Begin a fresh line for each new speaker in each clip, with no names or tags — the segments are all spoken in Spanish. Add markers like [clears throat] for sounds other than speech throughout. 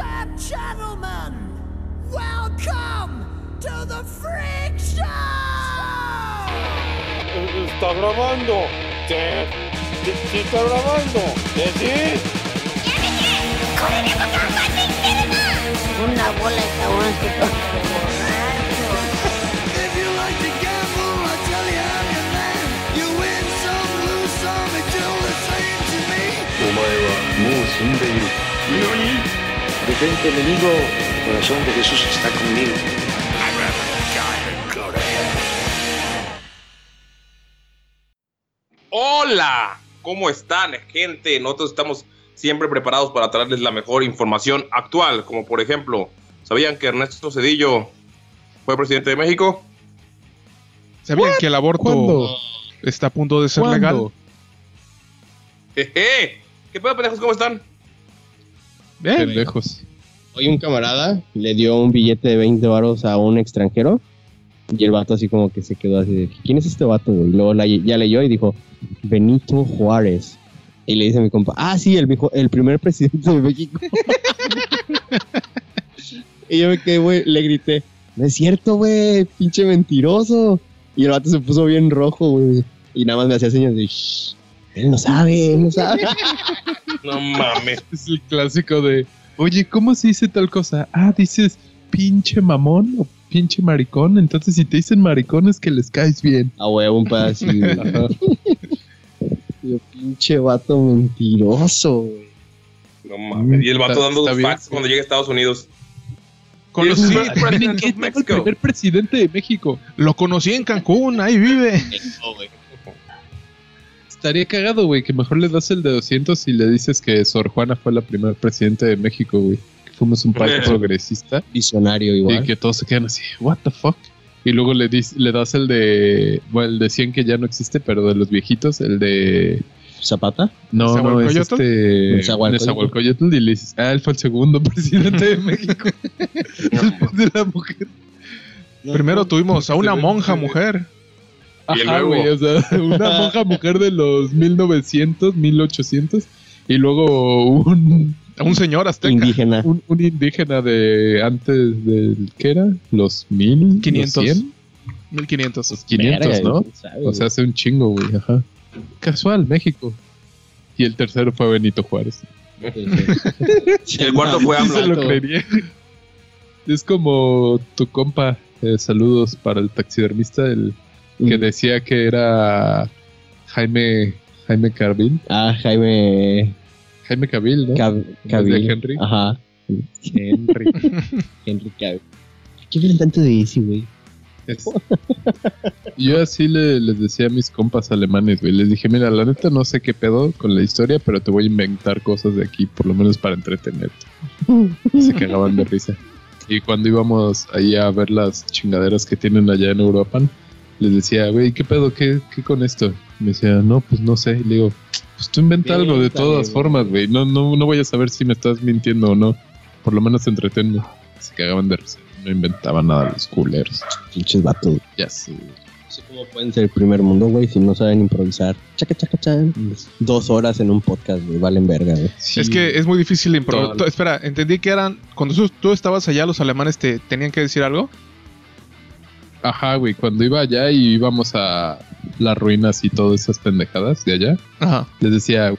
and gentlemen, welcome to the Freak Show!
Está grabando. Te, te- sí está grabando. Te sí.
これでも頑張って生きてるな
If you like to gamble, I tell you I'm your man. You win some, lose some, it's all the same to me.
お前はもう死んでいる。Detente, enemigo. Corazón de Jesús está conmigo.
Hola, ¿cómo están, gente? Nosotros estamos siempre preparados para traerles la mejor información actual, como por ejemplo, ¿sabían que Ernesto Cedillo fue presidente de México?
¿Sabían que el aborto
¿Cuándo?
está a punto de ser
¿Cuándo?
legal?
Jeje. ¿Qué pedo, pendejos? ¿Cómo están?
¿Eh?
Pendejos.
Hoy un camarada le dio un billete de 20 varos a un extranjero y el vato así como que se quedó así de, ¿quién es este vato? güey?" Y luego la- ya leyó y dijo, Benito Juárez. Y le dice a mi compa, ah, sí, el, mijo- el primer presidente de México. [laughs] y yo me quedé, güey, le grité, no es cierto, güey, pinche mentiroso. Y el vato se puso bien rojo, güey. Y nada más me hacía señas de, "Shh, él no sabe, él no sabe.
No mames.
Es el clásico de, oye, ¿cómo se dice tal cosa? Ah, dices pinche mamón o pinche maricón. Entonces, si te dicen maricón es que les caes [laughs] bien.
A huevo, un pedacito. [laughs] Yo, pinche vato mentiroso, güey.
No mames. Y el vato
Está-
dando
está bien.
facts cuando llegue a Estados Unidos.
Con los
Sí,
sí,
el
adivinen
presidente
quién
of
fue el
Mexico.
primer presidente de México. Lo conocí en Cancún, ahí vive. Estaría cagado, güey, que mejor le das el de 200 y le dices que Sor Juana fue la primera presidenta de México, güey. Que fuimos un país progresista.
Visionario
Y
igual.
que todos se quedan así, what the fuck. Y luego le, dis- le das el de, bueno, el de 100 que ya no existe, pero de los viejitos, el de...
Zapata.
No, no, es
¿Nezahualcóyotl?
este...
Nezahualcóyotl.
Nezahualcóyotl, Y le dices, ah, él fue el segundo [laughs] presidente de México. [laughs] de la mujer.
Primero tuvimos a una monja mujer.
Y
Ajá,
luego-
güey, o sea, una monja mujer de los 1900, 1800. Y luego un,
A un señor azteca.
Indígena.
un, un indígena de antes del... ¿Qué era? ¿Los 1000?
500.
100?
1500.
Los 500,
Verga,
¿no?
quién sabe,
O sea, hace un chingo, güey. Ajá. Casual, México. Y el tercero fue Benito Juárez.
güey. Sí, sí.
El cuarto fue
Sí
AMLO.
[laughs] se lo creería. Es como tu compa, eh, saludos para el taxidermista, el que
Mm.
decía que era Jaime Jaime Carville.
Ah, Jaime
Jaime Cavill, ¿no?
Cab-
de
Cavill.
Henry.
Ajá.
Henry.
Henry Cavill. ¿Qué viene tanto de Easy, güey?
Es- Este, Yo así le- les decía a mis compas alemanes, güey. Les dije, mira, la neta no sé qué pedo con la historia, pero te voy a inventar cosas de aquí, por lo menos para entretenerte. Y se cagaban de risa. Y cuando íbamos ahí a ver las chingaderas que tienen allá en Europa, les decía, güey, ¿qué pedo? ¿Qué, qué con esto? Y me decía, no, pues no sé. Y le digo, pues tú inventa algo de
Invéntale,
todas
güey.
formas, güey. No, no, no voy a saber si me estás mintiendo o no. Por lo menos entretenme. Se cagaban de risa. No inventaban nada los culeros.
Pinches vatos.
Ya sé.
No sé cómo pueden ser el primer mundo, güey, si no saben improvisar. Chaca, chaca, chan. Dos horas en un podcast, güey. Valen verga, güey.
Es que es muy difícil improvisar.
Total.
Espera, entendí que eran. Cuando tú- tú estabas allá, los alemanes te tenían que decir algo.
Ajá, güey, cuando iba allá y íbamos a las ruinas y todas esas pendejadas de allá,
Ajá.
les decía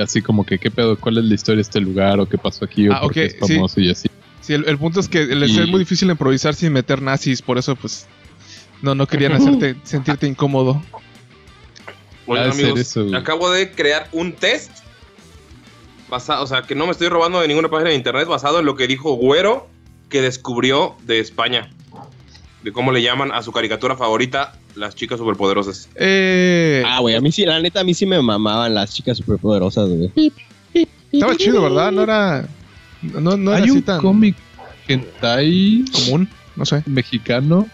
así como que, ¿qué pedo? ¿Cuál es la historia de este lugar? ¿O qué pasó aquí? ¿O
Ah,
por qué
ok,
es famoso? Y así.
Sí, el, el punto es que les es
Y-
muy difícil improvisar sin meter nazis, por eso, pues. No, no
[laughs]
querían hacerte sentirte incómodo.
Oigan,
Ha de ser
amigos,
eso, güey.
acabo de crear un test basado, o sea, que no me estoy robando de ninguna página de internet, basado en lo que dijo Güero que descubrió de España. De cómo le llaman a su caricatura favorita, las chicas superpoderosas.
Eh,
Ah, güey, a mí sí, la neta, a mí sí me mamaban las chicas superpoderosas, güey.
estaba chido, ¿verdad? No era. No, no era
Hay
así
un
tan
cómic hentai
común, no sé.
mexicano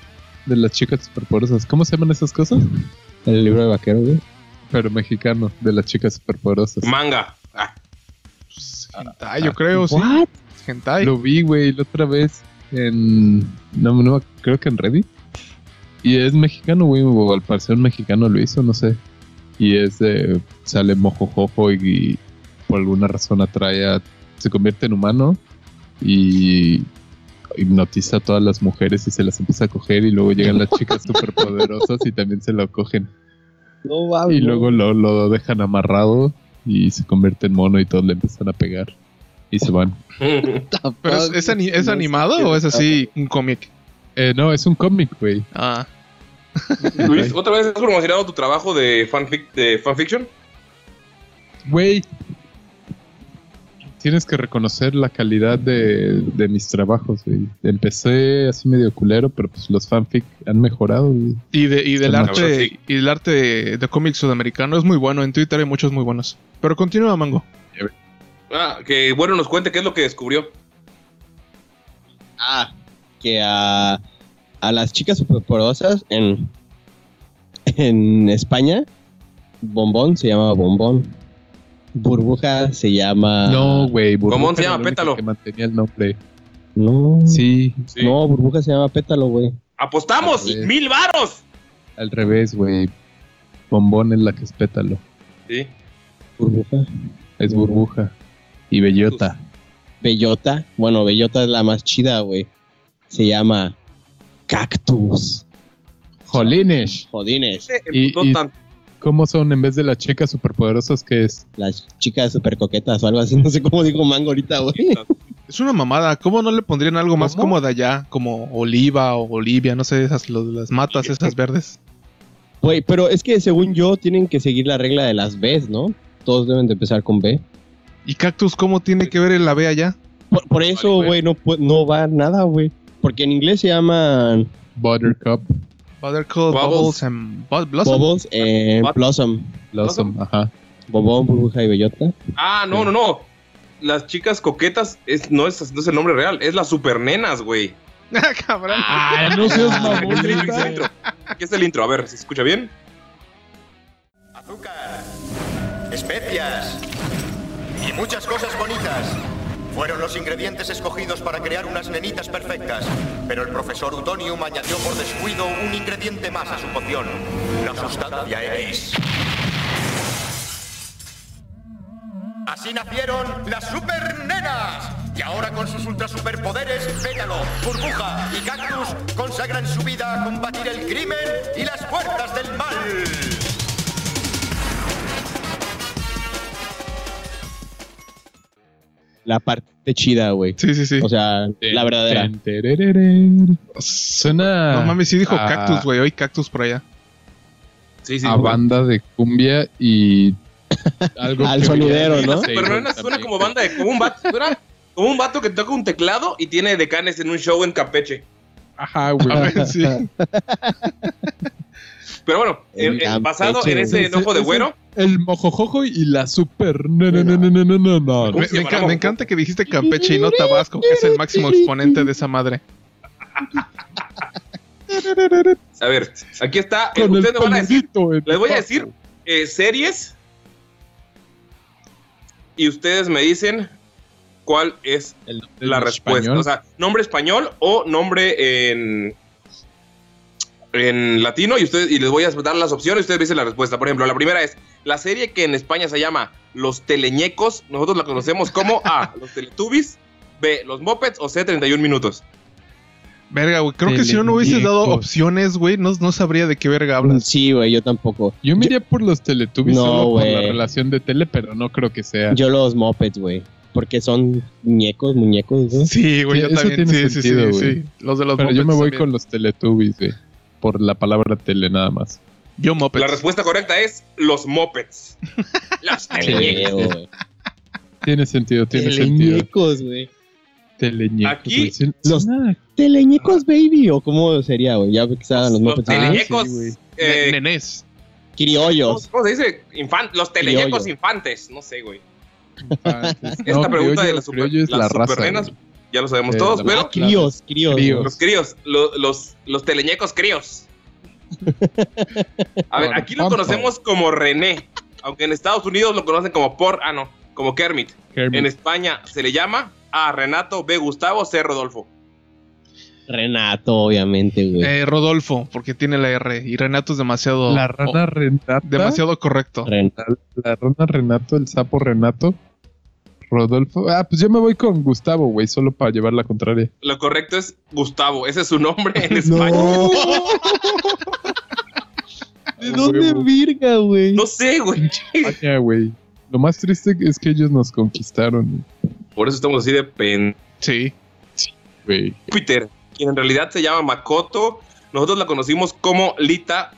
de las chicas superpoderosas. ¿Cómo se llaman esas cosas?
El libro de vaquero, güey.
Pero mexicano, de las chicas superpoderosas.
Manga.
[laughs]
Ah,
Hentai,
Ah,
yo creo, sí.
¿What?
Hentai.
Lo vi, güey, la otra vez en. No, no, creo que en Reddit. Y es mexicano, güey, o al parecer un mexicano lo hizo, no sé. Y es de. Sale mojojojo y, y por alguna razón atrae a. Se convierte en humano y hipnotiza a todas las mujeres y se las empieza a coger y luego llegan las chicas superpoderosas y también se lo cogen.
No mames.
Y luego lo, lo dejan amarrado y se convierte en mono y todos le empiezan a pegar y se van.
¿Pero es, es ani- es animado o es así un cómic?
Eh, no, es un cómic, güey.
Ah,
Luis, ¿otra vez has promocionado tu trabajo de, fanfic de fanfiction?
Güey. Tienes que reconocer la calidad de, de mis trabajos, güey. Empecé así medio culero, pero pues los fanfic han mejorado, güey.
y, de, y del
Está
arte
macho,
y del arte de, de cómics sudamericano es muy bueno. En Twitter hay muchos muy buenos. Pero continúa, Mango.
Ah, que bueno, nos cuente qué es lo que descubrió.
Ah, que a, a las chicas superpoderosas en, en España, Bombón se llama Bombón. Burbuja se llama.
No, güey. Burbuja
¿Cómo se
era
llama?
la única
Pétalo.
Que mantenía el nombre.
No.
Sí,
Sí.
No, Burbuja se llama Pétalo, güey.
¡Apostamos!
Sí.
¡Mil varos!
al revés, güey. Bombón es la que es pétalo.
Sí.
Burbuja.
Es burbuja. Y bellota.
Bellota. Bueno, Bellota es la más chida, güey. Se llama Cactus.
Jolines.
Jodines.
Y-
Emputó
y-
tanto.
¿Cómo son en vez de las chicas superpoderosas que es?
Las chicas super coquetas o algo así. [laughs] No sé cómo digo mango ahorita, güey.
Es una mamada. ¿Cómo no le pondrían algo más
¿Cómo?
cómodo allá? Como Oliva o Olivia, no sé, esas, lo- las matas, esas verdes.
Güey, pero es que según yo tienen que seguir la regla de las Bs, ¿no? Todos deben de empezar con B.
¿Y Cactus cómo tiene que ver el ave allá?
Por, por eso,
Vale,
güey, no, pu- no va nada, güey. Porque en inglés se llaman
Buttercup.
Buttercup,
Bubbles.
Bubbles, and Bu- Blossom.
Bobos, eh,
What?
Blossom,
Blossom. Ajá.
Bobón, Burbuja y Bellota.
Ah, no, no, no. Las chicas coquetas es, no, es, no es el nombre real, es las supernenas, güey.
Ah, [laughs] cabrón.
no seas
Ah,
Aquí está Ah, el intro, aquí está el intro. Aquí está el intro, a ver, ¿se escucha bien?
Azúcar, especias y muchas cosas bonitas. Fueron los ingredientes escogidos para crear unas nenitas perfectas, pero el profesor Utonium añadió por descuido un ingrediente más a su poción, la sustancia X. Así nacieron las supernenas. Y ahora con sus ultra superpoderes, Pétalo, Burbuja y Cactus consagran su vida a combatir el crimen y las fuerzas del mal.
La parte chida, güey.
Sí, sí, sí.
O sea, la verdadera.
Ten, terereren. Suena.
no mames, sí dijo
a-
Cactus, güey. Hoy Cactus por allá.
Sí, sí.
A Ah, banda de cumbia
[laughs]
y. Algo
Al
que-
sonidero, ¿no?
Sí,
Pero no suena como banda de. Como un, vato, suena como un vato que toca un teclado y tiene decanes en un show en Campeche.
[laughs]
Ajá, güey.
Sí.
Pero bueno,
En
en- en-
Campeche,
basado en ese
güey.
enojo de
Ese-
güero,
El mojojojo y la super. No, no, no, no, no, no, no, no.
Me, me enca- me encanta que dijiste Campeche y no Tabasco, que es el máximo exponente de esa madre.
a ver, aquí está. eh,
Con el
ustedes me van a decir.
panecito en
Les voy a
la
decir eh, series. Y ustedes me dicen cuál es
parte.
la
En
respuesta.
español.
O sea, nombre español o nombre en, en latino. Y, ustedes, y les voy a dar las opciones y ustedes me dicen la respuesta. Por ejemplo, la primera es la serie que en España se llama Los Teleñecos. Nosotros la conocemos como A. Los Teletubbies. B. Los Mopeds. O C. 31 minutos.
Verga, güey. Creo que si no, no hubieses dado opciones, güey, no, no sabría de qué verga hablas.
Sí, güey, yo tampoco.
Yo me iría por los Teletubbies
No,
solo por la
güey.
relación de tele, pero no creo que sea.
Yo los mopeds, güey. Porque son muñecos, muñecos, güey.
Sí,
Sí,
güey, yo
eso
también.
tiene
Sí,
sentido,
sí, sí,
güey.
sí. Los de los
pero yo me
Muppets
voy
también.
con los Teletubbies, güey. Por la palabra tele nada más.
Yo Muppets.
La respuesta correcta es Los Mopeds. Los Teleñecos.
Creo, güey.
Tiene sentido, tiene sentido.
Teleñecos, güey.
Teleñecos.
Aquí,
güey. Sí,
los-
suena-
Teleñecos, baby. ¿O cómo sería, güey? Ya que estaban ah, los
Los,
mopeds.
Teleñecos.
güey.
eh,
Ne- Nenés.
¿Cómo,
Criollos.
cómo se dice? Infan- los teleñecos
Criollo.
infantes. No sé, güey.
infantes.
Esta
No,
pregunta
criollo-
de las super,
criollo es
las
la raza,
supernenas,
güey.
ya lo sabemos
Eh,
todos,
la-
pero
Críos, críos.
Críos.
güey.
los críos, lo- los, los teleñecos críos. A ver, aquí lo
Pampa.
conocemos como René, aunque en Estados Unidos lo conocen como por, ah no, como Kermit.
Kermit.
En España se le llama a Renato, B Gustavo, C Rodolfo.
Renato, obviamente, güey.
[laughs] Eh, Rodolfo, porque tiene la R. Y Renato es demasiado.
La rana
oh,
Renata.
demasiado correcto.
Ren-
La rana Renato, el sapo Renato. Rodolfo. Ah, pues yo me voy con Gustavo, güey, solo para llevar la
[laughs]
contraria.
Lo correcto es Gustavo, ese es su nombre [laughs] en España.
[laughs]
No,
¿De dónde virga, güey?
sé, güey.
España, güey. Lo más triste es que ellos nos conquistaron,
Por eso estamos así de pen.
Sí.
güey.
Júpiter, quien en realidad se llama Makoto. Nosotros la conocimos como Lita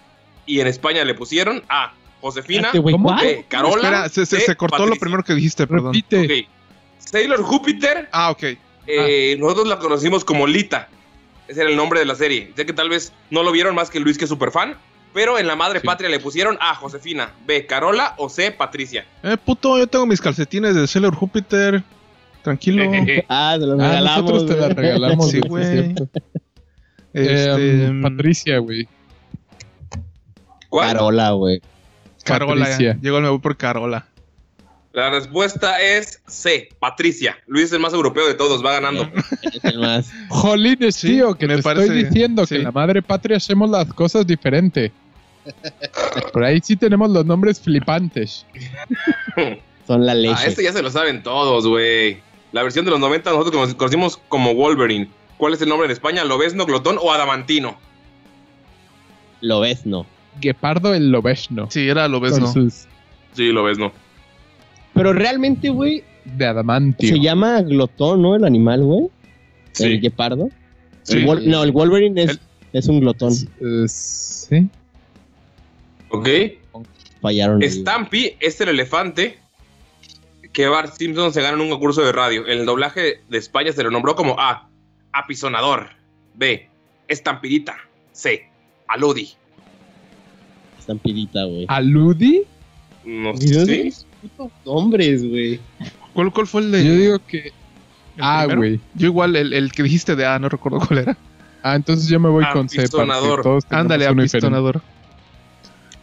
y en España le pusieron a Josefina,
Este güey,
¿Cómo?
¿cuál?
B. Carola.
Espera, se, se-
C.
se cortó lo
Patricia.
primero que dijiste, perdón.
Repite.
Ok. Sailor Júpiter,
Ah, ok.
eh, nosotros la conocimos como Lita. Ese era el nombre de la serie. Sé que tal vez no lo vieron más que Luis, que es super fan. Pero en la madre
Sí.
patria le pusieron a Josefina, B. Carola o C. Patricia.
Eh, puto, yo tengo mis calcetines de Sailor Júpiter. Tranquilo.
Ah, se los
Ah,
regalamos.
nosotros te la
güey.
regalamos,
Sí,
güey. sí es
güey.
cierto.
Este,
Eh, um, Patricia, güey.
[laughs] ¿Cuál?
Carola, güey.
Carola.
Patricia.
Llegó el me voy por Carola.
La respuesta es C. Patricia. Luis es el más europeo de todos, va
Ah,
ganando.
Este Es el más.
Jolines,
Sí,
tío, que
me
te
parece
estoy
bien.
diciendo
Sí.
que en la madre patria hacemos las cosas [laughs] diferente. Por ahí sí tenemos los nombres flipantes.
Son la
Ah,
leche.
este ya se lo saben todos, güey. La versión de los 90 nosotros nos conocimos como Wolverine. ¿Cuál es el nombre en España? ¿Lobezno, Glotón o Adamantino?
Lo ves, no.
Guepardo el Lobesno.
Sí, era lo ves,
con
¿no?
sus
Sí, Lobezno.
Pero realmente, güey,
de adamantio.
se llama glotón, ¿no? El animal, güey.
Sí.
El guepardo.
Sí.
El wol- no, el Wolverine es,
El-
es un glotón.
Eh, sí.
¿Ok?
Fallaron. ahí, güey.
Stampy es el elefante que Bart Simpson se gana en un concurso de radio. En el doblaje de España se lo nombró como A. Apisonador. B. Estampidita. C. Aludi.
Estampidita, güey.
Ah, ¿Aludi?
No
¿Y
sé.
dónde esos putos nombres, güey?
¿Cuál, cuál fue el de.?
Yo digo que.
el
Ah,
primero?
güey.
Yo igual, el, el que dijiste de A, no recuerdo cuál era.
Ah, entonces yo me voy con C. porque
Apistonador.
todos tenemos
Ándale,
uno diferente.
apistonador.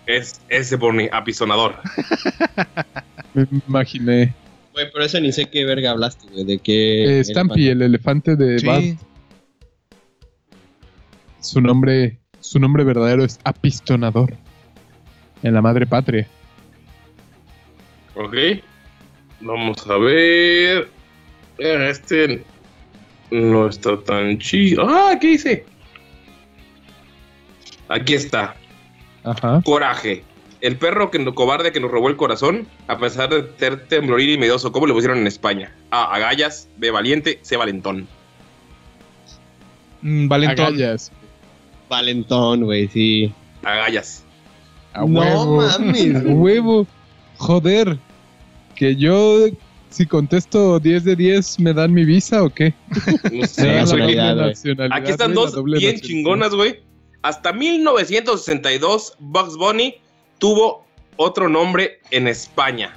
Es ese por mí, apisonador.
Me imaginé.
Güey, pero eso ni sé qué verga hablaste, güey. De qué.
Eh, Stampy, el elefante de Bart.
Sí.
Su nombre, su nombre verdadero es Apistonador. En la madre patria.
Ok. Vamos a ver. Eh, Este no está tan chido. Ah, ¿qué hice? Aquí está.
Ajá.
Coraje. El perro que, cobarde que nos robó el corazón, a pesar de ser tembloril y miedoso, ¿cómo le pusieron en España? A. Agallas. B. Valiente. C. Valentón.
Mm, Valentón.
Agallas.
Valentón, güey, sí.
Agallas.
A
[laughs]
huevo.
[laughs]
A huevo. Joder. Que yo, si contesto 10 de 10, ¿me dan mi visa o qué? [laughs]
No
Me
sé,
dan la
güey.
nacionalidad,
doble
güey.
nacionalidad,
Aquí están
güey, la
dos
doble
bien
nacionalidad.
chingonas, güey. Hasta 1962, Bugs Bunny tuvo otro nombre en España.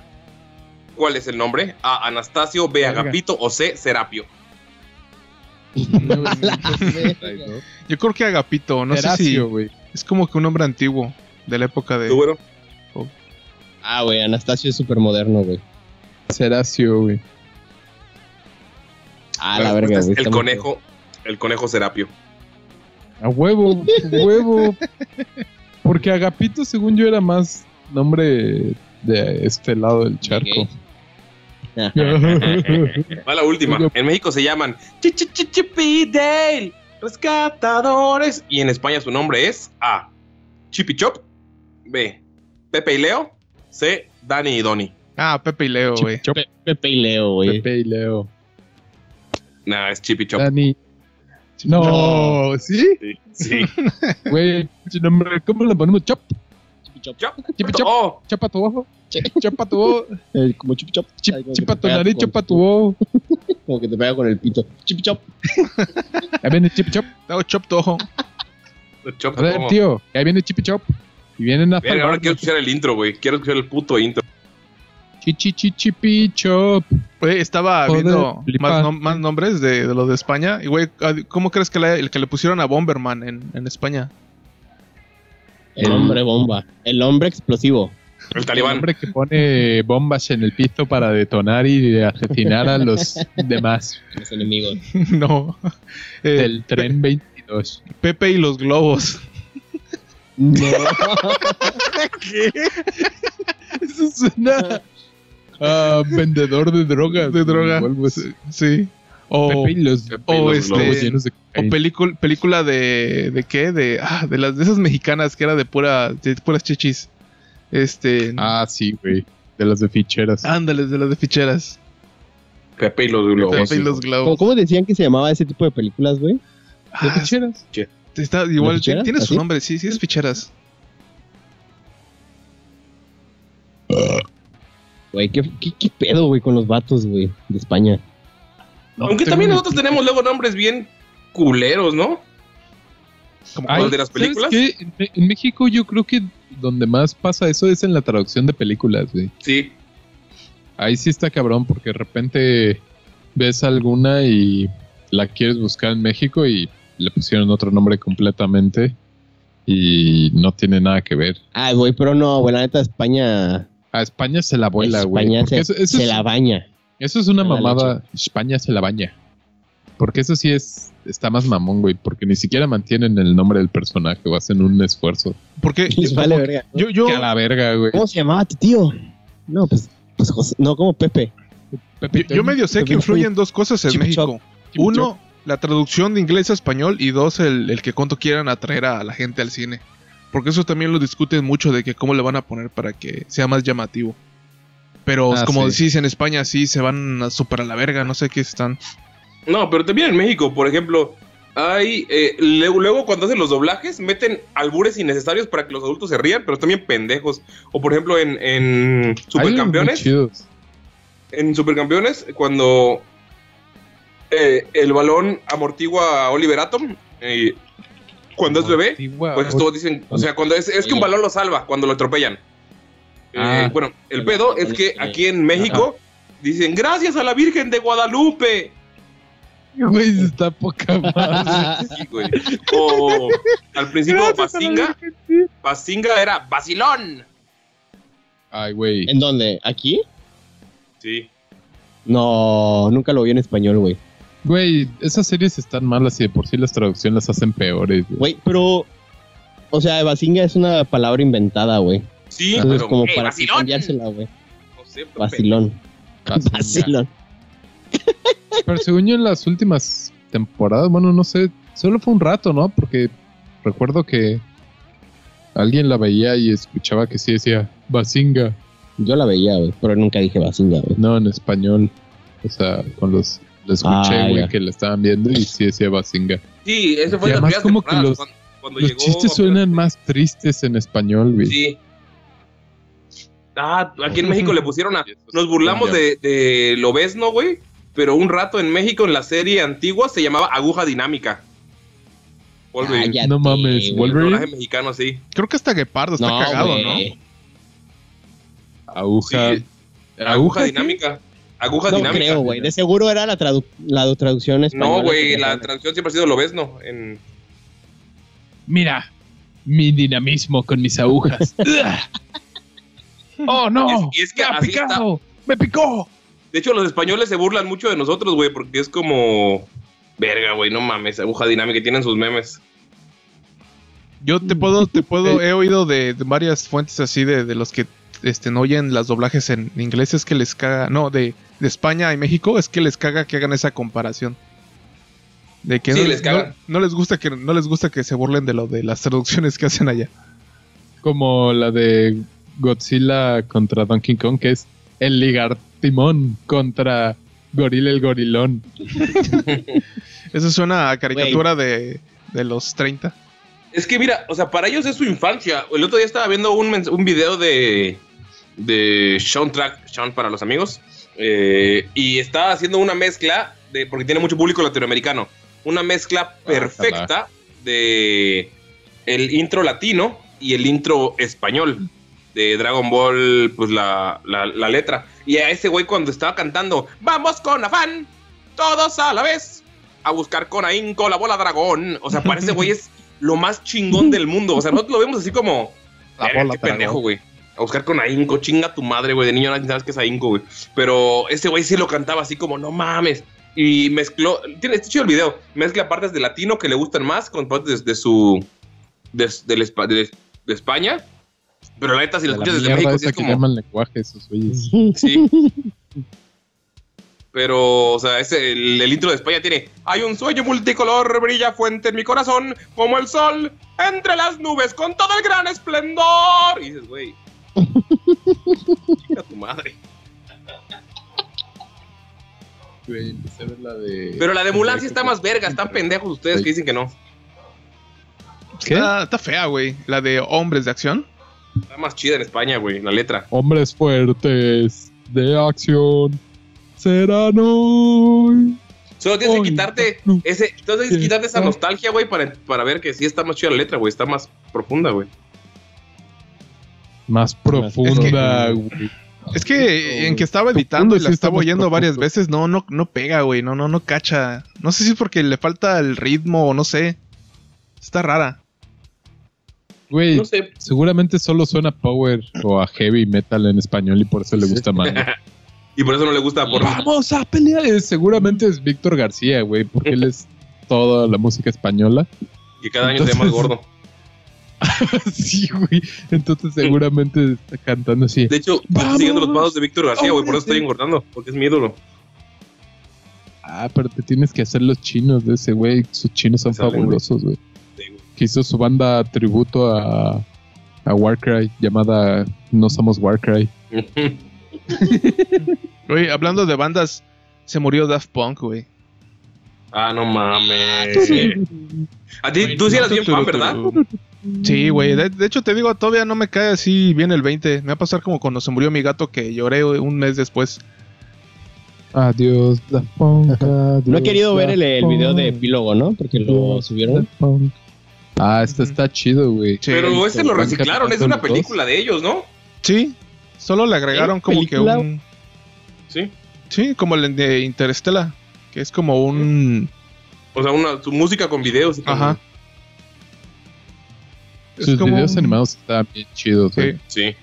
¿Cuál es el nombre? A. Anastasio, B.
Verga.
Agapito o C. Serapio.
[laughs]
Ah,
Yo creo que Agapito, no
Teracio,
sé
güey.
si. Es como que un hombre antiguo de la época de.
¿Tú, güero?
ah, güey, Anastasio es súper moderno, güey.
Seracio, güey.
Ah,
La
la
respuesta
verga,
Este es
güey. está
El
muy-
conejo, el conejo Serapio.
A huevo, a huevo. Porque Agapito, según yo, era más nombre de este lado del
[laughs]
charco.
Va la última. En México se llaman Chichichichipidale, rescatadores. Y en España su nombre es A. Chipichop, B. Pepe y Leo, C. Dani y Doni.
Ah, Pepe y Leo, güey.
Chop,
Pe- Pepe y Leo, güey.
Pepe y Leo.
Nah, es Chipichop.
Dani. No, ¿sí?
Sí.
Güey, pinche nombre, ¿cómo le ponemos? Chop,
[laughs] Chop.
Chipi chop.
Oh,
chapa tu ojo. Chapa tu ojo.
Eh, como chip chop.
chip-
Ay, como que
Chipa
te
tu
pega
nariz,
con-
chapa tu ojo.
Como que te pega con el pito. Chip chop.
Ahí viene Chip Chop.
Tengo chop tojo.
Chop.
A ver,
¿cómo?
tío, ahí viene Chip Chop. Y vienen a
Verga, ahora quiero escuchar el intro, güey. Quiero escuchar el puto intro.
Chichi, chipi, chop.
Güey, estaba
Joder,
viendo
flipante.
más, nom- más nombres de, de los de España. Y, güey, ah, ¿cómo crees que la- el que le pusieron a Bomberman en, en España? [laughs]
El hombre bomba. El hombre explosivo.
El
El
talibán.
hombre que pone bombas en el piso para detonar y asesinar
[laughs]
a los demás
Los [laughs] enemigos.
no. [laughs] Eh,
del tren 22.
Pepe y los globos.
No.
Eso suena [laughs] Ah, vendedor de drogas.
De droga.
O algo así.
Sí. O,
Pepe y los
Pepe y
o
los
este,
globos
llenos de
o
cocaína.
pelicul- película de, de qué? De, ah, de las de esas mexicanas que era de pura de puras chichis. Este,
Ah, sí, güey. De las de ficheras.
ándales de las de ficheras.
Pepe y los globos.
Pepe y
¿Cómo,
los globos.
cómo decían que se llamaba ese tipo de películas, güey?
Ah,
ficheras? ¿Ah,
está igual
¿Las ficheras?
tiene su
¿Así?
nombre, sí, sí es ficheras.
Güey, ¿qué, qué, qué pedo, güey, con los vatos, güey, de España?
Aunque también nosotros tenemos luego nombres bien culeros, ¿no?
Como
Ay,
cuál-
¿Los de las
¿sabes
películas?
qué? En, Me- en México yo creo que donde más pasa eso es en la traducción de películas, güey.
Sí.
Ahí sí está cabrón porque de repente ves alguna y la quieres buscar en México y le pusieron otro nombre completamente y no tiene nada que ver.
Ah, güey, pero no, güey, la neta, España.
A España se la vuela, güey.
España
porque
se,
eso, eso
se
es,
la baña.
eso es una
a la
mamada. España se la baña. Porque eso sí es está más mamón, güey. Porque ni siquiera mantienen el nombre del personaje o hacen un esfuerzo.
[laughs]
porque
Les vale verga.
yo yo
Que a la verga, güey.
¿Cómo se llamaba tu tío? No, pues, pues José. No, como Pepe.
Yo, yo medio sé que influyen dos cosas en
Chip
México. [laughs] Uno, la traducción de inglés a español y dos, el, el que cuánto quieran atraer a la gente al cine. Porque eso también lo discuten mucho de que cómo le van a poner para que sea más llamativo. Pero
Ah,
como
sí.
decís en España, sí, se van a super a la verga, no sé qué están.
No, pero también en México, por ejemplo, hay. eh, luego, luego cuando hacen los doblajes, meten albures innecesarios para que los adultos se rían, pero también pendejos. O por ejemplo, en, en
Hay unos muy
Supercampeones.
chidos.
En Supercampeones, cuando eh, el balón amortigua a Oliver Atom, eh, cuando es bebé,
Antigua,
pues todos dicen. O sea, cuando es, es que un balón lo salva, cuando lo atropellan. Eh,
Ah.
bueno, el pedo es que aquí en México dicen gracias a la Virgen de Guadalupe.
Güey, está poca madre.
Ah,
Sí, güey. O al principio Basinga, Basinga era Basilón.
Ay, güey.
¿En dónde? ¿Aquí?
Sí.
No, nunca lo vi en español, güey.
Güey, esas series están malas y de por sí las traducciones las hacen peores, güey.
Güey, pero. O sea, Basinga es una palabra inventada, güey.
Sí,
Entonces,
pero
como
"Hey,
para
Basilón".
cambiársela, güey.
No sé, pero-
Vacilón. [laughs]
Casi,
Vacilón.
ya. Pero según yo en las últimas temporadas, bueno, no sé, solo fue un rato, ¿no? Porque recuerdo que alguien la veía y escuchaba que sí decía Basinga.
Yo la veía, güey, pero nunca dije Basinga, güey.
No, en español. O sea, con los... Lo escuché,
Ah,
güey,
ya.
que la estaban viendo y sí decía Basinga.
Sí, eso fue
Y
en las primeras
además como que
temporadas,
los-
cuando, cuando
Los
llegó-
chistes suenan más tristes en español, güey.
Sí. Ah, aquí en México le pusieron a nos burlamos de, de Lobezno, güey, pero un rato en México en la serie antigua se llamaba Aguja Dinámica.
Ah,
Wolverine.
Cállate,
No mames,
güey.
El
Wolverine.
doblaje mexicano, sí.
Creo que hasta Guepardo está
No,
cagado,
güey.
¿no?
Sí,
Aguja.
Aguja
¿qué?
Dinámica.
No
Aguja pues, Dinámica.
creo, güey. De seguro era la, tradu- la traducción española.
No, güey, la
traducción.
traducción siempre ha sido Lobezno. En...
Mira, mi dinamismo con
[laughs]
mis agujas. ¡Oh, no!
Y es- y es que así está.
¡Me picó!
De hecho, los españoles se burlan mucho de nosotros, güey, porque es como... Verga, güey, no mames, aguja dinámica, tienen sus memes.
Yo te puedo, te puedo, he oído de, de varias fuentes así de, de los que este, no oyen las doblajes en inglés, es que les caga, no, de, de España y México, es que les caga que hagan esa comparación. De que
Sí,
no,
les caga.
no- no les gusta que no les gusta que se burlen de lo de las traducciones que hacen allá.
Como la de Godzilla contra Donkey Kong, que es el ligartimón contra Gorila el gorilón.
Eso suena a caricatura de, de los 30.
Es que mira, o sea, para ellos es su infancia. El otro día estaba viendo un, mens- un video de, de Sean Track, Sean para los amigos, eh, y estaba haciendo una mezcla, de, porque tiene mucho público latinoamericano, una mezcla perfecta de el intro latino y el intro español de Dragon Ball, pues la, la- la letra. Y a ese güey cuando estaba cantando, vamos con afán, todos a la vez, a buscar con ahínco la bola dragón. O sea, para ese güey es lo más chingón del mundo. O sea, nosotros lo vemos así como.
La
"Verga,
bola
qué
dragón".
pendejo, güey. A buscar con ahínco, chinga tu madre, güey. De niño nadie sabes que es ahínco, güey. Pero ese güey sí lo cantaba así como, no mames. Y mezcló. Tiene, está chido el video. Mezcla partes de latino que le gustan más con partes de, de su. de, del espa- de- de España. Pero la neta, si lo
De la
escuchas desde
mierda
México, sí
esa
es
que
como.
llaman lenguaje esos güeyes.
[laughs] Sí. Pero, o sea, ese, el, el intro de España tiene Hay un sueño multicolor, brilla fuente en mi corazón, como el sol, entre las nubes, con todo el gran esplendor. Y dices, güey, chica tu madre.
Güey, empecé a ver la de...
Pero la de Mulan sí está más verga, están pendejos ustedes que dicen que no.
¿Qué?
Está, está fea, güey. La de hombres de acción.
Está más chida en España, güey, la letra.
Hombres fuertes de acción serán hoy.
Solo tienes que
Oy,
quitarte
no.
ese, entonces tienes que quitarte esa
No.
nostalgia, güey, para, para ver que sí está más chida la letra, güey, está más profunda, güey.
Más profunda, güey.
Es que en que estaba
Profundo,
editando y la
sí
estaba
estamos
oyendo varias
profundos.
veces, no, no, no pega, güey. No, no, no cacha. No sé si es porque le falta el ritmo o no sé. Está rara.
Güey,
No sé,
seguramente solo suena power o a heavy metal en español y por eso le gusta más.
y por eso no le gusta [laughs] por
Vamos a pelear. Eh, Seguramente es Víctor García, güey, porque él es toda la música española. [laughs]
que cada año sea más
Entonces-
gordo.
sí, güey. Entonces seguramente está cantando así.
De hecho, yo estoy
¡Vamos!
siguiendo los pasos de Víctor García, güey, por eso estoy
¡Ahórrate!
engordando, porque es mi ídolo. [laughs]
Ah, pero te tienes que hacer los chinos de ese güey. Sus chinos son
Salen, güey.
fabulosos, güey.
Sí, güey.
Que hizo su banda tributo a, a Warcry llamada No Somos Warcry.
Güey, hablando de bandas, se murió Daft Punk, güey.
ah, no mames. A ti, tú sí eras bien fan, ¿verdad?
Sí, güey. De, de hecho, te digo, todavía no me cae así bien el 20. Me va a pasar como cuando se murió mi gato que lloré güey, un mes después.
Adiós,
[laughs]
Daft Punk.
No he
adiós,
querido ver el, el
Daft
video de
Punk,
epílogo, ¿no? Porque lo
adiós,
subieron.
Daft Punk. Ah, este está chido, güey.
Sí,
Pero ese
sí,
lo
sí.
reciclaron, es una
Los dos.
película de ellos, ¿no?
sí, solo le agregaron como
película?
que un...
¿Eh? Sí.
Sí, como el de Interestela, que es como un...
O sea, una, su música con videos. y con-
Ajá. Eh, Es
Sus
como
videos
un-
animados están bien chidos, güey.
Sí.
Sí.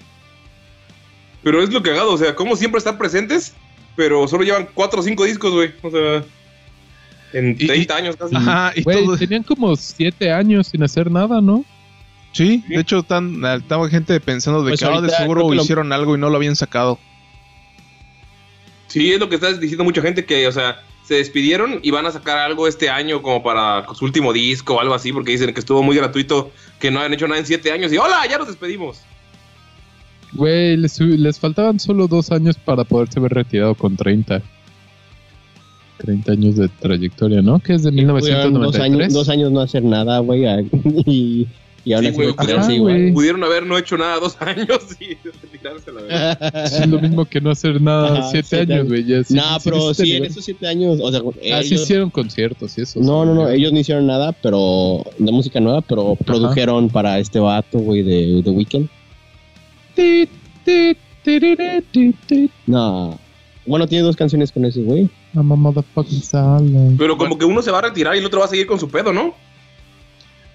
Pero es lo cagado, o sea, como siempre están presentes, pero solo llevan cuatro o cinco discos, güey. O sea, en
Y- y-
30 años casi.
Ajá, y
Güey,
todo...
tenían como siete años sin hacer nada, ¿no?
Sí, de hecho, tan, estaba gente pensando de
Pues
que ah, de
ahorita creo
seguro
que lo-
hicieron algo y no lo habían sacado.
Sí, es lo que estás diciendo mucha gente que, o sea, se despidieron y van a sacar algo este año como para su último disco o algo así, porque dicen que estuvo muy gratuito, que no han hecho nada en siete años y hola, ya nos despedimos.
Güey, les, les faltaban solo dos años para poderse haber retirado con 30. 30 años de trayectoria, ¿no? Que es de
Tuvieron Dos años,
1993.
dos años no hacer nada, güey. a- [laughs] Y, y ahora sí,
Sí, güey,
me parece
ajá,
igual.
güey.
Pudieron haber no hecho nada dos [laughs] años y retirarse la verdad.
[laughs]
Es lo mismo que no hacer nada
Ajá,
siete
siete
años,
años.
güey. ya sí-
no,
sí
pero
viste
sí, en
nivel.
esos siete años. O sea,
Ah, sí
ellos-
hicieron conciertos y eso.
No,
sí,
no, no,
güey.
ellos no hicieron nada, pero de música nueva, pero produjeron para este vato, güey, de The Weeknd.
Ti, ti, tiriri, ti, ti.
No. Bueno, tiene dos canciones con ese, güey.
I'm a motherfucking salad.
Pero como que uno se va a retirar y el otro va a seguir con su pedo, ¿no?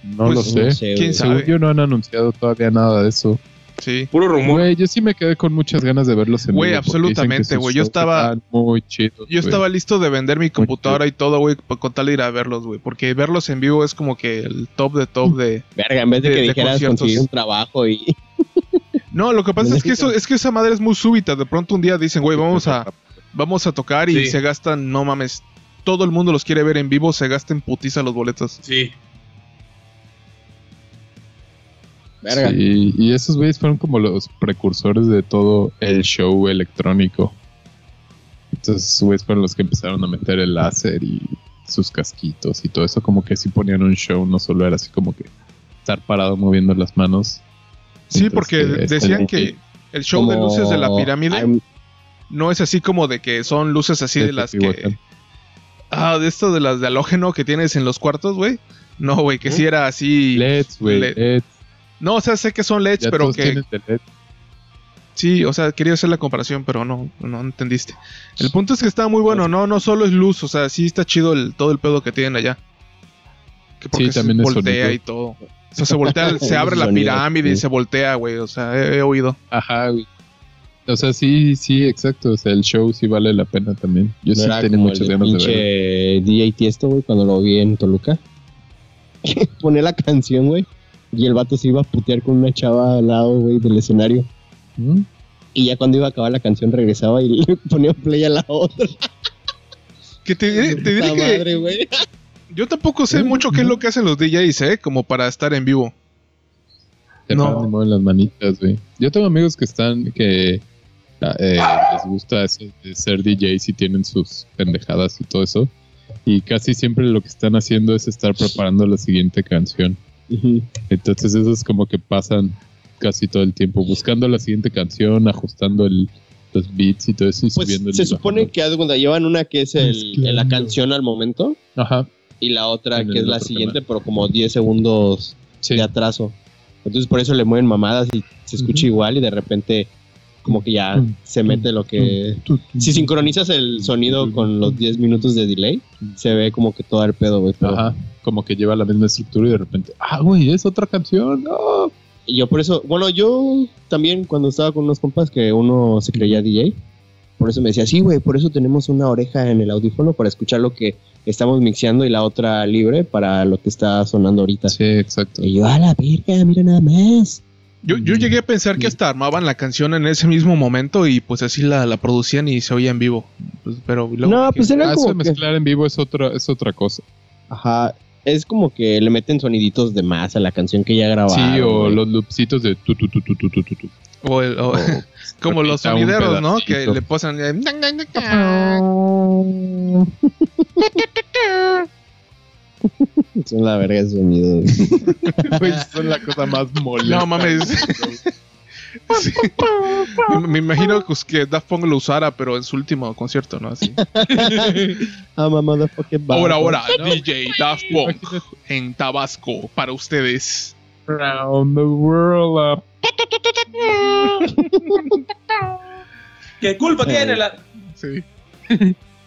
No
Pues,
lo
No
sé.
sé,
¿Quién
güey.
sabe?
Según yo no han anunciado todavía nada de eso.
Sí.
Puro rumor.
Güey, yo sí me quedé con muchas ganas de verlos en
Güey,
vivo, porque
absolutamente,
dicen que sus
güey, yo
shows
estaba-
están muy chidos,
Yo
güey.
estaba listo de vender mi computadora y todo, güey, pa- con tal de ir a verlos, güey. Porque verlos en vivo es como que el top de top de...
Verga, en vez de
de-
que
de
dijeras
conciertos.
conseguir un trabajo y. [laughs]
No, lo que pasa es que
Necesitan-
eso, es que esa madre es muy súbita. De pronto un día dicen, güey, vamos a, vamos a tocar y
Sí.
se gastan, no mames, todo el mundo los quiere ver en vivo, se gastan putiza los boletos.
Sí.
Verga.
Sí, y esos güeyes fueron como los precursores de todo el show electrónico. Entonces, esos güeyes fueron los que empezaron a meter el láser y sus casquitos y todo eso. Como que sí ponían un show, no solo era así como que estar parado moviendo las manos.
Sí,
Entonces,
porque
es
decían
como-
que el show de
como-
luces de la pirámide
I'm-
no es así como de que son luces así de
Este
las que...
Teotihuacán.
Ah, de esto de las de halógeno que tienes en los cuartos, güey. No, güey,
¿Eh?
que sí era así...
LEDs, E güey,
LED.
LEDs.
No, o sea, sé que son LEDs,
Ya
pero
todos
que...
tienen de E LED.
Sí, o sea, quería hacer la comparación, pero no, no entendiste. El punto es que está muy bueno, no, no solo es luz, o sea, sí está chido el, todo el pedo que tienen allá. Que porque
Sí, también
se
es
voltea
sonido.
y todo. O sea, se
[laughs]
voltea, se abre la
Sonido,
pirámide y
sí.
se voltea, güey. O sea, he, he oído.
Ajá, güey. O sea, sí, sí, exacto. O sea, el show sí vale la pena también. Yo
no
sí
era
tenía
como el
muchas
de
ganas de
pinche [laughs]
verlo.
DJ Tiesto, güey, cuando lo vi en Toluca. Pone la canción, güey. Y el vato se iba a putear con una chava al lado, güey, del escenario.
¿Mm?
Y ya cuando iba a acabar la canción regresaba y [laughs] le ponía play a la otra.
Que te, diré- te diré
Puta
que
madre, güey.
yo tampoco sé mucho qué es lo que hacen los DJs, ¿eh? Como para estar en vivo.
Te
No.
paran y mueven las manitas, güey. Yo tengo amigos que están, que ah, eh, les gusta eso de ser DJs y tienen sus pendejadas y todo eso. Y casi siempre lo que están haciendo es estar preparando la siguiente canción.
Ujú.
Entonces eso es como que pasan casi todo el tiempo buscando la siguiente canción, ajustando el, los beats y todo eso y
Pues
subiendo el
se supone que haz de cuenta, llevan una que es el-
Mezclando.
la canción al momento
Ajá,
y la otra
En
que
el
es la
otro
siguiente,
canal.
pero como 10 segundos
sí.
de atraso. Entonces por eso le mueven mamadas y se escucha
Ujú.
igual y de repente como que ya
Mm,
se mete lo que...
Tú, tú,
Si sincronizas el sonido
Mm.
con los 10 minutos de delay, se ve como que todo el pedo, güey. pero-
Ajá, como que lleva la misma estructura y de repente, ah, güey, es otra canción. ¡No!
Y yo por eso, bueno, yo también cuando estaba con unos compas que uno se creía DJ, por eso me decía, sí, güey, por eso tenemos una oreja en el audífono para escuchar lo que estamos mixeando y la otra libre para lo que está sonando ahorita.
Sí, exacto.
Y yo, a la verga, mira nada más.
Yo, yo llegué a pensar
Mm.
que hasta armaban la canción en ese mismo momento y pues así la, la producían y se oía en vivo. Pues, pero luego
no,
dije,
pues era
Ah, eso de
como que...
mezclar en vivo es otra, es otra cosa.
Ajá, es como que le meten soniditos de más a la canción que ya grabaron.
sí, o
Ah, güey.
los loopsitos de tu, tu, tu, tu, tu, tu, tu, tu.
o el- o-
O
[laughs] como los
repita un
sonideros, ¿no?
pedacito.
Que le posan... eh,
[laughs]
[laughs]
Son la verga de sonido. güey. [laughs]
[laughs] Güey, son la cosa más molesta.
No mames. Sí. Me, me imagino pues, que Daft Punk lo usara, pero en su último concierto,
[laughs]
¿no? Así.
Ah, mamá, the fucking bad.
Ahora,
[laughs]
ahora, DJ Daft Punk en Tabasco para ustedes.
Around the world.
¿Qué culpa tiene la.?
Sí.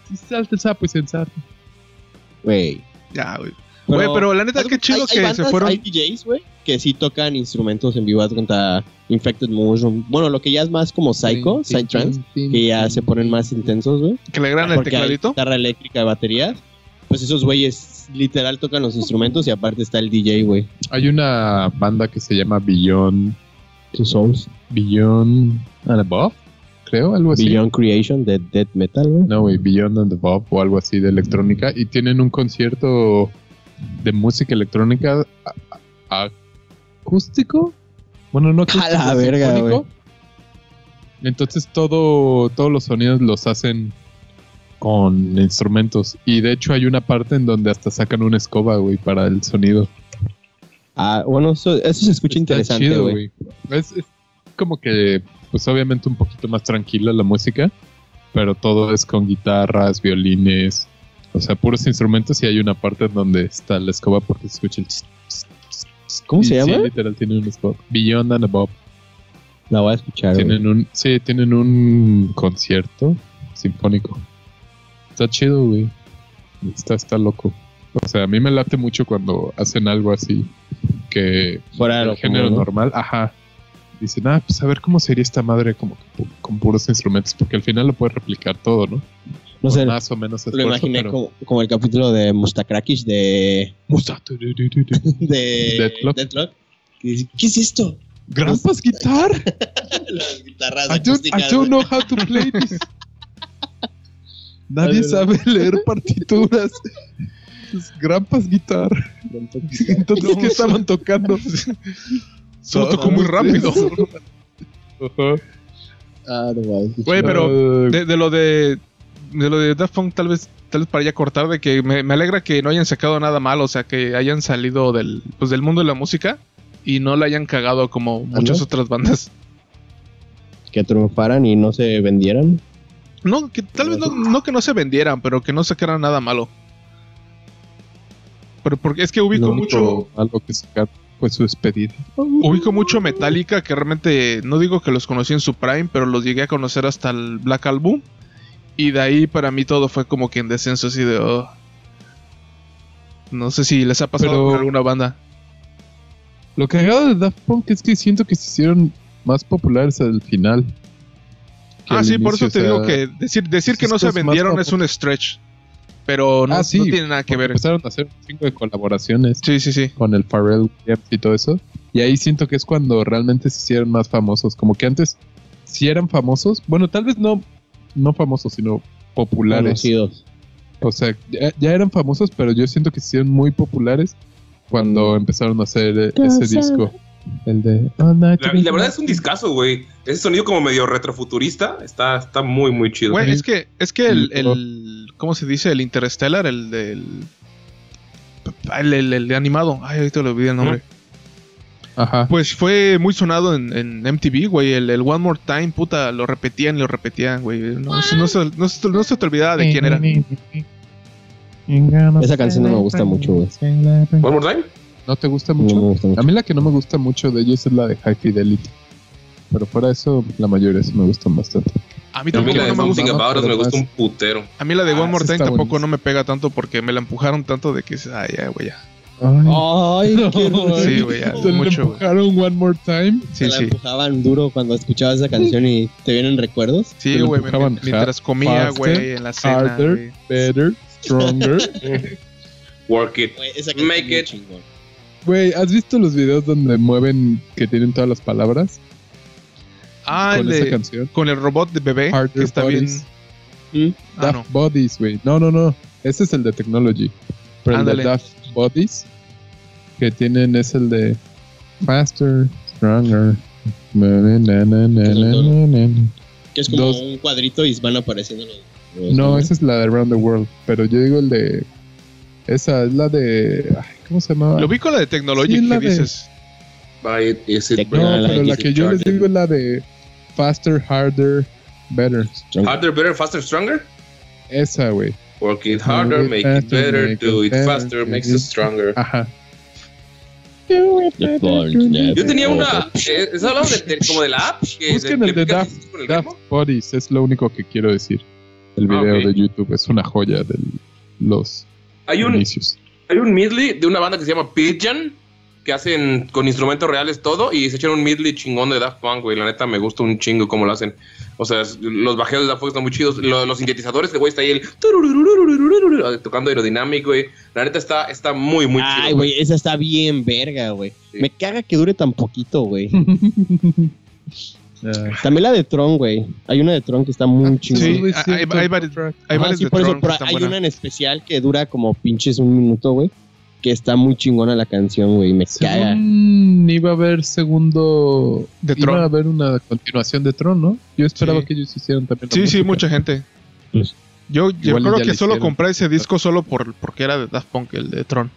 Si salta el sapo y se ensarta.
Güey.
Ya, güey. Güey, pero la neta, qué chido
Hay- hay
que se
bandas,
fueron.
Hay DJs, güey, que sí tocan instrumentos en vivo, haz de cuenta Infected Mushroom. Bueno, lo que ya es más como Psycho, Psytrance, que ya se ponen más intensos, güey.
Que le gran el
Porque hay
tecladito.
guitarra eléctrica, batería. Pues esos güeyes literal tocan los instrumentos y aparte está el DJ, güey.
Hay una banda que se llama Beyond.
Two Souls.
Beyond and Above, creo, algo así.
Beyond Creation de Dead Metal, güey.
Pues No, güey, Beyond and Above o algo así de electrónica. Y tienen un concierto de música electrónica a- a- acústico. Bueno, no
[laughs]
acústico.
A la
es
verga,
sinfónico.
güey.
Entonces todo, todos los sonidos los hacen con instrumentos. Y de hecho hay una parte en donde hasta sacan una escoba, güey, para el sonido.
Ah, bueno, eso, eso se escucha
Está
interesante,
chido,
güey.
güey. Es, es como que, pues obviamente un poquito más tranquila la música, pero todo es con guitarras, violines, o sea, puros instrumentos y hay una parte en donde está la escoba porque se escucha el... tss, tss, tss, tss.
¿Cómo
Y
se
Sí,
llama?
literal, tienen una escoba. Beyond and Above.
La voy a escuchar, güey.
Tienen un, sí, tienen un concierto sinfónico. Está chido, güey. Está, está loco. O sea, a mí me late mucho cuando hacen algo así. Que
Fuera de lo
el género
común, ¿no?
normal, ajá. Dicen, ah, pues a ver cómo sería esta madre como que pu- con puros instrumentos, porque al final lo puedes replicar todo, ¿no?
No
Con
sé,
más o menos
lo
esfuerzo,
imaginé
pero-
como, como el capítulo de Mustakrakish de... [laughs]
Musa, tu, tu, tu, tu, tu.
de
Deathlock.
Deathlock. que dice, ¿Qué es esto?
Grandpa's
[laughs]
guitar.
Las guitarras
I don't, I
acústicas. güey.
don't know how to play this.
[laughs]
Nadie
Ay,
sabe leer partituras. Es Grandpa's guitar. Entonces, ¿qué
[laughs]
estaban tocando?
Solo tocó muy rápido.
Ajá. Eh,
Ah, no mames.
Güey, pero
Ay,
de, de lo de. De lo de Daft Punk, tal vez, tal vez para ya cortar, de que me, me alegra que no hayan sacado nada malo, o sea, que hayan salido del, pues, del mundo de la música y no la hayan cagado como muchas otras bandas.
Que triunfaran y no se vendieran.
No, que tal vez no, no que no se vendieran, pero que no sacaran nada malo. Pero porque es que ubico
lo único
mucho.
Algo que sacar fue su despedida.
Ubico mucho Metallica, que realmente no digo que los conocí en su prime, pero los llegué a conocer hasta el Black Album. Y de ahí para mí todo fue como que en descenso, así de. oh. No sé si les ha pasado
Pero-
con alguna banda.
Lo cagado de Daft Punk es que siento que se hicieron más populares al final. que
Ah,
al
sí, por
inicio,
eso te
o sea,
digo que decir, decir que no se
discos más
vendieron
pop-
es un stretch. Pero no,
Ah, sí,
no tiene nada que
porque
ver.
Empezaron a hacer un chingo de colaboraciones
Sí, sí, sí.
con el Pharrell Williams y todo eso. Y ahí siento que es cuando realmente se hicieron más famosos. Como que antes sí eran famosos. Bueno, tal vez no, no famosos, sino populares.
Conocidos.
O sea, ya, ya eran famosos, pero yo siento que se hicieron muy populares cuando empezaron a hacer eh, ese disco. El de... Oh, no,
La, y la verdad es un discazo, güey. Ese sonido como medio retrofuturista está, está muy, muy chido.
Güey, es que, es que el, el- ¿Cómo se dice? El Interstellar, el del. El, el- el de animado. Ay, ahorita lo olvidé el nombre.
Ajá.
Pues fue muy sonado en, en MTV, güey. El, el One More Time, puta, lo repetían y lo repetían, güey. No, se- no se, no se- no se te olvidaba de quién era.
Esa canción no me gusta mucho, güey.
One more time.
¿No te gusta
No me
mucho?
gusta mucho.
A mí la que no me gusta mucho de ellos es la de High Fidelity. Pero fuera de eso, la mayoría sí me gustan bastante.
A
A mí
mí
tampoco
la de
no me
Something
Something
gusta.
gusta,
About Us me
pero
gusta
más.
un putero.
A mí la de
Ah,
One More
esa
Time
está
tampoco
buenísima.
no me pega tanto porque me la empujaron tanto de que. Ay, ya, güey, ya.
[laughs]
Ay, qué rollo.
Sí, güey, ya,
Oh, Se
mucho,
le
güey.
empujaron one more time.
Te
Sí,
la
sí.
empujaban duro cuando escuchabas esa canción y te vienen recuerdos.
Te
Sí,
lo
güey, me-
empujaban
me- mientras comía,
faster,
güey, en la cena.
harder.
güey.
Better, stronger.
[laughs]
Work it.
Güey, esa canción
Make
es muy
it.
chingón.
Güey, ¿has visto los videos donde mueven que tienen todas las palabras
Ah,
con
el
esa
de,
canción?
con el robot de bebé
Harder
que está bien.
Bodies.
Ah,
Mm.
Daft
no.
Bodies, güey. No, no, no. Ese es el de Technology. Pero
Ándale.
el de Daft Bodies que tienen es el de Faster, Stronger. Na, na, na, na, na, na, na, na.
Que es como
Dos.
un cuadrito y van apareciendo los. los-
No, esa es la de Around the World. Pero yo digo el de. Esa es la de. ay, ¿Cómo se llamaba?
Lo vi con la de Technologic
Sí, la
que
de-
dices.
Buy it, is it
Te-
No,
better?
Ah, la
pero
de
la
Keith
que yo les
Richards.
digo es la de Faster, Harder, Better.
Ah,
Harder, better, faster, stronger.
Esa, güey.
Work it harder,
Make
make
it
it
faster,
better,
make
do
it
it
better,
faster,
make
makes
it-
it stronger.
Ajá.
The Bold, yeah.
Yo tenía una. eh, ¿Estás hablando de, de- como de la app? Que
Busquen el
le
de
picas
Daft-
con el
Daft
ritmo?
Bodies es lo único que quiero decir. El
Ah,
video
ok.
de YouTube es una joya de los
Hay un,
inicios.
hay un midley de una banda que se llama Pigeon. Que hacen con instrumentos reales todo y se echan un midley chingón de Daft Punk, güey. La neta me gusta un chingo cómo lo hacen. O sea, es- los bajeos de Daft Punk están muy chidos. Lo- los sintetizadores de güey está ahí el tururururururururu, tocando aerodinámico, güey. La neta está, está muy, muy chido.
Ay, güey, esa está bien verga, güey.
Sí.
Me caga que dure tan poquito,
[laughs]
güey.
Ah,
También la de Tron, güey. Hay una de Tron que está muy chingona.
Ah, Sí,
Solo es
hay- hay-
cierto
hay varios-
track.
Hay
Ajá,
varias
Ah, sí,
de
por eso,
Tron que
pero
están
hay
buenas.
una en especial que dura como pinches un minuto, güey. Que está muy chingona la canción, güey. Me caga.
Según iba a haber segundo.
De
iba
Tron.
a haber una continuación de Tron, ¿no? Yo esperaba
Sí.
que ellos hicieran también. la
Sí, sí,
música.
mucha gente.
Pues,
Yo, yo
igual y
creo
ya
que
le
solo
hicieron.
compré ese disco solo por porque era de Daft Punk, el de Tron.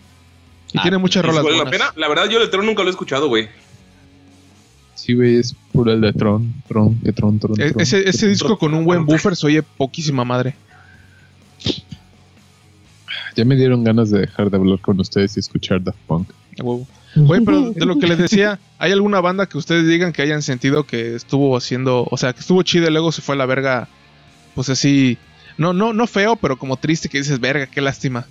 Y
Ah,
tiene
¿Y
muchas
si
rolas
vale la
buenas.
pena? La verdad, yo el Tron nunca lo he escuchado, güey.
Sí, güey, es pura el de Tron. Tron, que Tron, Tron.
E-
Tron,
ese
que
ese
Tron.
disco con un buen buffer se oye poquísima madre.
Ya me dieron ganas de dejar de hablar con ustedes y escuchar Daft Punk.
A huevo. Güey, pero de
[laughs]
lo que les decía, ¿hay alguna banda que ustedes digan que hayan sentido que estuvo haciendo, o sea, que estuvo chida y luego se fue a la verga, pues así, no, no, no feo, pero como triste que dices, verga, qué lástima.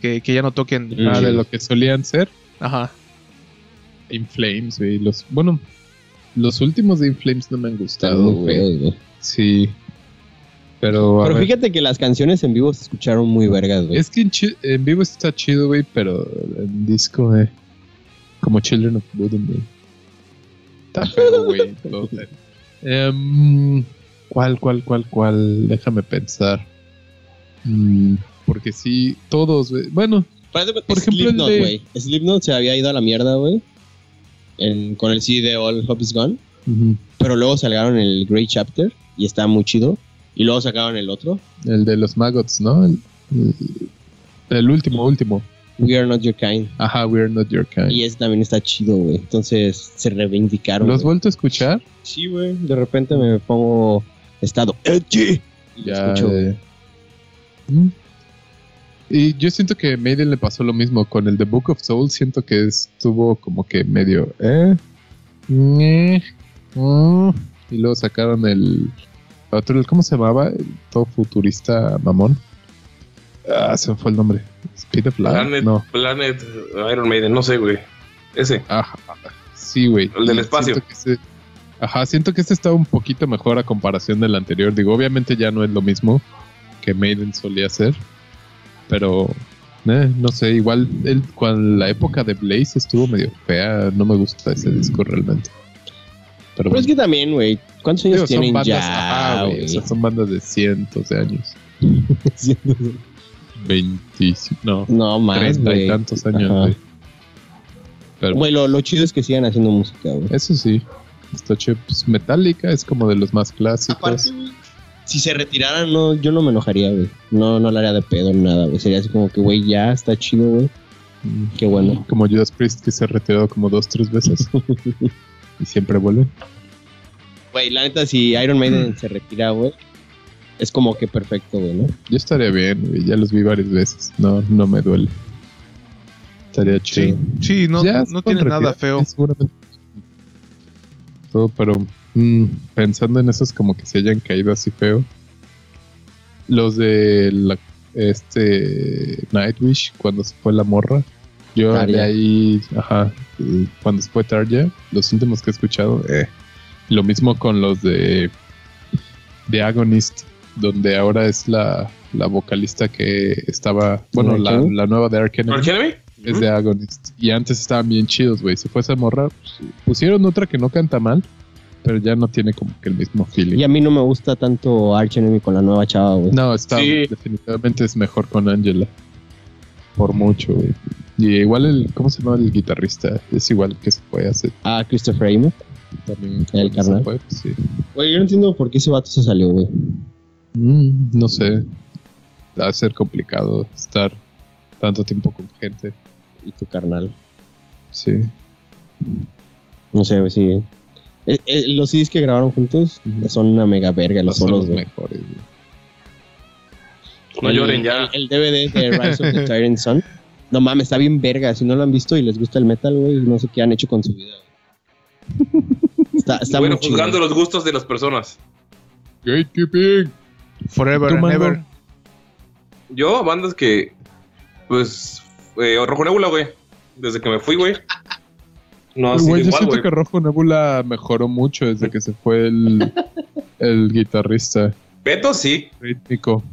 Que, que ya no toquen.
Mm.
Ah, de lo que solían ser.
Ajá.
In Flames, güey. Los, bueno, los últimos de In Flames no me han
está
gustado,
muy
güey.
feo, güey.
Sí. Pero, a
Pero
ver,
fíjate que las canciones en vivo se escucharon muy vergas, güey.
es que en, chi- en vivo está chido, güey, pero en disco, eh, como Children of Bodom, güey. Está feo, güey. todo feo. Em, ¿Cuál, cuál, cuál, cuál? Déjame pensar. Mm, porque sí, todos, güey. Bueno,
Por
por
ejemplo,
ejemplo, el
Slipknot,
de-
güey. Slipknot se había ido a la mierda, güey. en- Con el CD de All Hope Is Gone. Pero luego sacaron el Great Chapter y está muy chido. Y luego sacaron el otro,
el de los Maggots, ¿no? El, el- el último, último.
We Are Not Your Kind.
Ajá, We're Not Your Kind.
Y ese también está chido, güey. Entonces se reivindicaron.
¿Los
güey.
vuelto a escuchar?
Sí, güey. De repente me pongo estado edgy. Y lo
Ya,
escucho, güey.
eh. Mm. Y yo siento que Maiden le pasó lo mismo con el The Book of Souls. Siento que estuvo como que medio. ¿eh? ñe, mm. Y luego sacaron el. Otro, ¿Cómo se llamaba? El todo futurista mamón. Ah, se me fue el nombre. Speed of Light.
Planet,
No.
Planet Iron Maiden, no sé, güey. Ese.
Ajá. Sí, güey.
El del
Y
espacio.
siento que ese- ajá, siento que este está un poquito mejor a comparación del anterior. Digo, obviamente ya no es lo mismo que Maiden solía hacer. Pero, eh, no sé, igual el, cuando la época de Blaze estuvo medio fea, no me gusta ese disco realmente.
Pero
Pero
es
bueno,
que también, güey. ¿Cuántos años
digo, son
tienen
bandas,
ya,
ajá, güey,
güey? [laughs]
o sea, son bandas de cientos de años. 20, no,
no, más,
treinta y
güey.
tantos años,
Ajá.
güey. Pero
Güey, lo, lo chido es que sigan haciendo música, güey.
eso sí, esta chip pues, metálica es como de los más clásicos.
Aparte, güey, si se retiraran, no, yo no me enojaría, güey. No, no le haría de pedo ni nada, güey. Sería así como que, güey, ya está chido, güey.
Mm.
Qué bueno.
Como Judas Priest que se ha retirado como dos, tres veces. y siempre vuelve.
Güey, la neta, si Iron Maiden
[clears throat]
se retira, güey, es como que perfecto, güey, ¿no?
Yo estaría bien, güey, ya los vi varias veces. No, no me duele. Estaría
Sí,
chido.
sí, no,
Ya se
no tiene
pueden
nada
retirar,
feo.
sí, Seguramente. Todo, pero mm, pensando en esos como que se hayan caído así feo. Los de la- este Nightwish, cuando se fue la morra. Yo de
Tarja.
ahí, ajá, eh, cuando se fue Tarja, los últimos que he escuchado, eh, lo mismo con los de The Agonist, donde ahora es la, la vocalista que estaba, bueno, la,
Arcane.
la nueva de Arcane
¿Por qué enemy?
es de Agonist. Y antes estaban bien chidos, güey. Se fue esa morra. pues, Pusieron otra que no canta mal, pero ya no tiene como que el mismo feeling.
Y a mí no me gusta tanto Arch Enemy con la nueva chava, güey.
No, está,
Sí.
definitivamente es mejor con Angela. Por mucho, güey. Y igual el, ¿cómo se llama el guitarrista? Es igual que se fue hace
Ah, Christopher Amos.
también.
El
se
carnal.
fue, pues, sí.
Güey, yo no entiendo por qué ese vato se salió, güey.
Mm, no sé. Va a ser complicado estar tanto tiempo con gente.
Y tu carnal.
Sí.
No sé, güey, sí. Eh, eh, los CDs que grabaron juntos son una mega verga, los
Son
solos, güey.
mejores, güey.
No
El-
lloren ya.
El, el DVD
[laughs]
de Rise of the Tyrant Sun. No mames, está bien verga. Si no lo han visto y les gusta el metal, güey, no sé qué han hecho con su vida.
[laughs]
güey. Está, está
Bueno,
muy chido.
juzgando los gustos de las personas.
Gatekeeping.
Forever
¿Tú,
and
Mango?
ever.
Yo, bandas que. Pues. Eh, Rojo Nebula, güey. Desde que me fui, güey. No,
Güey,
sigue
yo
igual,
siento
güey.
que Rojo Nebula mejoró mucho desde que se fue el, el guitarrista
Beto [laughs] sí.
rítmico.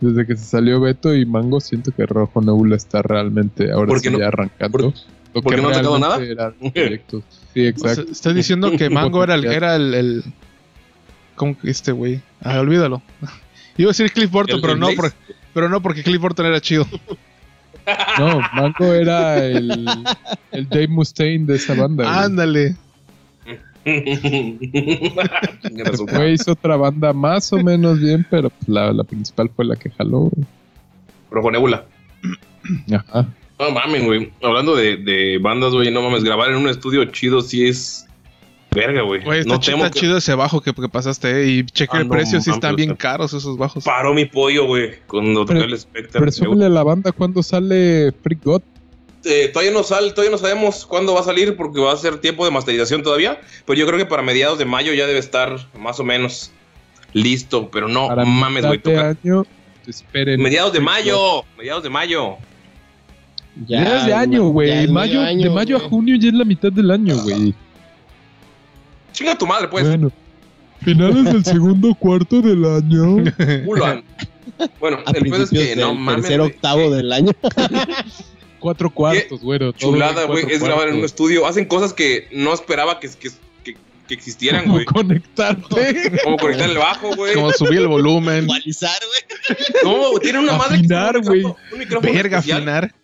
Desde que se salió Beto y Mango, siento que Rojo Nebula está realmente ahora
¿Por qué
sí
no?
ya arrancando.
¿Por-
Lo
por qué
que
no han sacado
realmente eran proyectos. Sí,
O sea,
exacto.
estás diciendo
[laughs]
que Mango era el. Era el, el- ¿Cómo que este güey? Ah, olvídalo. [laughs] Iba a decir Cliff Burton,
El-
pero
el
no,
Blaze.
por- pero no porque Cliff Burton era chido.
No, Mango era
[laughs]
el, el Dave Mustaine de esa banda.
Ah,
güey.
Ándale.
Chinga su madre.
Güey, hizo otra banda más o menos bien, pero pues, la, la principal fue la que jaló. güey.
Rojo Nebula.
Ajá.
No mames, güey. Hablando de, de bandas, güey, no mames. Grabar en un estudio chido sí es. Verga, güey.
Güey, está,
No
chi-
temo
está
que-
chido ese bajo que, que pasaste, eh, Y cheque
Ah,
el
no
precio, si
mames,
están bien
está-
caros esos
[laughs]
bajos.
Paró mi pollo, güey. Cuando toqué
Pero-
el Spectre.
Presúmele a la banda cuando sale Freak God.
Eh, todavía no sale, todavía no sabemos cuándo va a salir porque va a ser tiempo de masterización todavía, pero yo creo que para mediados de mayo ya debe estar más o menos listo, pero no
para
Oh, mames,
mitad
güey,
de
toca-
año. Esperen.
Mediados de mayo, mediados de mayo.
Mediados de año,
ya
güey.
es
Mayo,
medio
de
año,
mayo a
güey.
junio ya es la mitad del año, güey.
Chinga tu madre, Ah,
[laughs]
pues.
bueno.
[laughs]
Finales del segundo cuarto del año.
culo. Bueno,
A
el pedo
principios
es que
del
no mames.
tercer
güey.
octavo del año.
Cuatro cuartos, güero. todo
Chulada,
en
güey,
cuatro
es grabar en un
cuartos.
estudio. Hacen cosas que no esperaba que, que, que- que existieran,
[laughs]
güey.
[laughs] Conectarte.
Como conectar el bajo, güey.
Como subir
[laughs]
el volumen.
[laughs] Actualizar, güey.
No, tiene una madre. que
Afinar,
tiene un
güey.
micrófono- un micrófono
Verga,
especial.
afinar.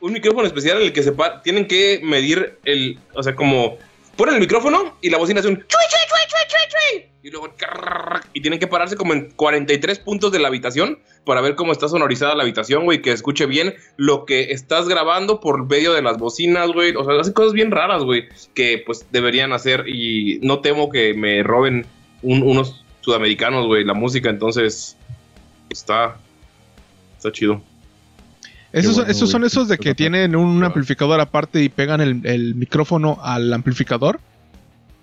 un micrófono especial en el que se pa- tienen que medir el, o sea, como ponen el micrófono y la bocina hace un chui, chui, chui, chui, chui, chui, y luego crrrr, y tienen que pararse como en 43 puntos de la habitación para ver cómo está sonorizada la habitación, güey, que escuche bien lo que estás grabando por medio de las bocinas, güey. O sea, hacen cosas bien raras, güey, que pues deberían hacer y no temo que me roben un- unos sudamericanos, güey, la música, entonces está está chido.
Esos,
bueno,
esos son
güey,
esos de
qué
que
cosa.
tienen un, amplificador aparte y pegan el, el micrófono al amplificador.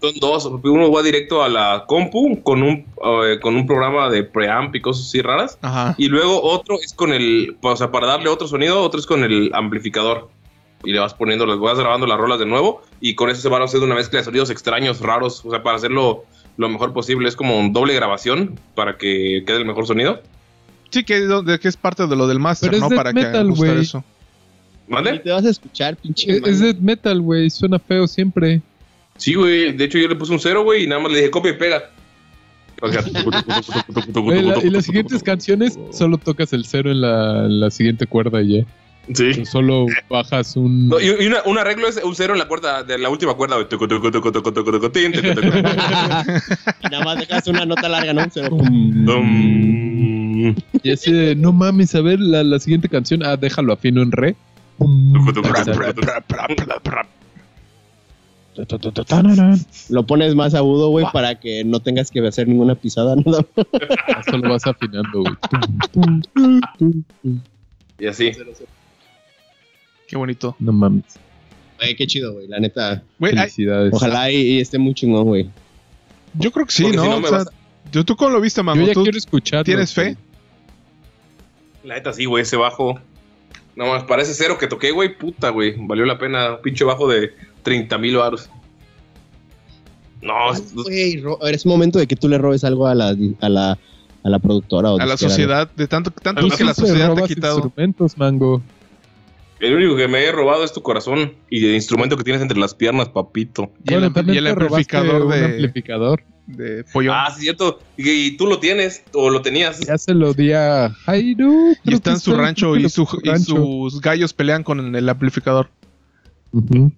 Son dos. Uno va directo a la compu con un, eh, con un programa de preamp y cosas así raras.
Ajá.
Y luego otro es con el. O sea, para darle otro sonido, otro es con el amplificador. Y le vas poniendo, las vas grabando las rolas de nuevo. Y con eso se van a hacer una mezcla de sonidos extraños, raros. O sea, para hacerlo lo mejor posible. Es como un doble grabación para que quede el mejor sonido.
Sí, que, es donde- que es parte de lo del máster,
Pero es
¿no?
death
Para que
metal,
ajustar
güey.
eso.
Ni
¿Mande?
te vas a escuchar, pinche.
Es, es
mano.
death metal, güey. Suena feo siempre.
Sí, güey. De hecho, yo le puse un cero, güey, y nada más le dije copia y pega. O sea,
[laughs] Güey, la- y las siguientes canciones solo tocas el cero en la, en la siguiente cuerda y ya.
Sí.
Solo bajas un.
No, y y una- un arreglo es un cero en la cuerda, de la última cuerda, güey. Tucu, tucu, tucu, tucu, tucu, tucu, tin, tucu, tucu.
Y Nada más dejas una nota larga, ¿no? Pero-
Dum.
Y así de, no mames, a ver la, la siguiente canción. Ah, déjalo afino en re. Pum.
Tucu, tucu, tucu,
Exacto.
tucu, tucu.
Lo pones más agudo, güey, para que no tengas que hacer ninguna pisada, [laughs] nada. más.
Ah, Solo vas afinando, güey.
Y así.
Qué bonito.
No mames.
Güey, qué chido, güey, la neta.
Güey, ay,
Felicidades.
Ojalá y, y esté muy chingón, güey.
yo creo que sí,
Porque
¿no?
si no me
O sea,
vas
yo- ¿Tú cómo lo viste,
Yo
Mago?
ya
¿Tú
quiero escucharlo.
tienes fe?
La neta sí, güey, ese bajo. No más, para ese cero que toqué, güey, puta, güey. Valió la pena. Un pinche bajo de 30 mil baros. No, es-
Güey, ro- a ver, es momento de que tú le robes algo a la, a la, a la productora o
A la
disquera,
sociedad, de tanto, tanto
Tú
Tú
que la
siempre
sociedad te ha
robas
quitado.
instrumentos, mango.
el único que me he robado es tu corazón y el instrumento que tienes entre las piernas, papito.
Y el,
Bueno, también
y el
te robaste
amplificador
un
de,
amplificador.
de pollo.
Ah, sí, cierto. Y, y tú lo tienes, o lo tenías.
Ya se lo di a Jairo.
y
creo
está
que
en su rancho
creo
y,
que
su,
su
y
rancho.
sus gallos pelean con el amplificador.
Ujú.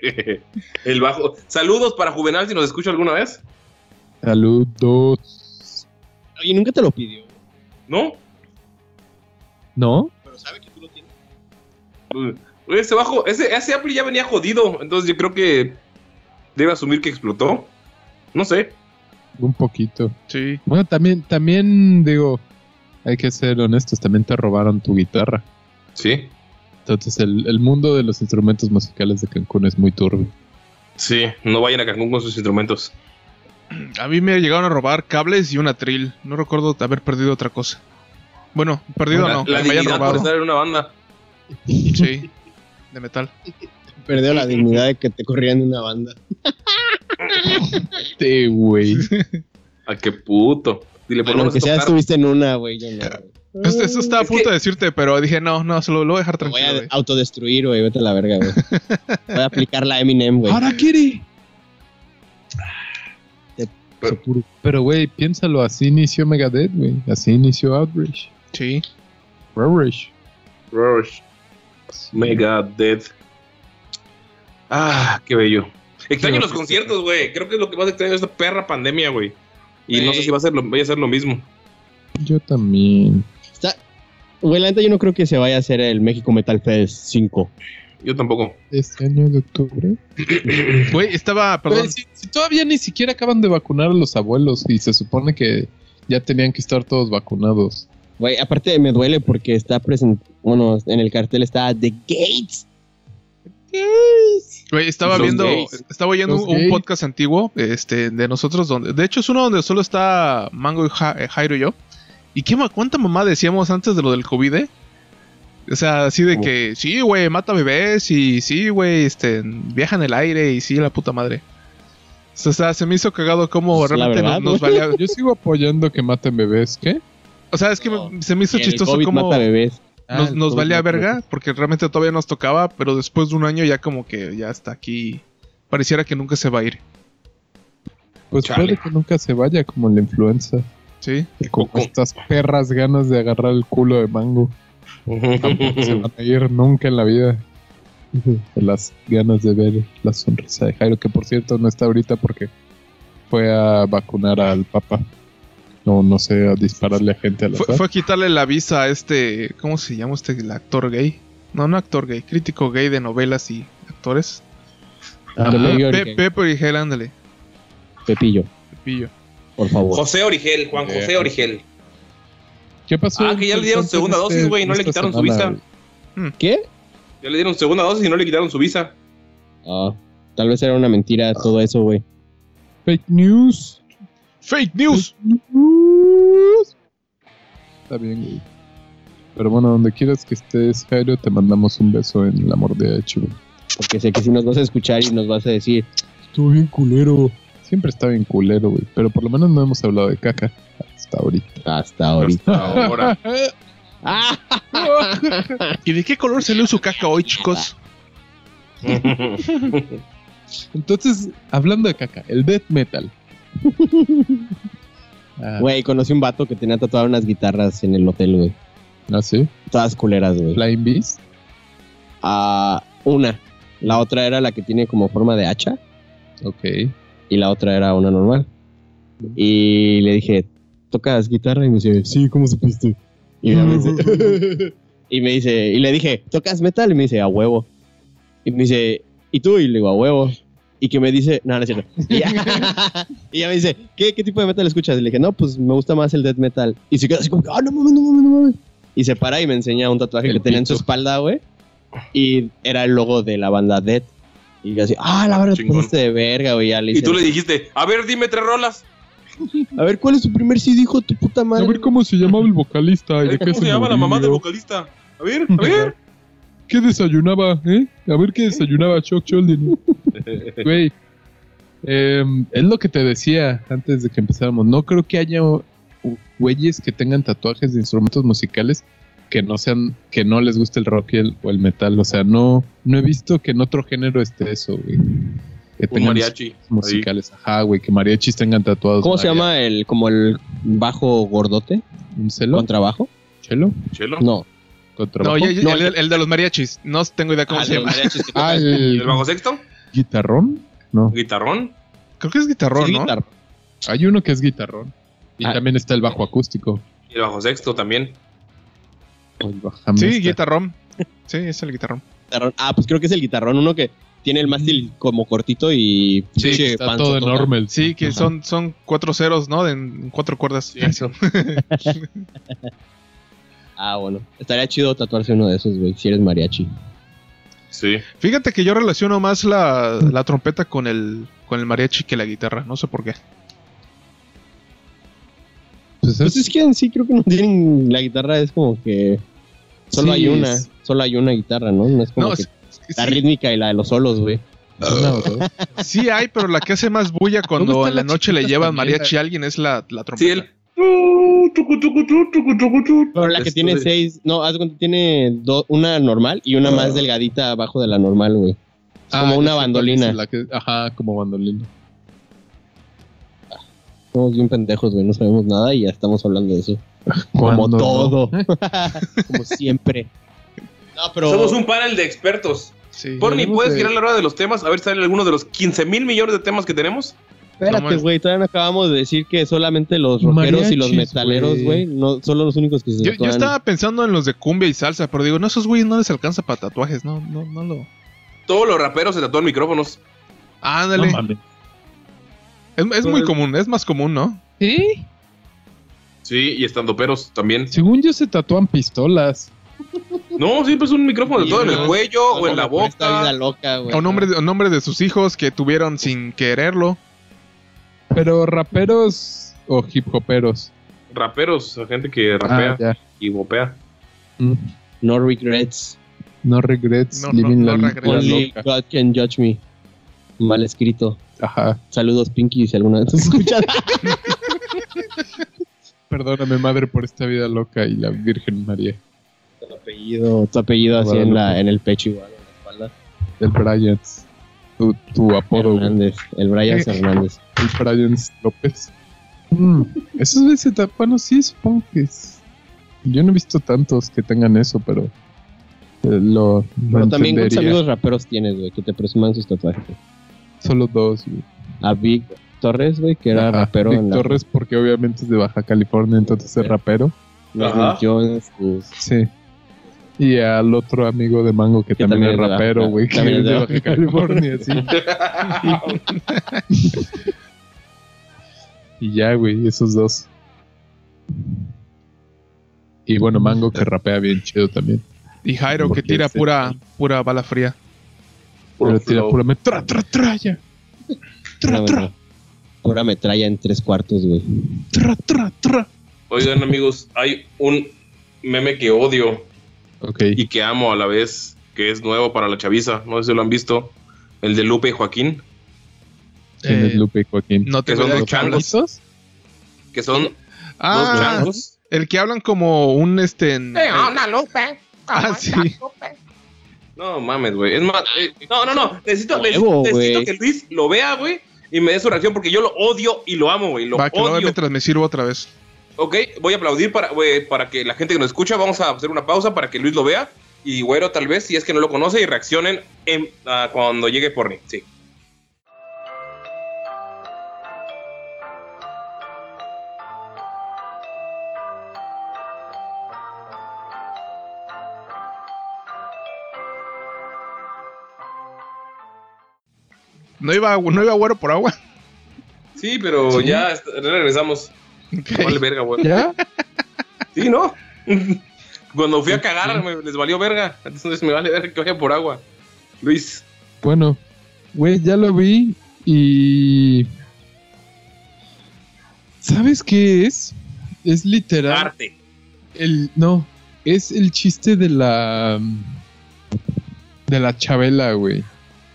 [laughs] el bajo. Saludos para Juvenal si nos escucha alguna vez.
Saludos.
güey. Oye, nunca te lo pidió.
¿No?
¿No?
Pero sabe que tú lo tienes.
Güey, Ese bajo, ese, ese Apple ya venía jodido. Entonces yo creo que debe asumir que explotó. No sé.
Un poquito.
Sí.
Bueno, también, también digo, hay que ser honestos, también te robaron tu guitarra.
Sí.
Entonces el, el mundo de los instrumentos musicales de Cancún es muy turbio.
Sí, no vayan a Cancún con sus instrumentos.
A mí me llegaron a robar cables y un atril. No recuerdo haber perdido otra cosa. Bueno, perdido
la
no.
la
que me hayan
dignidad por
robado.
estar en una banda.
Sí. De metal.
Perdió la dignidad de que te corrían de una banda.
Sí,
[laughs]
güey.
Ay, Ah, qué puto. Dile, por
Bueno, aunque sea,
tocar.
estuviste en una, güey. [laughs] Yo no, güey.
Eso, eso estaba
Es
a punto
que-
de decirte, pero dije, no, no, se lo, lo voy a dejar
Te voy
tranquilo.
a
güey.
autodestruir, güey. Vete a la verga, [laughs] güey. Voy a aplicar la Eminem, güey.
Ahora Kiri.
Pero-
Pero, güey, piénsalo, así inició Megadeth, güey. Así inició Outrage.
Sí.
Outrage.
Rush, Mega Dead. Ah, qué bello. Extraño
Sí,
los
sí, sí.
conciertos, güey. Creo que es lo que más extraño de esta perra pandemia, güey. Y no
Güey.
sé si va a ser lo, vaya a ser lo mismo.
Yo también.
Está- Güey, la neta, yo no creo que se vaya a hacer el México Metal Fest 5.
Yo tampoco.
Este año de octubre.
Güey, estaba, perdón.
Güey, si, si todavía ni siquiera acaban de vacunar a los abuelos y se supone que ya tenían que estar todos vacunados.
Güey, aparte me duele porque está presente. Bueno, en el cartel está The Gates.
Güey, estaba
Los
viendo,
gays.
estaba oyendo
Los
un, un
gays.
podcast antiguo este, de nosotros, donde, de hecho es uno donde solo está Mango y Ja- eh, Jairo y yo. ¿Y qué, ma- cuánta mamá decíamos antes de lo del COVID? eh? O sea, así de
¿Cómo?
que, sí, güey, mata bebés y sí, güey, este, viaja en el aire y sí, la puta madre. O sea, o sea, se me hizo cagado como
Pues, la
realmente
verdad,
nos, nos valía.
Yo sigo apoyando que maten bebés, ¿qué?
O sea, es que
No.
me- se me hizo
el
chistoso
COVID
como
mata bebés.
Ah,
nos,
el
nos
COVID
valía
mata
verga,
bebés.
porque realmente todavía nos tocaba, pero después de un año ya como que ya está aquí. Pareciera que nunca se va a ir.
Pues
Chale.
puede que nunca se vaya como la influenza.
Sí,
Con
Ujú.
estas perras ganas de agarrar el culo de mango.
[laughs]
Tampoco [laughs] se van a ir nunca en la vida. De las ganas de ver la sonrisa de Jairo, que por cierto no está ahorita porque fue a vacunar al papá. No, no sé, a dispararle a gente al
fue,
azar.
fue a quitarle la visa a este. ¿Cómo se llama este? El actor gay. No, no actor gay, crítico gay de novelas y actores.
Ah,
Ah,
Pepe
Pe-
Origel.
Pepe Origel, ándale,
Pepillo,
Pepillo.
por favor.
José Origel, Juan José
Yeah.
Origel.
¿Qué pasó?
Ah, que ya le dieron
entonces
segunda
este-
dosis, güey, no le
esta
quitaron su
semana,
visa.
güey?
¿Qué?
Ya le dieron segunda dosis y no le quitaron su visa.
Ah, tal vez era una mentira todo eso, güey.
Fake news.
¡Fake news!
Está bien, güey. Pero bueno, donde quieras que estés, Jairo, te mandamos un beso en la mordida de Chivo.
Porque sé que si nos vas a escuchar y nos vas a decir,
Estuvo bien culero. Siempre está bien culero, güey. Pero por lo menos no hemos hablado de caca hasta ahorita.
Hasta ahorita.
Hasta ahora.
¡Ah!
¿Y de qué color salió su caca hoy, chicos?
Entonces, hablando de caca, el death [laughs] metal. Ah,
Güey, conocí un vato que tenía tatuadas unas guitarras en el hotel, güey.
¿Ah, sí?
Todas culeras, güey.
Flying Beast.
Ah, una. La otra era la que tiene como forma de hacha
Ok.
y la otra era una normal. Y le dije, ¿tocas guitarra? Y me dice, sí, ¿cómo supiste? Y me
[laughs]
[laughs]
dice, y, me dice- y le dije, ¿tocas metal? Y me dice, a huevo. Y me dice, ¿y tú? Y le digo, a huevo. Y que me dice, no, no es
[laughs]
cierto. Y ya, [laughs] y ya me dice, ¿Qué, ¿qué tipo de metal escuchas? Y le dije, no, pues me gusta más el death metal. Y se queda así como, ah, no mames, no mames, no mames. Y se para y me enseña un tatuaje
El
que tenía en su
pito.
espalda, güey. Y era el logo de la banda Death. Y yo así, ah, la verdad, te
Chingón.
pasaste de verga, güey. Ya le
Y
hice,
tú le dijiste, a ver, dime tres rolas.
A ver, ¿cuál es tu primer CD, hijo de tu puta
A
madre?
ver cómo se llamaba el vocalista. y de qué
¿Cómo se llama la mamá del
murió.
vocalista? A ver, a ver.
¿Qué desayunaba, eh? A ver qué desayunaba Chuck
[laughs]
Schuldiner. Güey, em, es lo que te decía antes de que empezáramos. No creo que haya o- u- güeyes que tengan tatuajes de instrumentos musicales que no sean, que no les guste el rock y el- o el metal. O sea, no, no he visto que en otro género esté eso, güey. Que
Un
tengan
mariachi. ahí.
musicales, ajá, güey, que mariachis tengan tatuados.
¿Cómo se
maria-
llama el, como el bajo gordote?
¿Un celo?
¿Contrabajo?
¿Chelo?
Chelo.
No.
No,
¿Contrabajo?
ya- ya- el, el de los mariachis. No tengo idea cómo
Ah,
se
los
llama.
mariachis que
Ah,
tocan.
[laughs]
el
¿El bajo sexto?
guitarrón? No.
¿Guitarrón?
Creo que es
Sí,
guitarrón, ¿no?
guitarra.
Hay uno que es guitarrón. Y
Ah.
también está el bajo acústico.
Y el bajo sexto también.
o el bajo
Sí,
hamster.
guitarrón. Sí, es el guitarrón.
Guitarrón. Ah, pues creo que es el guitarrón, uno que tiene el mástil como cortito y
Sí,
pinche
está
panzotota.
todo enorme. el-
Sí, que
Ajá.
son, son cuatro ceros, ¿no? En cuatro cuerdas. Eso.
Ah, bueno. Estaría chido tatuarse uno de esos, güey, si eres mariachi.
Sí.
[laughs] Fíjate que yo relaciono más la, la trompeta con el, con el mariachi que la guitarra. No sé por qué.
Pues
Pues
es-
es que en sí creo que no tienen... La guitarra es como que... Solo
sí,
hay una.
es
Solo hay una guitarra, ¿no? No es como
No,
que
sí,
la
sí,
rítmica y la de los solos, güey.
una o dos.
sí hay, pero la que hace
[laughs]
más bulla cuando
están
en la
las
noche le
chiquitas
llevan
también,
mariachi a alguien es la, la
Sí,
trompeta.
él. Pero
Pero la que tiene seis... No, haz de cuenta, tiene do- una normal y una más delgadita abajo de la normal, güey. [laughs] Es
Ah,
como
ya
una
sé cuál
bandolina.
es la que- ajá, como bandolina.
Somos bien pendejos, güey. No sabemos nada y ya estamos hablando de eso. Como
Cuando no. [laughs]
todo. como siempre. No, pero.
Somos un panel de expertos.
Sí.
Porni,
Tenemos
¿puedes
de-
girar la hora de los temas? A ver si sale alguno de los 15 mil millones de temas que tenemos.
Espérate,
No,
güey. Todavía no acabamos de decir que solamente los rockeros y los
Mariachis,
metaleros,
güey.
güey, no son los únicos que se
Yo, yo
tatúan.
estaba pensando en los de cumbia y salsa, pero digo, no, esos güeyes no les alcanza para tatuajes, no, no, no lo.
Todos los raperos se tatúan micrófonos.
No
Ándale.
mames.
es, es muy
Pues-
común, es más común, ¿no?
Sí, y estando peros también.
Según yo se tatúan pistolas.
No, siempre es un micrófono de todo en el
Dios.
cuello o en la
Por Esta vida
boca.
loca, güey.
O nombre, de, o nombre de sus hijos que tuvieron sin quererlo.
Pero raperos o hip hoperos.
Raperos, gente que
Ah,
rapea
ya.
y bopea.
Mm.
No regrets.
No regrets
No,
living la
no, no
vida
regrets.
Only
loca.
God can judge me. Mal escrito.
Ajá.
Saludos, Pinky, si alguna vez nos escuchas.
Perdóname, madre, por esta vida loca y la Virgen María.
tu apellido, tu apellido así en, la, en el pecho igual, en la espalda.
El Bryant. Tu, tu apodo, güey.
Hernández. El
[laughs]
Brian Hernández.
el Brian López. Mm, esos güeyes se tapan, bueno, sí, supongo que es- Yo no he visto tantos que tengan eso, pero eh, lo, lo
Pero también, ¿cuántos
entendería.
amigos raperos tienes, güey, que te presuman sus tatuajes?
Solo dos. güey.
A Vic Torres, güey, que era
Ajá,
rapero
Vic
en la...
Torres, porque obviamente es de Baja California, entonces es
Ok.
rapero.
Los
Ajá.
Nick Jones, pues,
Sí. Y al otro amigo de Mango que,
Que también es
también, es
de Baja-
rapero, güey, que
también
es de
es
Baja California, sí. Y ya, güey, esos dos. Y bueno, Mango que rapea bien chido también.
Y Jairo que
Porque
tira
ese-
pura, pura bala fría.
Pero tira
flow.
pura me- tra, tra, tra, ya. Tra,
una
tra,
metra- Pura metralla en tres cuartos, güey.
tra, tra, tra.
Oigan, amigos, hay un meme que odio
Ok.
y que amo a la vez, que es nuevo para la chaviza. No sé si lo han visto. El de Lupe y Joaquín.
¿Quién
Eh,
es Lupe y Joaquín?
No te
Que son
veo
los changos.
changuitos.
Que son dos
Ah,
changos.
el que hablan como un este. en- eh,
Lupe.
ah, sí.
No mames, güey. Es más, eh, no, no, no. Necesito,
Huevo,
necesito, necesito
güey.
que Luis lo vea, güey, y me dé su reacción porque yo lo odio y lo amo, güey. Lo
Va, que lo vea
odio.
mientras me sirvo otra vez.
Ok, voy a aplaudir para, güey, para que la gente que nos escucha, vamos a hacer una pausa para que Luis lo vea y güero tal vez, si es que no lo conoce, y reaccionen en- a cuando llegue Porni. Sí.
No iba, no iba güero por
[laughs]
agua.
Sí, pero ya est- regresamos.
Ok.
Vale, verga,
[laughs]
güey.
¿Ya?
Sí, ¿no? [laughs] cuando fui a cagar, me- les valió verga. Entonces me vale verga que vaya por agua. Luis.
Bueno, güey, ya lo vi y... ¿Sabes qué es? Es literal
Arte.
el... No, es el chiste de la... De la Chabela, güey.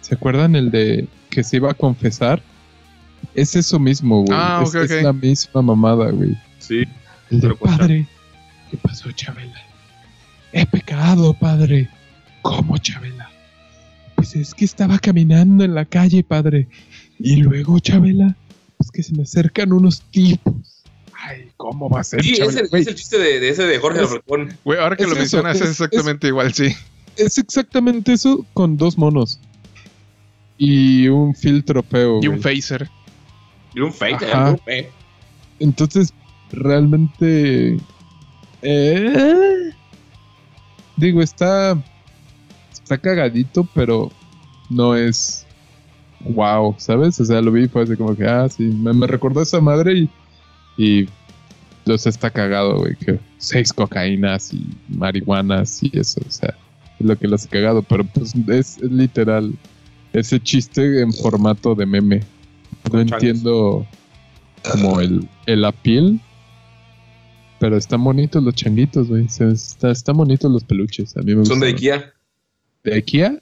¿Se acuerdan el de que se iba a confesar? Es eso mismo, güey.
Ah,
es,
ok,
es
ok.
la misma mamada, güey.
Sí.
El de
Pero pues, cuenta.
padre, ¿qué pasó, Chabela? He pecado, padre. ¿Cómo, Chabela? Pues es que estaba caminando en la calle, padre. Y luego, Chabela, pues que se me acercan unos tipos. Ay, ¿cómo va a ser,
Sí, es
Chabela?
el,
Güey,
es el chiste de, de ese de Jorge
Es-
Alfredón.
Güey, ahora que
Es
lo
eso,
mencionas es,
es-
exactamente igual, sí.
es exactamente eso con dos monos. Y un filtro feo,
Y
güey.
un phaser.
Y un fake.
Ajá.
¿no? Eh.
Entonces, realmente. eh, digo, está. Está cagadito, pero no es. Wow, ¿sabes? O sea, lo vi y fue así como que, ah, sí, me, me recordó a esa madre y. Y. O sea, está cagado, güey, que seis cocaínas y marihuanas y eso, o sea, es lo que lo hace cagado, pero pues es, es literal ese chiste en formato de meme. No
Con changos.
entiendo como el, el appeal, pero están bonitos los changuitos, güey, se- está, están bonitos los peluches, a mí me
Son de
gustaron.
Ikea.
¿De Ikea?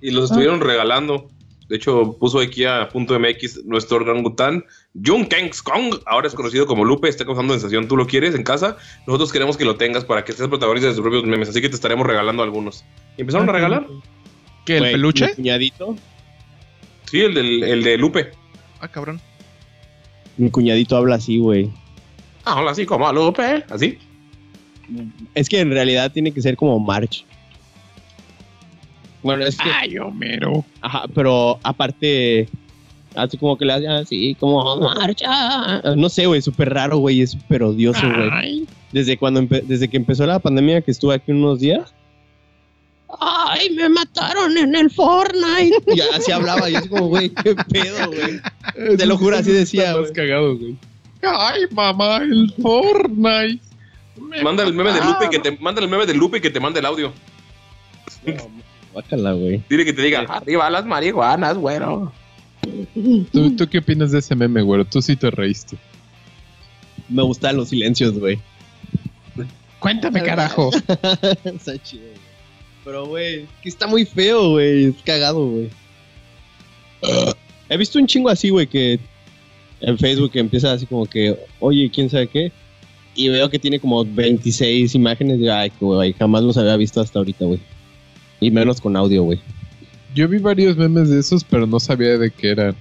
Y los estuvieron regalando. De hecho, puso Ikea.mx nuestro orangután. Jun Kengs Kong, ahora es conocido como Lupe, está causando sensación. Tú lo quieres en casa. Nosotros queremos que lo tengas para que seas protagonista de tus propios memes. Así que te estaremos regalando algunos. ¿Y empezaron a regalar?
¿Qué? ¿El
Güey, mi
peluche?
cuñadito,
Sí, el, del, el de Lupe.
Ah, cabrón.
mi cuñadito habla así, güey.
Ah, hola, así como a Lupe. Así.
Es que en realidad tiene que ser como March. Bueno, es que,
Ay, Homero.
ajá, pero aparte, así como que le hacen así, como marcha. No sé, güey, súper raro, güey, es súper odioso, güey. Desde cuando, empe- desde que empezó la pandemia, que estuve aquí unos días. ¡Ay, me mataron en el Fortnite! [laughs] Y así hablaba, y es como, güey, qué pedo, güey. Te lo juro, así decía,
Están
güey.
más cagados, güey. Ay, mamá, el Fortnite.
Manda el meme de Lupe que te manda el meme de Lupe y que te mande el audio.
Guácala, güey.
Dile que te diga, arriba las marihuanas, bueno.
¿Tú, tú qué opinas de ese meme, güero? Tú sí te reíste.
Me gustan los silencios, güey.
Cuéntame, carajo.
[laughs] está chido, güey. Pero, güey, es que está muy feo, güey. Es cagado, güey. He visto un chingo así, güey, que en Facebook empieza así como que, oye, quién sabe qué. Y veo que tiene como 26 imágenes. Y, ay, güey, jamás los había visto hasta ahorita, güey. Y menos con audio, güey.
Yo vi varios memes de esos, pero no sabía de qué eran.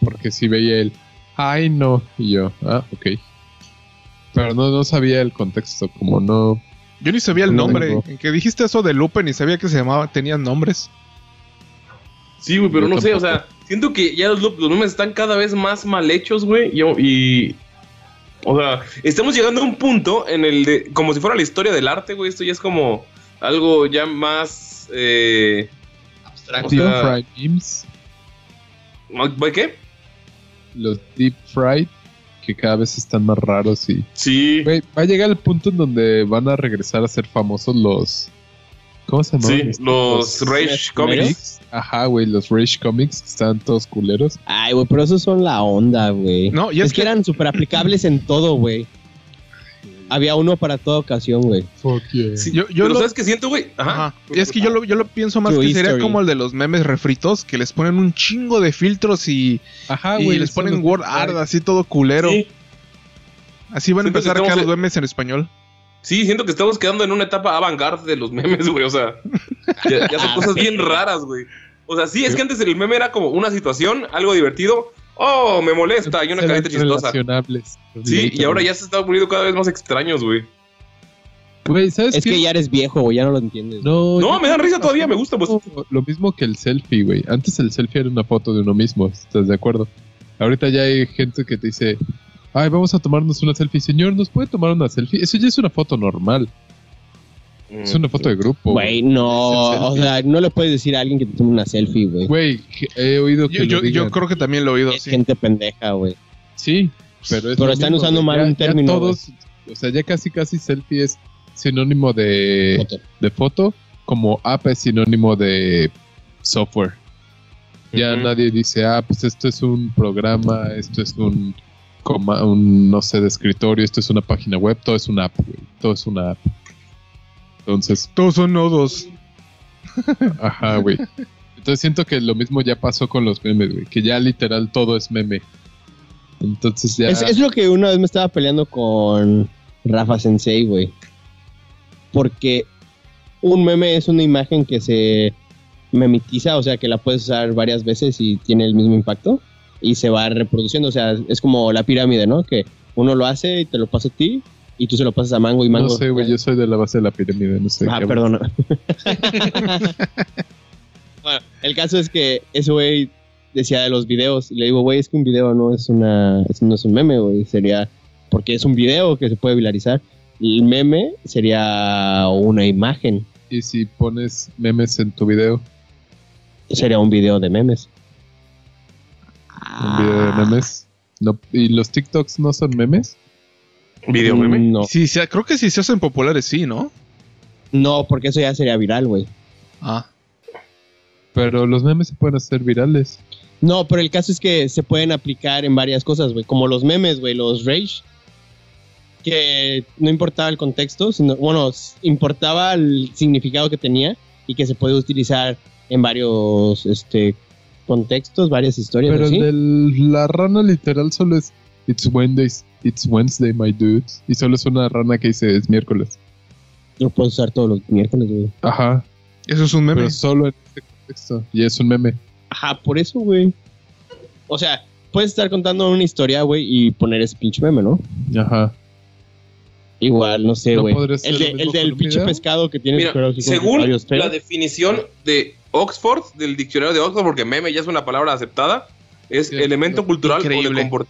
Porque sí veía él. Ay, no. Y yo, ah, ok. Pero no, no sabía el contexto, como no.
Yo ni sabía el
No,
nombre.
digo.
En que dijiste eso de Lupe, ni sabía que se llamaba, tenían nombres.
Sí, güey, pero
Yo
no sé, o
tampoco.
sea, siento que ya los, lu- los memes están cada vez más mal hechos, güey. Yo, y. O sea, estamos llegando a un punto en el de. Como si fuera la historia del arte, güey. Esto ya es como algo ya más. Eh, o
Deep
sea,
fried memes.
¿va- ¿Qué?
Los deep fried. Que cada vez están más raros y.
Sí.
Güey, va a llegar el punto en donde van a regresar a ser famosos los. ¿Cómo se Este, llaman?
Sí, los
pues,
Rage Comics.
Comics. Ajá, güey, los Rage Comics que están todos culeros.
Ay, güey, pero esos son la onda, güey.
No, y
es,
es
que,
que-
eran súper aplicables en todo, güey. Había uno para toda ocasión, güey.
Fuck yeah.
Sí,
Yo- yo
pero
lo-
¿sabes qué siento, güey? Ajá.
Ajá. Es que yo lo, yo lo pienso más
True
que sería
history.
como el de los memes refritos, que les ponen un chingo de filtros y,
Ajá,
y
Ah, güey.
les
eso
ponen
no-
word art así todo culero.
Sí,
Así van
Siento
a
que
empezar a quedar
estamos
los memes en español.
sí, siento que estamos quedando en una etapa avant-garde de los memes, güey. O sea, ya, ya son cosas bien raras, güey. O sea, sí, es que antes el meme era como una situación, algo divertido. Oh, me molesta. Y una
Eran
carita chistosa.
relacionables.
Sí, y ahora ya se está volviendo cada vez más extraños, güey.
Güey, ¿sabes
Es
qué?
que ya eres viejo, güey, ya no lo entiendes.
No,
No,
yo-
me dan risa todavía, me gusta. Pues.
Lo mismo que el selfie, güey. Antes el selfie era una foto de uno mismo, ¿estás de acuerdo? Ahorita ya hay gente que te dice, ay, vamos a tomarnos una selfie. Señor, ¿nos puede tomar una selfie? Eso ya es una foto normal. Es
Mm,
una foto de grupo.
Güey,
Güey,
no,
[laughs] Es el
o
selfie.
sea, no le puedes decir a alguien que te tome una selfie, güey.
Güey, que- he oído que
Yo,
lo
yo, yo
digan.
creo que también lo he oído.
Es
sí.
gente pendeja, güey.
Sí, pero es
Pero
lo
están
mismo,
usando
güey.
mal
Ya-
un
ya
término,
todos, o sea, ya casi casi selfie es sinónimo de
Foto.
de foto, como app es sinónimo de software. Ya
Ujú.
nadie dice, ah, pues esto es un programa, esto es un, coma- un, no sé, de escritorio, esto es una página web, todo es una app, güey, todo es una app. Entonces,
Todos son nodos.
ajá, güey. Entonces siento que lo mismo ya pasó con los memes, güey, que ya literal todo es meme. Entonces ya...
Es, es lo que una vez me estaba peleando con Rafa Sensei, güey. Porque un meme es una imagen que se memetiza, o sea, que la puedes usar varias veces y tiene el mismo impacto y se va reproduciendo, o sea, es como la pirámide, ¿no? Que uno lo hace y te lo pasa a ti y tú se lo pasas a Mango y Mango.
no sé, güey, yo soy de la base de la pirámide, no sé.
Ah,
Este, qué-
perdona. [laughs] bueno, el caso es que ese güey decía de los videos. Y le digo, güey, es que un video no es una. es- no es un meme, güey. Sería. Porque es un video que se puede viralizar. El meme sería una imagen.
Y si pones memes en tu video,
Sería un video de memes. Ah,
un video de memes, no, ¿y los TikToks no son memes?
Video meme.
No.
Sí, sí, creo que si se hacen populares, sí, ¿no?
No, porque eso ya sería viral, güey.
Ah.
Pero los memes se pueden hacer virales.
No, pero el caso es que se pueden aplicar en varias cosas, güey. Como los memes, güey, los rage. Que no importaba el contexto, sino, bueno, s- importaba el significado que tenía y que se puede utilizar en varios este, contextos, varias historias.
Pero
así.
el de la rana literal solo es It's Wednesday, it's Wednesday, my dude. Y solo es una rana que dice es miércoles.
Lo puedes usar todos los miércoles, güey.
Ajá.
Eso es un meme.
Pero solo en este contexto. Y es un meme.
Ajá, por eso, güey. O sea, puedes estar contando una historia, güey, y poner ese pinche meme, ¿no?
Ajá.
Igual, no sé,
¿No
güey.
podría ser
el,
lo
de-
mismo
el
con
del
un
pinche
video?
pescado que tiene
Mira,
pero así como
según
varios pelos.
la definición de Oxford, del diccionario de Oxford, porque meme ya es una palabra aceptada, es
Sí,
elemento
sí.
cultural o de
Increíble.
comport-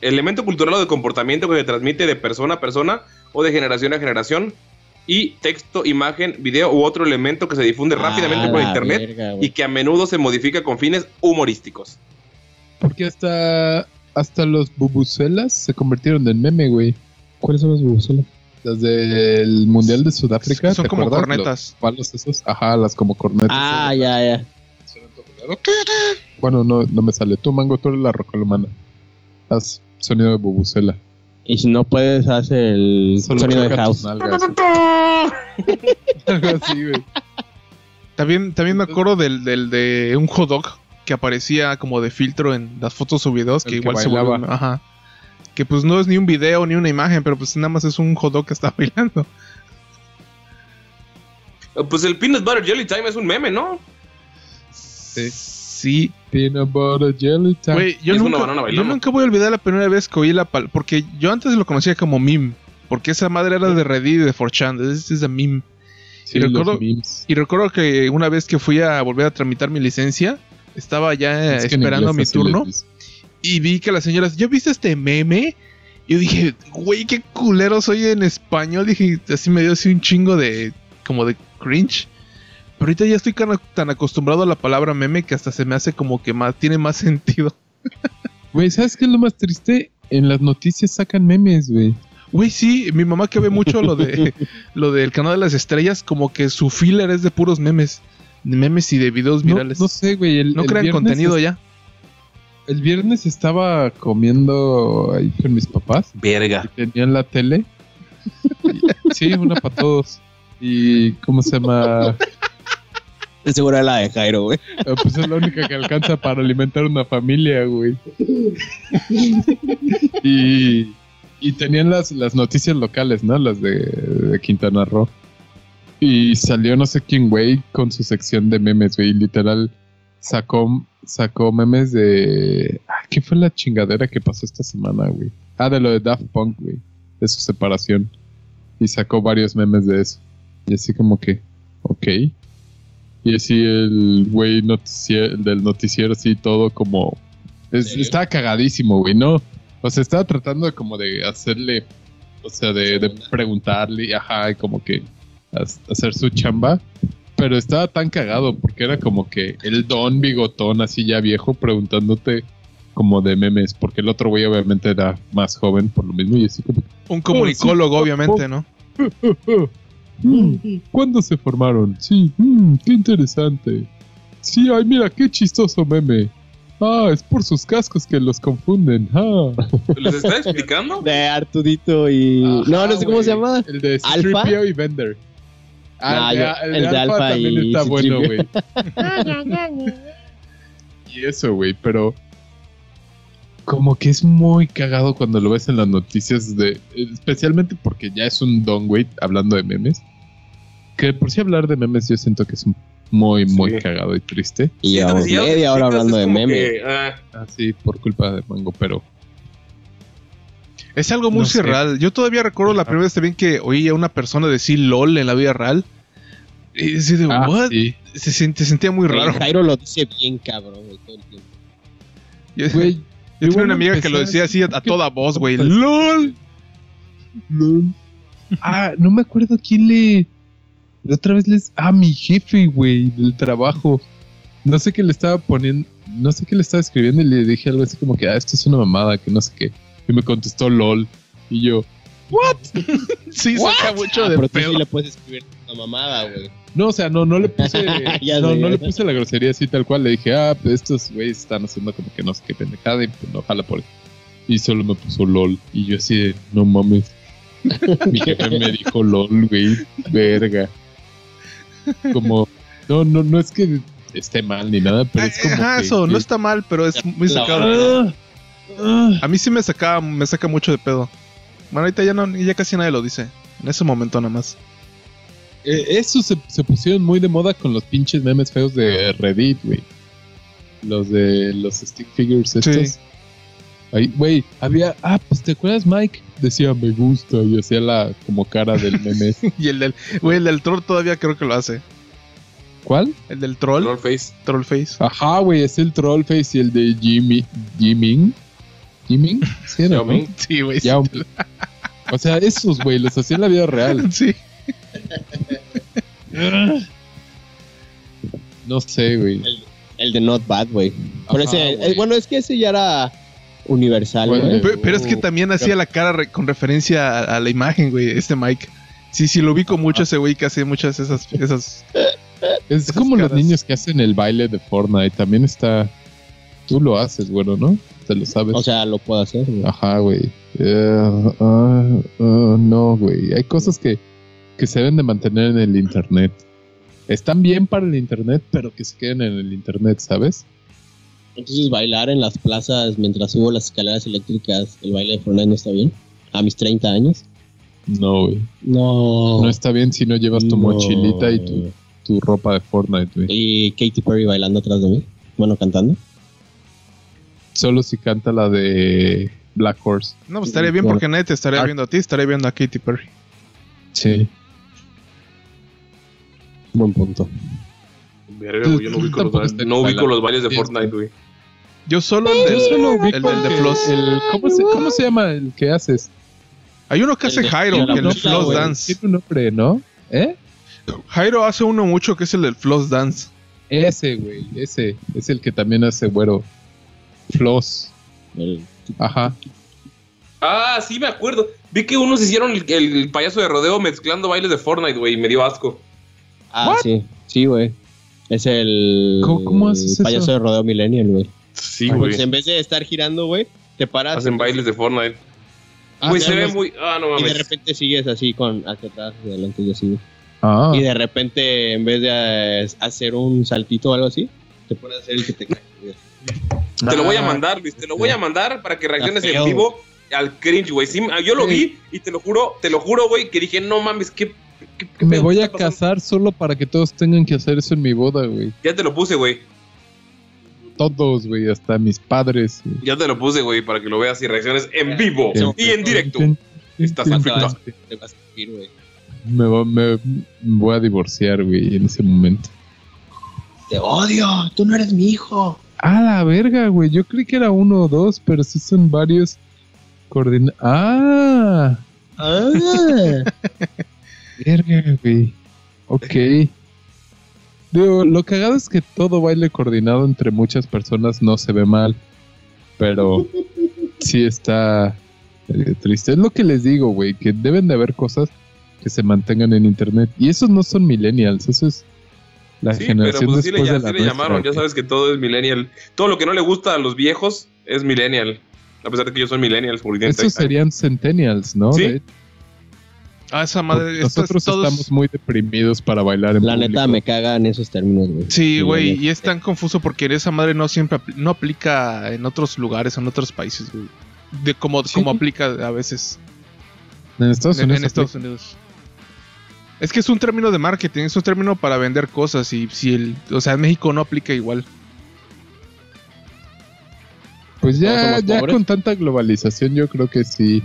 elemento cultural o de comportamiento que se transmite de persona a persona o de generación a generación y texto, imagen, video u otro elemento que se difunde rápidamente
Ah,
por
la
internet
verga, güey.
y que a menudo se modifica con fines humorísticos.
Porque hasta, hasta los bubucelas se convirtieron en meme, güey.
¿Cuáles son los bubucelas?
Las del Mundial de Sudáfrica.
Son
¿te
como
acuerdas?
cornetas.
Los palos esos. Ajá, las como
[laughs]
cornetas.
Ah, ya, ya.
Bueno, no, no me sale. Tú, Mango, tú eres la humana Haz sonido de bubucela.
Y si no puedes, haz el
Solo
sonido de
choca tus
house.
nalgas. [laughs] Algo así, güey.
También, también me acuerdo del, del de un hot dog que aparecía como de filtro en las fotos o videos que
El que
igual se
bailaba.
volvió- Ajá. Que pues no es ni un video ni una imagen, pero pues nada más es un hot dog que está [laughs] bailando.
Eh, Pues el Peanut Butter Jelly Time es un meme, ¿no?
Sí.
Sí,
Peanut butter jelly time.
Güey, yo,
Es una
nunca,
banana
yo
bailando.
nunca voy a olvidar la primera vez que oí la pal Porque yo antes lo conocía como meme. Porque esa madre era de Reddit y de 4chan. This is a meme.
Sí,
y
los
recuerdo-
memes.
Y recuerdo que una vez que fui a volver a tramitar mi licencia, estaba ya
Es que en
esperando mi
inglés así
turno.
les dice.
Y vi que las señoras, ¿ya viste este meme? Yo dije, güey, qué culero soy en español. Dije, así me dio así un chingo de. como de cringe. Pero ahorita ya estoy tan, tan acostumbrado a la palabra meme que hasta se me hace como que más, tiene más [laughs] sentido.
Güey, ¿sabes qué es lo más triste? En las noticias sacan memes, güey.
Güey, sí, mi mamá que ve mucho lo [laughs] de lo del canal de las estrellas, como que su filler es de puros memes. De memes y de videos
No,
virales.
no
No,
sé, güey. El, el
crean
viernes
contenido
es-
ya.
El viernes estaba comiendo ahí con mis papás.
Verga.
Tenían la tele. [laughs] Sí, una para todos. ¿Y cómo se llama?
De seguro era la de Jairo, güey.
Eh, Pues es la única que alcanza para alimentar una familia, güey. Y, y tenían las, las noticias locales, ¿no? Las de, de Quintana Roo. Y salió no sé quién, güey, con su sección de memes, güey. Literal, sacó, sacó memes de... Ah, ¿Qué fue la chingadera que pasó esta semana, güey? Ah, de lo de Daft Punk, güey. De su separación. Y sacó varios memes de eso. Y así como que, ok. Y así el güey noticie- el del noticiero, así todo como. es-
¿Serio?
estaba cagadísimo, güey, ¿no? O sea, estaba tratando de como de hacerle. O sea, de, de preguntarle, ajá, y como que has- hacer su chamba. Pero estaba tan cagado porque era como que el don bigotón, así ya viejo, preguntándote como de memes. Porque el otro güey, obviamente, era más joven por lo mismo. Y así como
Un comunicólogo, obviamente, ¿no?
Mm, ¿Cuándo se formaron? Sí, mm, qué interesante. Sí, ay, mira, qué chistoso meme. Ah, es por sus cascos que los confunden. Ah.
[laughs]
¿Les está explicando?
De Artudito y. no, no sé cómo se llama.
El de
¿Alfa?
Stripio y Bender.
Ah,
Ah, el,
yo-
de, el de Alfa, también
y
está bueno,
Citripio.
güey. y eso, güey, pero. Como que es muy cagado cuando lo ves en las noticias de. Especialmente porque ya es un don, güey, hablando de memes. Que por si hablar de memes, yo siento que es un muy, muy
Sí.
cagado y triste.
Y
Siento que
llevamos
si ya los
media hora
explicas,
hablando
es
de
como
memes.
que, ah,
Así por culpa de Mango, pero.
Es algo muy
No sé.
surreal. Yo todavía recuerdo la
Ajá.
primera vez también que oí a una persona decir LOL en la vida real. Y decía de,
Ah,
"What?". [laughs]
sí.
Se, sent- se sentía muy
Güey,
raro.
Eh, Jairo lo dice bien, cabrón, güey, todo el tiempo.
Yo,
Güey,
yo tenía
bueno,
una amiga que lo
empecé
decía así a, a toda voz, [laughs] güey.
Pues-
¡LOL!
Ah, no me acuerdo quién le. la otra vez les. Ah, mi jefe, güey, del trabajo. No sé qué le estaba poniendo. No sé qué le estaba escribiendo y le dije algo así como que, ah, esto es una mamada, que no sé qué. Y me contestó LOL. Y yo,
Sí, saca mucho
Ah,
de
pero tú
pedo.
sí le puedes escribir una mamada, güey.
no, o sea, no, no le puse.
[laughs] Ya
no,
sé.
no le puse la grosería así tal cual. Le dije, ah, pues estos güeyes están haciendo como que no sé qué pendejada y pues no jala por eso. Y solo me puso LOL. Y yo así de, no mames. [laughs] Mi jefe me dijo LOL, güey. Verga. Como, no, no, no es que esté mal ni nada, pero es como.
Ajá,
que-
eso, no está mal, pero es muy
La-
sacado.
Ah, ah.
A mí sí me saca, me saca mucho de pedo. Bueno, ahorita ya, no, ya casi nadie lo dice. En ese momento nada más. [laughs]
Eh, eso se, se pusieron muy de moda con los pinches memes feos de Reddit, güey. Los de los stick figures estos. Ahí, güey, había. Ah, pues te acuerdas, Mike. Decía me gusta y hacía la como cara del meme.
Y el del, güey, el del troll todavía creo que lo hace.
¿Cuál?
El del troll,
Lord Face.
troll face.
Ajá, güey, es el troll face y el de Jimmy. Jimin. Jimin? Sí, era,
Yao
¿no?
Ming.
Sí, güey. [laughs]
Yao Ming. O sea, esos, güey, los hacía en la vida real.
[laughs]
Sí.
No sé, güey.
El de Not Bad, güey. Pero
Ajá,
ese,
güey.
eh, bueno, es que ese ya era universal,
Bueno,
güey.
Pe- Pero, es que también hacía la cara re- con referencia a, a la imagen, güey, este Mike. Sí, sí, lo ubico mucho ese güey que hace muchas esas, esas.
Es
Esas
como los
caras.
niños que hacen el baile de Fortnite. También está. Tú lo haces, bueno, ¿no? Te lo sabes.
O sea, lo puedo hacer,
Ah.
güey.
Ajá, güey. Eh, ah, ah, no, güey. Hay cosas que, que se deben de mantener en el internet. Están bien para el internet, pero que se queden en el internet, ¿sabes?
Entonces, bailar en las plazas mientras subo las escaleras eléctricas, el baile de Fortnite no está bien. A mis 30 años.
No, güey.
No.
No está bien si no llevas tu
No.
mochilita y tu, tu ropa de Fortnite, güey.
Y Katy Perry bailando atrás de mí. Bueno, cantando.
Solo si canta la de Black Horse.
No, pues estaría bien porque nadie te estaría viendo a ti, estaría viendo a Katy Perry.
Sí.
Buen punto.
Verga, güey, yo no ubico los
Tampoco
bailes,
estoy
no ubico
bailando.
los bailes de
Sí,
Fortnite,
sí.
güey.
Yo solo el del, el del de
el-
Floss.
el- ¿cómo, se, ¿Cómo se llama el que haces?
Hay uno que hace
el de-
Jairo,
el de
que el de
Floss,
Floss
güey.
Dance.
Tiene un nombre, ¿no? ¿Eh?
Jairo hace uno mucho que es el del Floss Dance.
Ese, güey, ese. Es el que también hace güero. Floss. Ajá.
Ah, sí, me acuerdo. Vi que unos hicieron el, el payaso de rodeo mezclando bailes de Fortnite, güey, y me dio asco.
Ah, sí. Sí, güey. Es el.
¿Cómo- cómo haces
payaso
eso?
de rodeo millennial, güey.
Sí,
Pues
güey.
en vez de estar girando, güey, te paras.
Hacen bailes de Fortnite.
Ah,
Güey, se
algo
ve
así.
muy. Ah, no
Ah, Y de
mames.
repente sigues así con hacia atrás, hacia adelante y así.
Ah,
Y de repente, en vez de eh, hacer un saltito o algo así, te pones a hacer el que te cae.
Te lo voy a
Ah,
mandar, Luis. Te lo voy a mandar para que reacciones
feo.
en vivo al cringe, güey. Sí, yo lo vi y te lo juro, te lo juro, güey, que dije, no mames, qué. qué- qué
me
pedo
voy a
está pasando?
casar solo para que todos tengan que hacer eso en mi boda, güey.
Ya te lo puse, güey.
Todos, güey, hasta mis padres. güey.
Ya te lo puse, güey, para que lo veas y reacciones en vivo
Sí.
y en directo. Estás
Sí,
afectado.
sí, sí.
Te vas a subir, güey.
Este Me, va- me- me voy a divorciar, güey, en ese momento.
Te odio, tú no eres mi hijo.
Ah, la verga, güey. Yo creí que era uno o dos, pero sí son varios coordina... Ah,
Ah.
verga, güey. Ok. Digo, lo cagado es que todo baile coordinado entre muchas personas no se ve mal, pero sí está eh, triste. Es lo que les digo, güey, que deben de haber cosas que se mantengan en internet. Y esos no son millennials, eso es la
Sí, pero
generación
pues así le,
después
ya-
de
así
la
le llamaron.
nuestra,
Ya sabes que todo es millennial. Todo lo que no le gusta a los viejos es millennial. A pesar de que yo soy millennial, porque tienen
Estos
30 años.
serían centennials, ¿no?
Sí.
De-
Ah, esa madre. estas-
Nosotros
todos-
estamos muy deprimidos para bailar en
La neta me cagan esos términos, güey.
Sí, güey,
la
y es tan confuso porque esa madre no siempre apl- no aplica en otros lugares, en otros países, güey. De como,
Sí.
como aplica a veces
En Estados
en, en
Unidos.
Estados Unidos. Es que es un término de marketing, es un término para vender cosas y si el, o sea, en México no aplica igual.
Pues ya,
somos
ya
pobres.
con tanta globalización yo creo que sí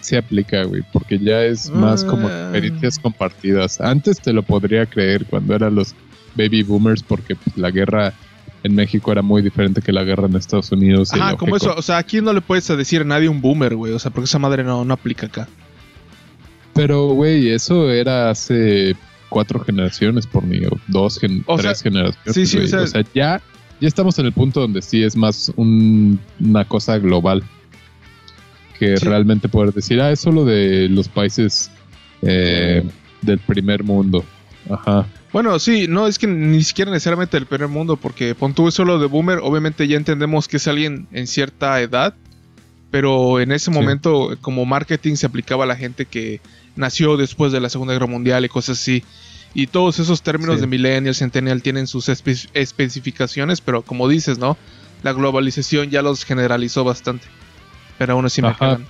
se aplica, güey, porque ya es más como
Ah.
experiencias compartidas. Antes te lo podría creer cuando eran los baby boomers porque pues, la guerra en México era muy diferente que la guerra en Estados Unidos. y
Ajá,
lo
como
que
eso, o sea, aquí no le puedes decir a nadie un boomer, güey, o sea, porque esa madre no, no aplica acá.
Pero, güey, eso era hace cuatro generaciones por mí, o dos, gen-
O
tres generaciones.
sí, sí, o
güey.
sea-
o sea, ya, ya estamos en el punto donde sí es más un- una cosa global que
Sí.
realmente poder decir, ah, es solo de los países eh, del primer mundo. Ajá.
Bueno, sí, no, es que ni siquiera necesariamente del primer mundo, porque pon tú solo de boomer, obviamente ya entendemos que es alguien en cierta edad, pero en ese
Sí.
momento como marketing se aplicaba a la gente que nació después de la Segunda Guerra Mundial y cosas así. Y todos esos términos
Sí.
de millennial, centennial tienen sus espe- especificaciones, pero como dices, ¿no? La globalización ya los generalizó bastante. Pero aún así me
Ajá.
cagan.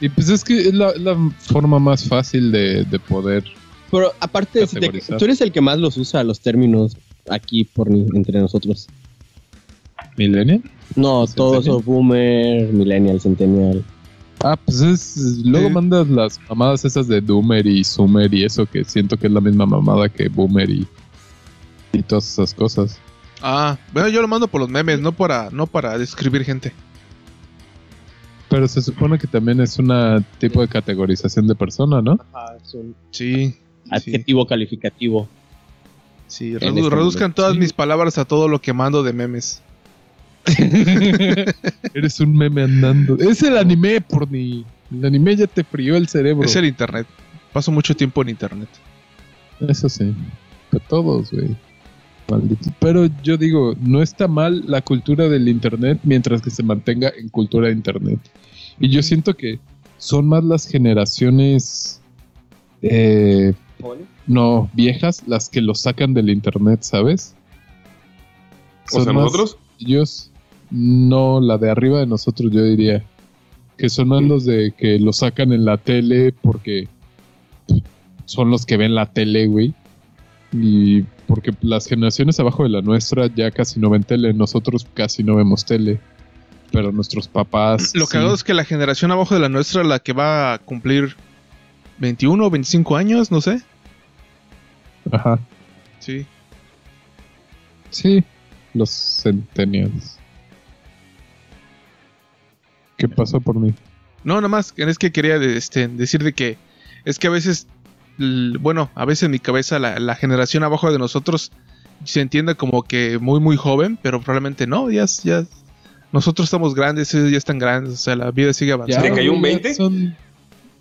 Y pues es que es la, la forma más fácil de, de poder.
Pero aparte, si te-
Categorizar.
tú eres el que más los usa, los términos aquí por ni- entre nosotros.
¿Millennial?
No, todos
Centennial.
son boomer, millennial, centennial.
Ah, pues es. Luego
Sí.
mandas las mamadas esas de Doomer y Sumer y eso, que siento que es la misma mamada que Boomer y. Y todas esas cosas.
Ah, bueno, yo lo mando por los memes, no para, no para describir gente.
Pero se supone que también es un tipo de categorización de persona, ¿no?
Ah, es un
Sí.
Ah,
sí.
adjetivo calificativo.
Sí,
En
redu-
este
reduzcan
momento,
todas
sí.
mis palabras a todo lo que mando de memes.
Eres un meme andando. Es el anime, por ni. El anime ya te frió el cerebro.
Es el internet. Paso mucho tiempo en internet.
Eso sí. Para todos, güey. Maldito. Pero yo digo, no está mal la cultura del Internet mientras que se mantenga en cultura de Internet. Y yo siento que son más las generaciones... eh, no, viejas, las que lo sacan del Internet, ¿sabes?
O sea,
Son más
nosotros.
Ellos, no, la de arriba de nosotros, yo diría. Que son más los de que lo sacan en la tele porque son los que ven la tele, güey. Y porque las generaciones abajo de la nuestra ya casi no ven tele, nosotros casi no vemos tele. Pero nuestros papás.
Lo
sí.
que hago es que la generación abajo de la nuestra, la que va a cumplir 21 o 25 años, no sé.
Ajá.
Sí.
Sí, los centennials. ¿Qué pasó por mí?
No, nada más. Es que quería de- este, decir de que es que a veces, l- bueno, a veces en mi cabeza la, la generación abajo de nosotros se entiende como que muy, muy joven, pero probablemente no. Ya, es- ya. es- Nosotros estamos grandes, ellos ya están grandes. O sea, la vida sigue avanzando.
¿Le cayó un
ya
20?
son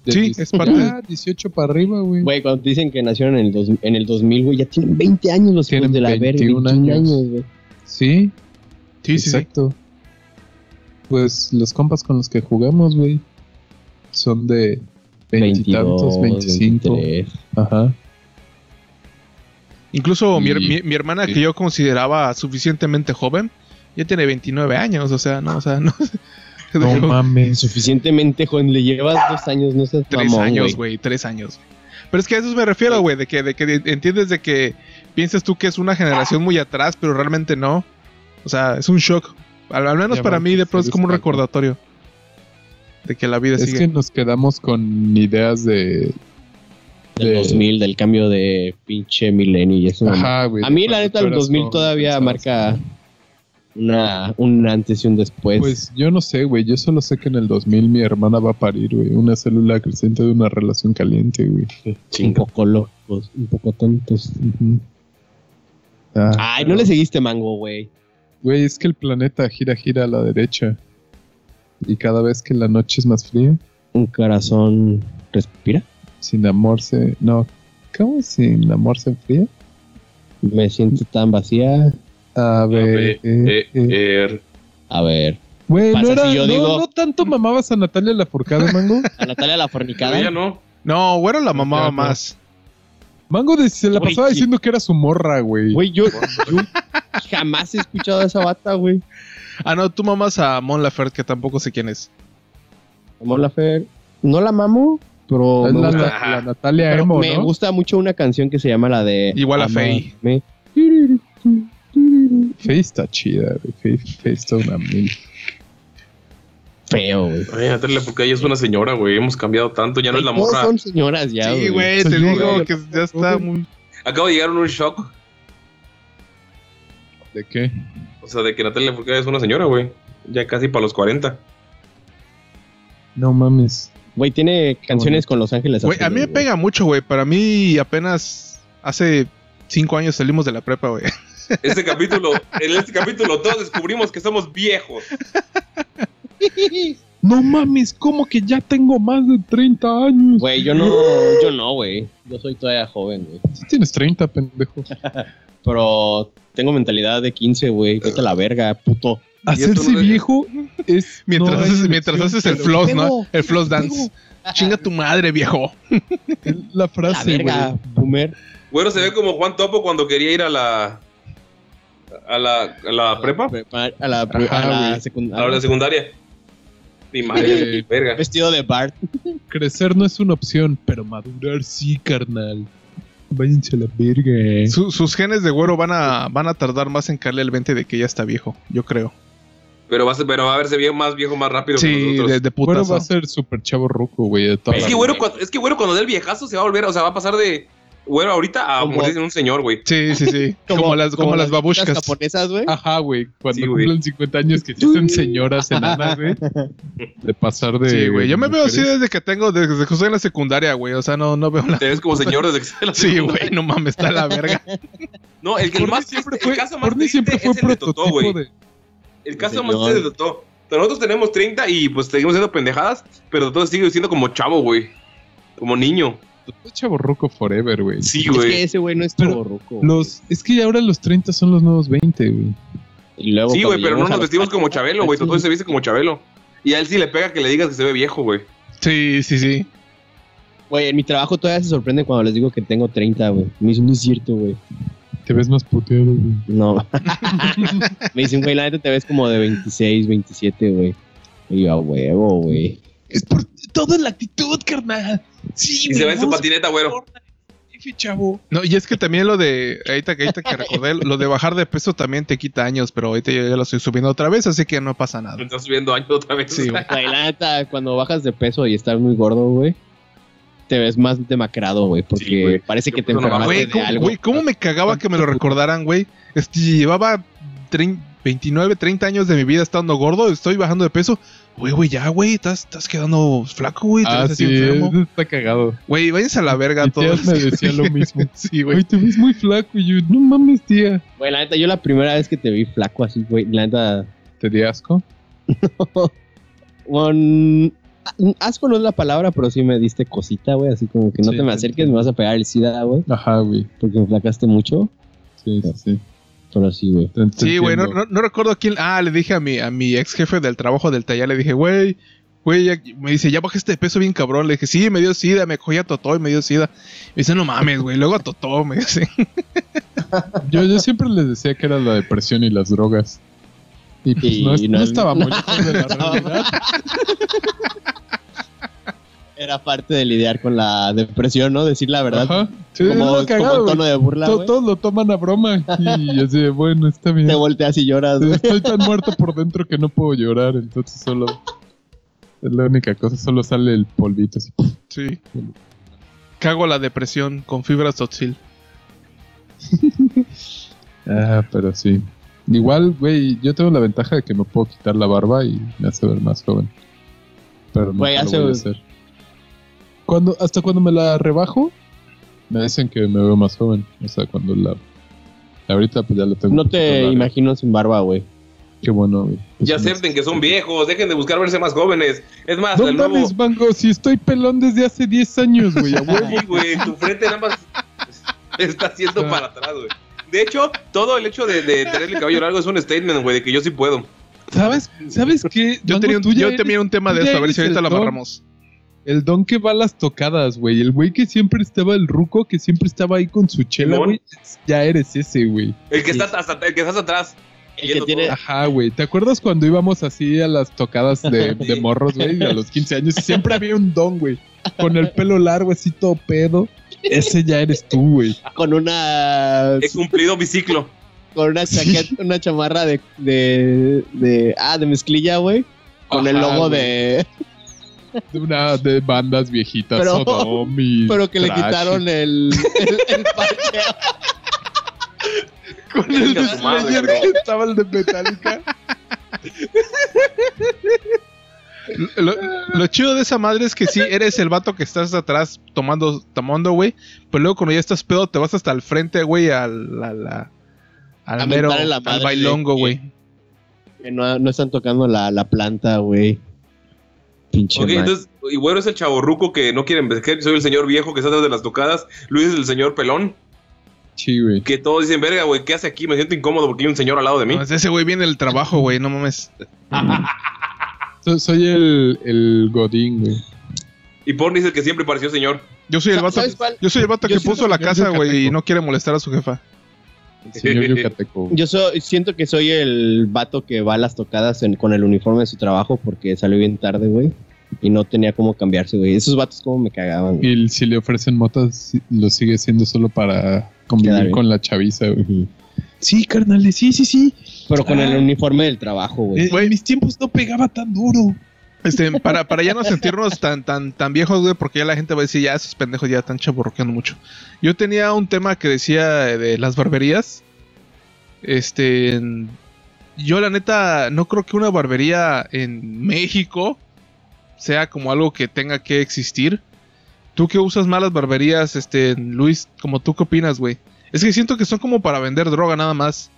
de
Sí,
10
es parte
ya, 18 para arriba, güey.
Güey, cuando te dicen que nacieron en el, dos- en el 2000, güey, ya tienen 20 años los hijos
Tienen
de la verga.
21
21
años.
años, güey.
Sí,
Sí, sí, sí.
Exacto. Pues los compas con los que jugamos, güey. son de veintitantos,
22,
veinticinco.
23.
Ajá.
Incluso mi,
Y-
mi- mi hermana,
y-
que yo consideraba suficientemente joven, ya tiene 29 años, o sea, no, o sea, no. [laughs]
No mames.
Suficientemente joven, le llevas dos años, no seas
Tres
mamón,
años,
güey.
güey, tres años. Pero es que a eso me refiero, güey, de que, de que entiendes de que piensas tú que es una generación muy atrás, pero realmente no. O sea, es un shock. Al, al menos
Ya
para
ves,
mí, de pronto es
eres
como un
taco.
recordatorio de que la vida
Es
sigue.
que nos quedamos con ideas de.
Del
de-
2000, del cambio de pinche milenio y eso. mamá.
Ajá, güey.
A mí, la
cuando
neta,
tú
el
eras
2000
joven,
todavía
pensabas,
marca una, un antes y un después.
Pues yo no sé, güey. Yo solo sé que en el 2000 mi hermana va a parir, güey. Una célula creciente de una relación caliente, güey.
un poco locos, un poco tontos.
Ujú. Ah,
Ay, no le seguiste mango, güey.
Güey, es que el planeta gira, gira a la derecha. Y cada vez que la noche es más fría,
Un corazón respira.
sin amor se. No, ¿cómo sin amor se enfría?
Me siento tan vacía.
A ver. eh, eh.
Er,
A ver,
Güey,
Pasa
no, era,
si yo
no,
digo-
no tanto mamabas a Natalia la forcada,
[laughs]
Mango.
a Natalia la fornicada.
pues ya no.
No, güero la mamaba
Claro.
más.
Mango de- se la
Güey,
pasaba
sí.
diciendo que era su morra, güey.
Güey, yo, yo jamás he escuchado a esa bata, güey.
Ah, no, tú mamas a Mon Laferte, que tampoco sé quién es.
Amor la Fer. No la mamo, pero,
Es
me
la,
gusta,
la- la Natalia
pero
Emo,
me
¿no?
gusta mucho una canción que se llama la de.
Igual a Fey.
Amame.
Faye está chida, güey. Faye, Faye está una mil.
Feo, güey.
Ay, Natalia, porque ella es una señora, güey. Hemos cambiado tanto, ya no es la
Todos
morra.
son señoras ya, güey.
Sí, güey, te
Señora.
digo que ya está muy.
Acabo de llegar a un shock.
¿De qué?
O sea, de que Natalia Furcada es una señora, güey. Ya casi para los 40.
No
[laughs]
mames.
Güey, tiene canciones con Los Ángeles.
Güey, a
Azules,
mí me pega mucho, güey. Para mí, apenas hace cinco años salimos de la prepa, güey. [laughs]
[laughs]
Este capítulo, en este capítulo todos descubrimos que somos viejos.
No mames, ¿cómo que ya tengo más de 30 años?
Güey, yo no, yo no, güey. Yo soy todavía joven, güey.
Sí tienes 30, pendejo.
Pero tengo mentalidad de 15, güey. Vete a la verga, puto.
Hacerse
no le-
viejo es...
Mientras,
no hay
haces, mientras
elección,
haces el
pero-
floss,
Pero-
¿no? El floss dance. Chinga tu madre, viejo.
Es
A
La
la
frase, Ah, güey.
verga, boomer.
Güero se ve como Juan Topo cuando quería ir a la. a la, a la prepa,
Prepar- A la, pre-
Ajá,
a la
güey.
a la
secundaria.
secundaria. Mi madre,
Eh,
verga.
Vestido de
[laughs]
Bart.
Crecer no es una opción, pero madurar sí, carnal. Váyanse a la verga.
Su- sus genes de güero van a, van a tardar más en caerle el 20 de que ya está viejo, yo creo.
Pero va a, ser- pero va a verse bien más viejo, más rápido que
Sí,
nosotros.
de, de
Bueno,
putas.
va a ser súper chavo ruco, güey. de toda
Es
la
que,
vida.
güero, cuando, es que güero cuando dé el viejazo se va a volver, o sea, va a pasar de güero ahorita a
Como-
morirse en un señor, güey.
Sí, sí, sí. como, las, como, las babushkas.
Las japonesas, güey.
Ah,
Ajá, güey. Cuando
Sí, güey.
cumplan 50 años que sí sean señoras enanas, güey. De pasar de.
Sí, güey. Yo me veo así
mujeres.
desde que tengo, desde que soy en la secundaria, güey. O sea, no, no veo la.
Te ves como señor desde que se la
Sí, güey, [laughs] no mames, está la verga.
No, el que el
Forney
más
siempre
triste-
fue,
el caso más
Forney siempre
triste
fue
es el de Totó,
prototipo
güey.
de-
El caso
Señor.
más triste es de Totó. O sea, Nosotros tenemos 30 y pues seguimos siendo pendejadas, pero Totó sigue siendo como chavo, güey. Como niño.
Totó chaborruco forever, güey.
Sí,
Es que
güey.
ese güey no es
Pero
todo ruco. güey.
Los, es que ahora los 30 son los nuevos 20, güey.
Y luego
Sí,
cuando
güey, pero no
llegamos a
nos
los-
vestimos como Chabelo, güey. Totó se viste como Chabelo. Y a él sí le pega que le digas que se ve viejo, güey.
Sí, sí, sí.
Güey, en mi trabajo todavía se sorprende cuando les digo que tengo 30, güey. Me dicen, no es cierto, güey.
Te ves más puteado, güey.
[laughs]
No. Me dicen, güey, la neta te ves como de 26, 27, güey. Y yo, a huevo, güey.
Es por todo en la actitud, carnal. Sí,
Y se ve en su patineta, güero.
chavo.
No, y es que también lo de, ahorita, que- ahorita que recordé, lo de bajar de peso también te quita años, pero ahorita yo ya lo estoy subiendo otra vez, así que no pasa nada.
Me está subiendo años otra vez. [laughs]
Sí, güey.
Güey, la neta, cuando bajas de peso y estás muy gordo, güey, te ves más demacrado, güey, porque
Sí, güey.
parece que
Yo
te
creo que no
enfermaste
Güey,
de
¿cómo,
algo.
güey, ¿cómo me cagaba que me lo recordaran, güey? Este, llevaba trein- 29, 30 años de mi vida estando gordo, estoy bajando de peso. Güey, güey, ya, güey, estás, estás quedando flaco, güey, te
Ah,
ves así
sí,
enfermo.
eso está cagado.
Güey, váyanse a la verga
Mi tía
todos.
me decía
[laughs]
lo mismo.
Sí,
Güey,
güey.
te ves muy flaco. Y yo, no mames, tía.
Güey, la neta, yo la primera vez que te vi flaco así, güey, la neta,
¿Te di asco?
un- asco no es la palabra, pero sí me diste cosita, güey, así como que no
Sí,
te me
sí,
acerques,
sí.
me vas a pegar el SIDA, güey,
Ajá, güey.
porque me flacaste mucho,
Sí, sí, sí.
pero sí,
[laughs]
güey.
Te- te
Sí, güey, no,
entiendo.
no- no recuerdo quién. Ah, le dije a mi, a mi ex jefe del trabajo del taller, le dije, güey, Güey, ya- me dice, ya bajaste de peso bien cabrón. Le dije, sí, me dio sida, me cogí a Totó y me dio sida. Me dice, no mames, güey, luego a Totó, me dice. [laughs]
Yo, yo siempre les decía que era la depresión y las drogas. Y pues
Y
no, es-
no
no
es-
estaba muy
[laughs]
lejos de la realidad.
Era parte de lidiar con la depresión, ¿no? Decir la verdad.
Ajá. Sí, es
Como,
lo cagado,
como
güey.
tono de burla,
To-
güey.
Todos lo toman a broma. Y así de, bueno, está bien.
Te volteas y lloras, güey.
Estoy tan muerto por dentro que no puedo llorar, entonces solo... Es la única cosa, solo sale el polvito así.
Sí. Cago la depresión con fibras toxil.
Ah, pero sí. Igual, güey, yo tengo la ventaja de que me puedo quitar la barba y me hace ver más joven. Pero no
Güey,
lo
hace-
voy a hacer. Cuando, hasta cuando me la rebajo, me dicen que me veo más joven. O sea, cuando la... Ahorita pues ya la tengo.
No
controlada.
te imagino sin barba, güey.
Qué bueno, güey. Pues,
Ya acepten que son viejos, dejen de buscar verse más jóvenes. Es más,
No
el nuevo.
mames, Van Gogh, si estoy pelón desde hace 10 años,
[laughs]
güey, a huevo.
Sí, güey, tu frente nada más está haciendo para atrás, güey. De hecho, todo el hecho de, de tener el cabello largo es un statement, güey, de que yo sí puedo.
¿Sabes, ¿Sabes qué?
Yo,
Mango,
tenía un,
tú ya
yo
eres
tenía un tema de
tú ya
esto, a ver si
eres
ahorita
el
lo
don.
amarramos.
El don que va a las tocadas, güey. El güey que siempre estaba, el ruco que siempre estaba ahí con su chela,
Simón.
güey. Ya eres ese, güey.
El que,
Sí.
estás hasta, el que estás atrás.
El que tiene,
Ajá, güey. ¿Te acuerdas cuando íbamos así a las tocadas
[laughs]
de, de morros, güey? A los 15 años. y Siempre había un don, güey. Con el pelo largo, así todo pedo. Ese ya eres tú, güey.
con una
He cumplido mi ciclo.
con una chaqueta, una chamarra de, de, de ah, de mezclilla, güey, con el
Ajá,
logo
güey.
de
De, una, de bandas viejitas.
Pero-
Sodom y
pero que le
Trash.
quitaron el el, el parche.
Con el [laughs]
Venga, su madre,
Slayer que estaba el de Metallica.
Lo, lo chido de esa madre es que sí, eres el vato que estás atrás tomando, tomando, güey. Pero luego cuando ya estás pedo, te vas hasta el frente, güey, al, a la- al,
A
mero-
mentarle la
al
madre
bailongo,
de-
güey.
Que no, no están tocando la, la planta, güey. Pinche
Ok,
madre.
entonces, y güero es el chavorruco que no quiere envejecer. Soy el señor viejo que está atrás de las tocadas. Luis es el señor pelón.
Sí, güey.
Que todos dicen, verga, güey, ¿qué hace aquí? Me siento incómodo porque hay un señor al lado de mí.
No, ese güey viene del trabajo, güey, no mames.
So- soy el, el Godín, güey.
Y Porni es el que siempre pareció señor. [laughs]
Yo soy el vato,
¿Sabes cuál?
yo soy el vato
Yo
que
siento
puso la
que yo
casa, güey, y
yucateco.
no quiere molestar a su jefa.
El señor Yucateco. güey.
Yo so- siento que soy el vato que va a las tocadas en- con el uniforme de su trabajo porque salió bien tarde, güey. Y no tenía cómo cambiarse, güey. Esos vatos como me cagaban, güey.
Y el- si le ofrecen motas, si- lo sigue siendo solo para
Quedar
convivir
bien.
con la chaviza, güey.
Ujú.
Sí, carnales, sí, sí, sí.
Pero con el
Ah.
uniforme del trabajo, güey.
En mis tiempos no pegaba tan duro.
Este, para, para ya no sentirnos tan, tan, tan viejos, güey, porque ya la gente va a decir, ya esos pendejos ya están chaburroqueando mucho. Yo tenía un tema que decía eh, de las barberías. Este, en- yo la neta no creo que una barbería en México sea como algo que tenga que existir. Tú que usas malas barberías, este, Luis, como tú qué opinas, güey? Es que siento que son como para vender droga nada más.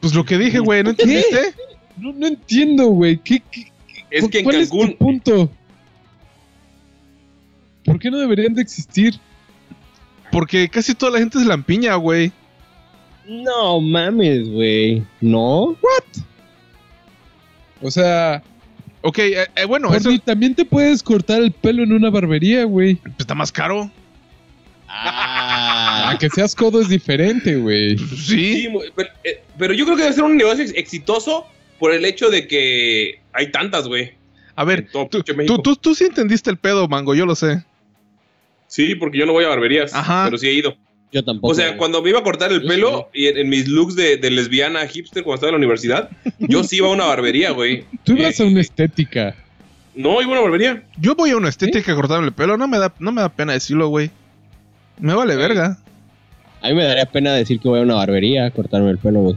Pues lo que dije, güey, ¿no
¿Qué?
entendiste?
No, no entiendo, güey. ¿Qué, qué-
es
cu-
que en
¿Cuál es
Cancún.
tu punto? ¿Por qué no deberían de existir?
Porque casi toda la gente es lampiña, güey.
No mames, güey. No.
O sea,
Ok, eh, eh, bueno, eso
Jordi, también te puedes cortar el pelo en una barbería, güey.
pues, está más caro.
Ah.
Ah, que seas codo es diferente, güey.
Pues, Sí.
Sí, mu- pero, eh, pero yo creo que debe ser un negocio ex- exitoso por el hecho de que hay tantas, güey.
A ver,
En todo
tú,
pinche
tú,
México.
tú, tú sí entendiste el pedo, Mango, yo lo sé.
Sí, porque yo no voy a barberías,
Ajá.
pero sí he ido.
Yo tampoco.
O sea,
güey.
cuando me iba a cortar el
Yo
pelo y en, en mis looks de, de lesbiana hipster cuando estaba en la universidad, yo sí iba a una barbería, güey.
Tú ibas a
Eh,
una estética.
No, iba a una barbería.
Yo voy a una estética a cortarme el pelo, no me da, no me da pena decirlo, güey. Me vale verga.
A mí me daría pena decir que voy a una barbería a cortarme el pelo, güey.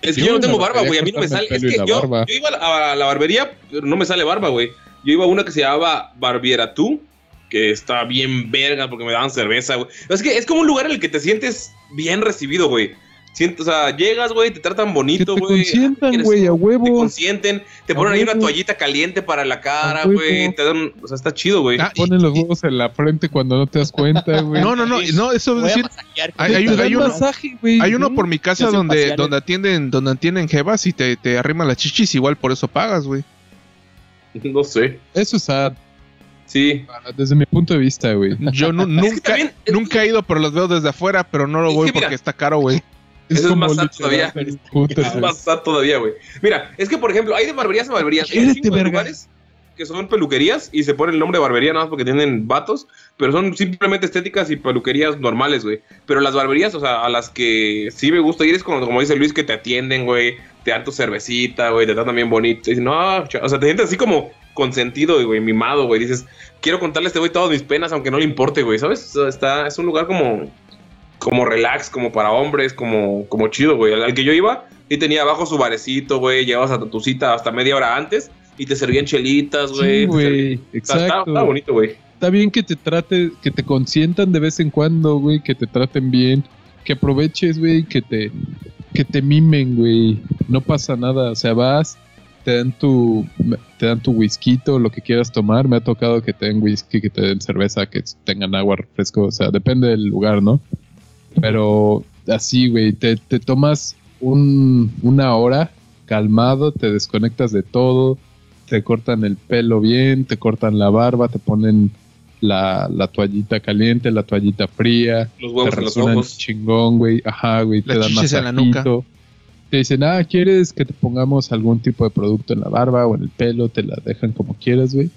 Es que
Yo
yo, no
me
tengo
la
barba, güey. A mí no me
cortarme
sale.
el
Es
pelo y
que
la
yo,
barba.
yo iba a la, a la barbería, pero no me sale barba, güey. Yo iba a una que se llamaba Barbiera Tú, que está bien verga porque me daban cerveza, güey. Es que es como un lugar en el que te sientes bien recibido, güey. Siento- O sea, llegas, güey, te tratan
Que
bonito,
te
güey.
consientan,
Eres-
güey, a
Te
huevo.
consienten, te
A
ponen ahí una
huevo.
toallita caliente para la cara,
A huevo.
güey. Te dan, o sea, está chido, güey.
Ah, y-
Ponen los huevos en la frente cuando no te das cuenta, güey.
No, no, no, no, eso es
Voy a
decir,
masajear.
hay, hay
Te
un-
dan
hay uno,
masaje, güey.
hay uno por mi
Te
casa
hacen
donde,
faciales.
donde atienden, donde atienden jebas y te, te arriman las chichis, igual por eso pagas, güey.
[laughs] No sé.
Eso es sad,
Sí.
desde mi punto de vista, güey.
Yo nu-
que
nunca,
también- [laughs] es-
nunca he ido, pero los veo desde afuera, pero no lo
Es
voy
que mira,
porque está caro, güey.
Eso es más sad
literal,
todavía.
puto,
Es
güey.
más sad todavía, güey. Mira, es que, por ejemplo, hay de barberías a barberías. Hay un
Imagínate,
chingo de
verga.
lugares que son peluquerías y se pone el nombre de barbería nada más porque tienen vatos, pero son simplemente estéticas y peluquerías normales, güey. Pero las barberías, o sea, a las que sí me gusta ir es como, como dice Luis, que te atienden, güey, te dan tu cervecita, güey, te tratan bien bonito. Y dicen, no, cha-". o sea, te sientes así como consentido, güey, mimado, güey. Dices, quiero contarle a este güey todas mis penas, aunque no le importe, güey, ¿sabes? O sea, está, es un lugar como, como relax, como para hombres, como, como chido, güey. Al, al que yo iba, y tenía abajo su barecito, güey, llegabas a tu cita hasta media hora antes y te servían chelitas, güey. te
Sí,
servían-
güey.
Está, está-
Exacto.
está bonito, güey.
Está bien que te trate, que te consientan de vez en cuando, güey, que te traten bien, que aproveches, güey, que te, que te mimen, güey. No pasa nada, o sea, vas, te dan tu, te dan tu whisky, o lo que quieras tomar. Me ha tocado que te den whisky, que te den cerveza, que tengan agua, refresco, o sea, depende del lugar, ¿no? Pero así, güey, te, te tomas un, una hora calmado, te desconectas de todo, te cortan el pelo bien, te cortan la barba, te ponen la, la toallita caliente, la toallita fría,
Los
te
huevos en los
rasuran
ojos.
chingón, güey, ajá, güey, te
Las
dan
chichis en la nuca.
masajito. Te dicen, ah, ¿quieres que te pongamos algún tipo de producto en la barba o en el pelo? Te la dejan como quieras, güey.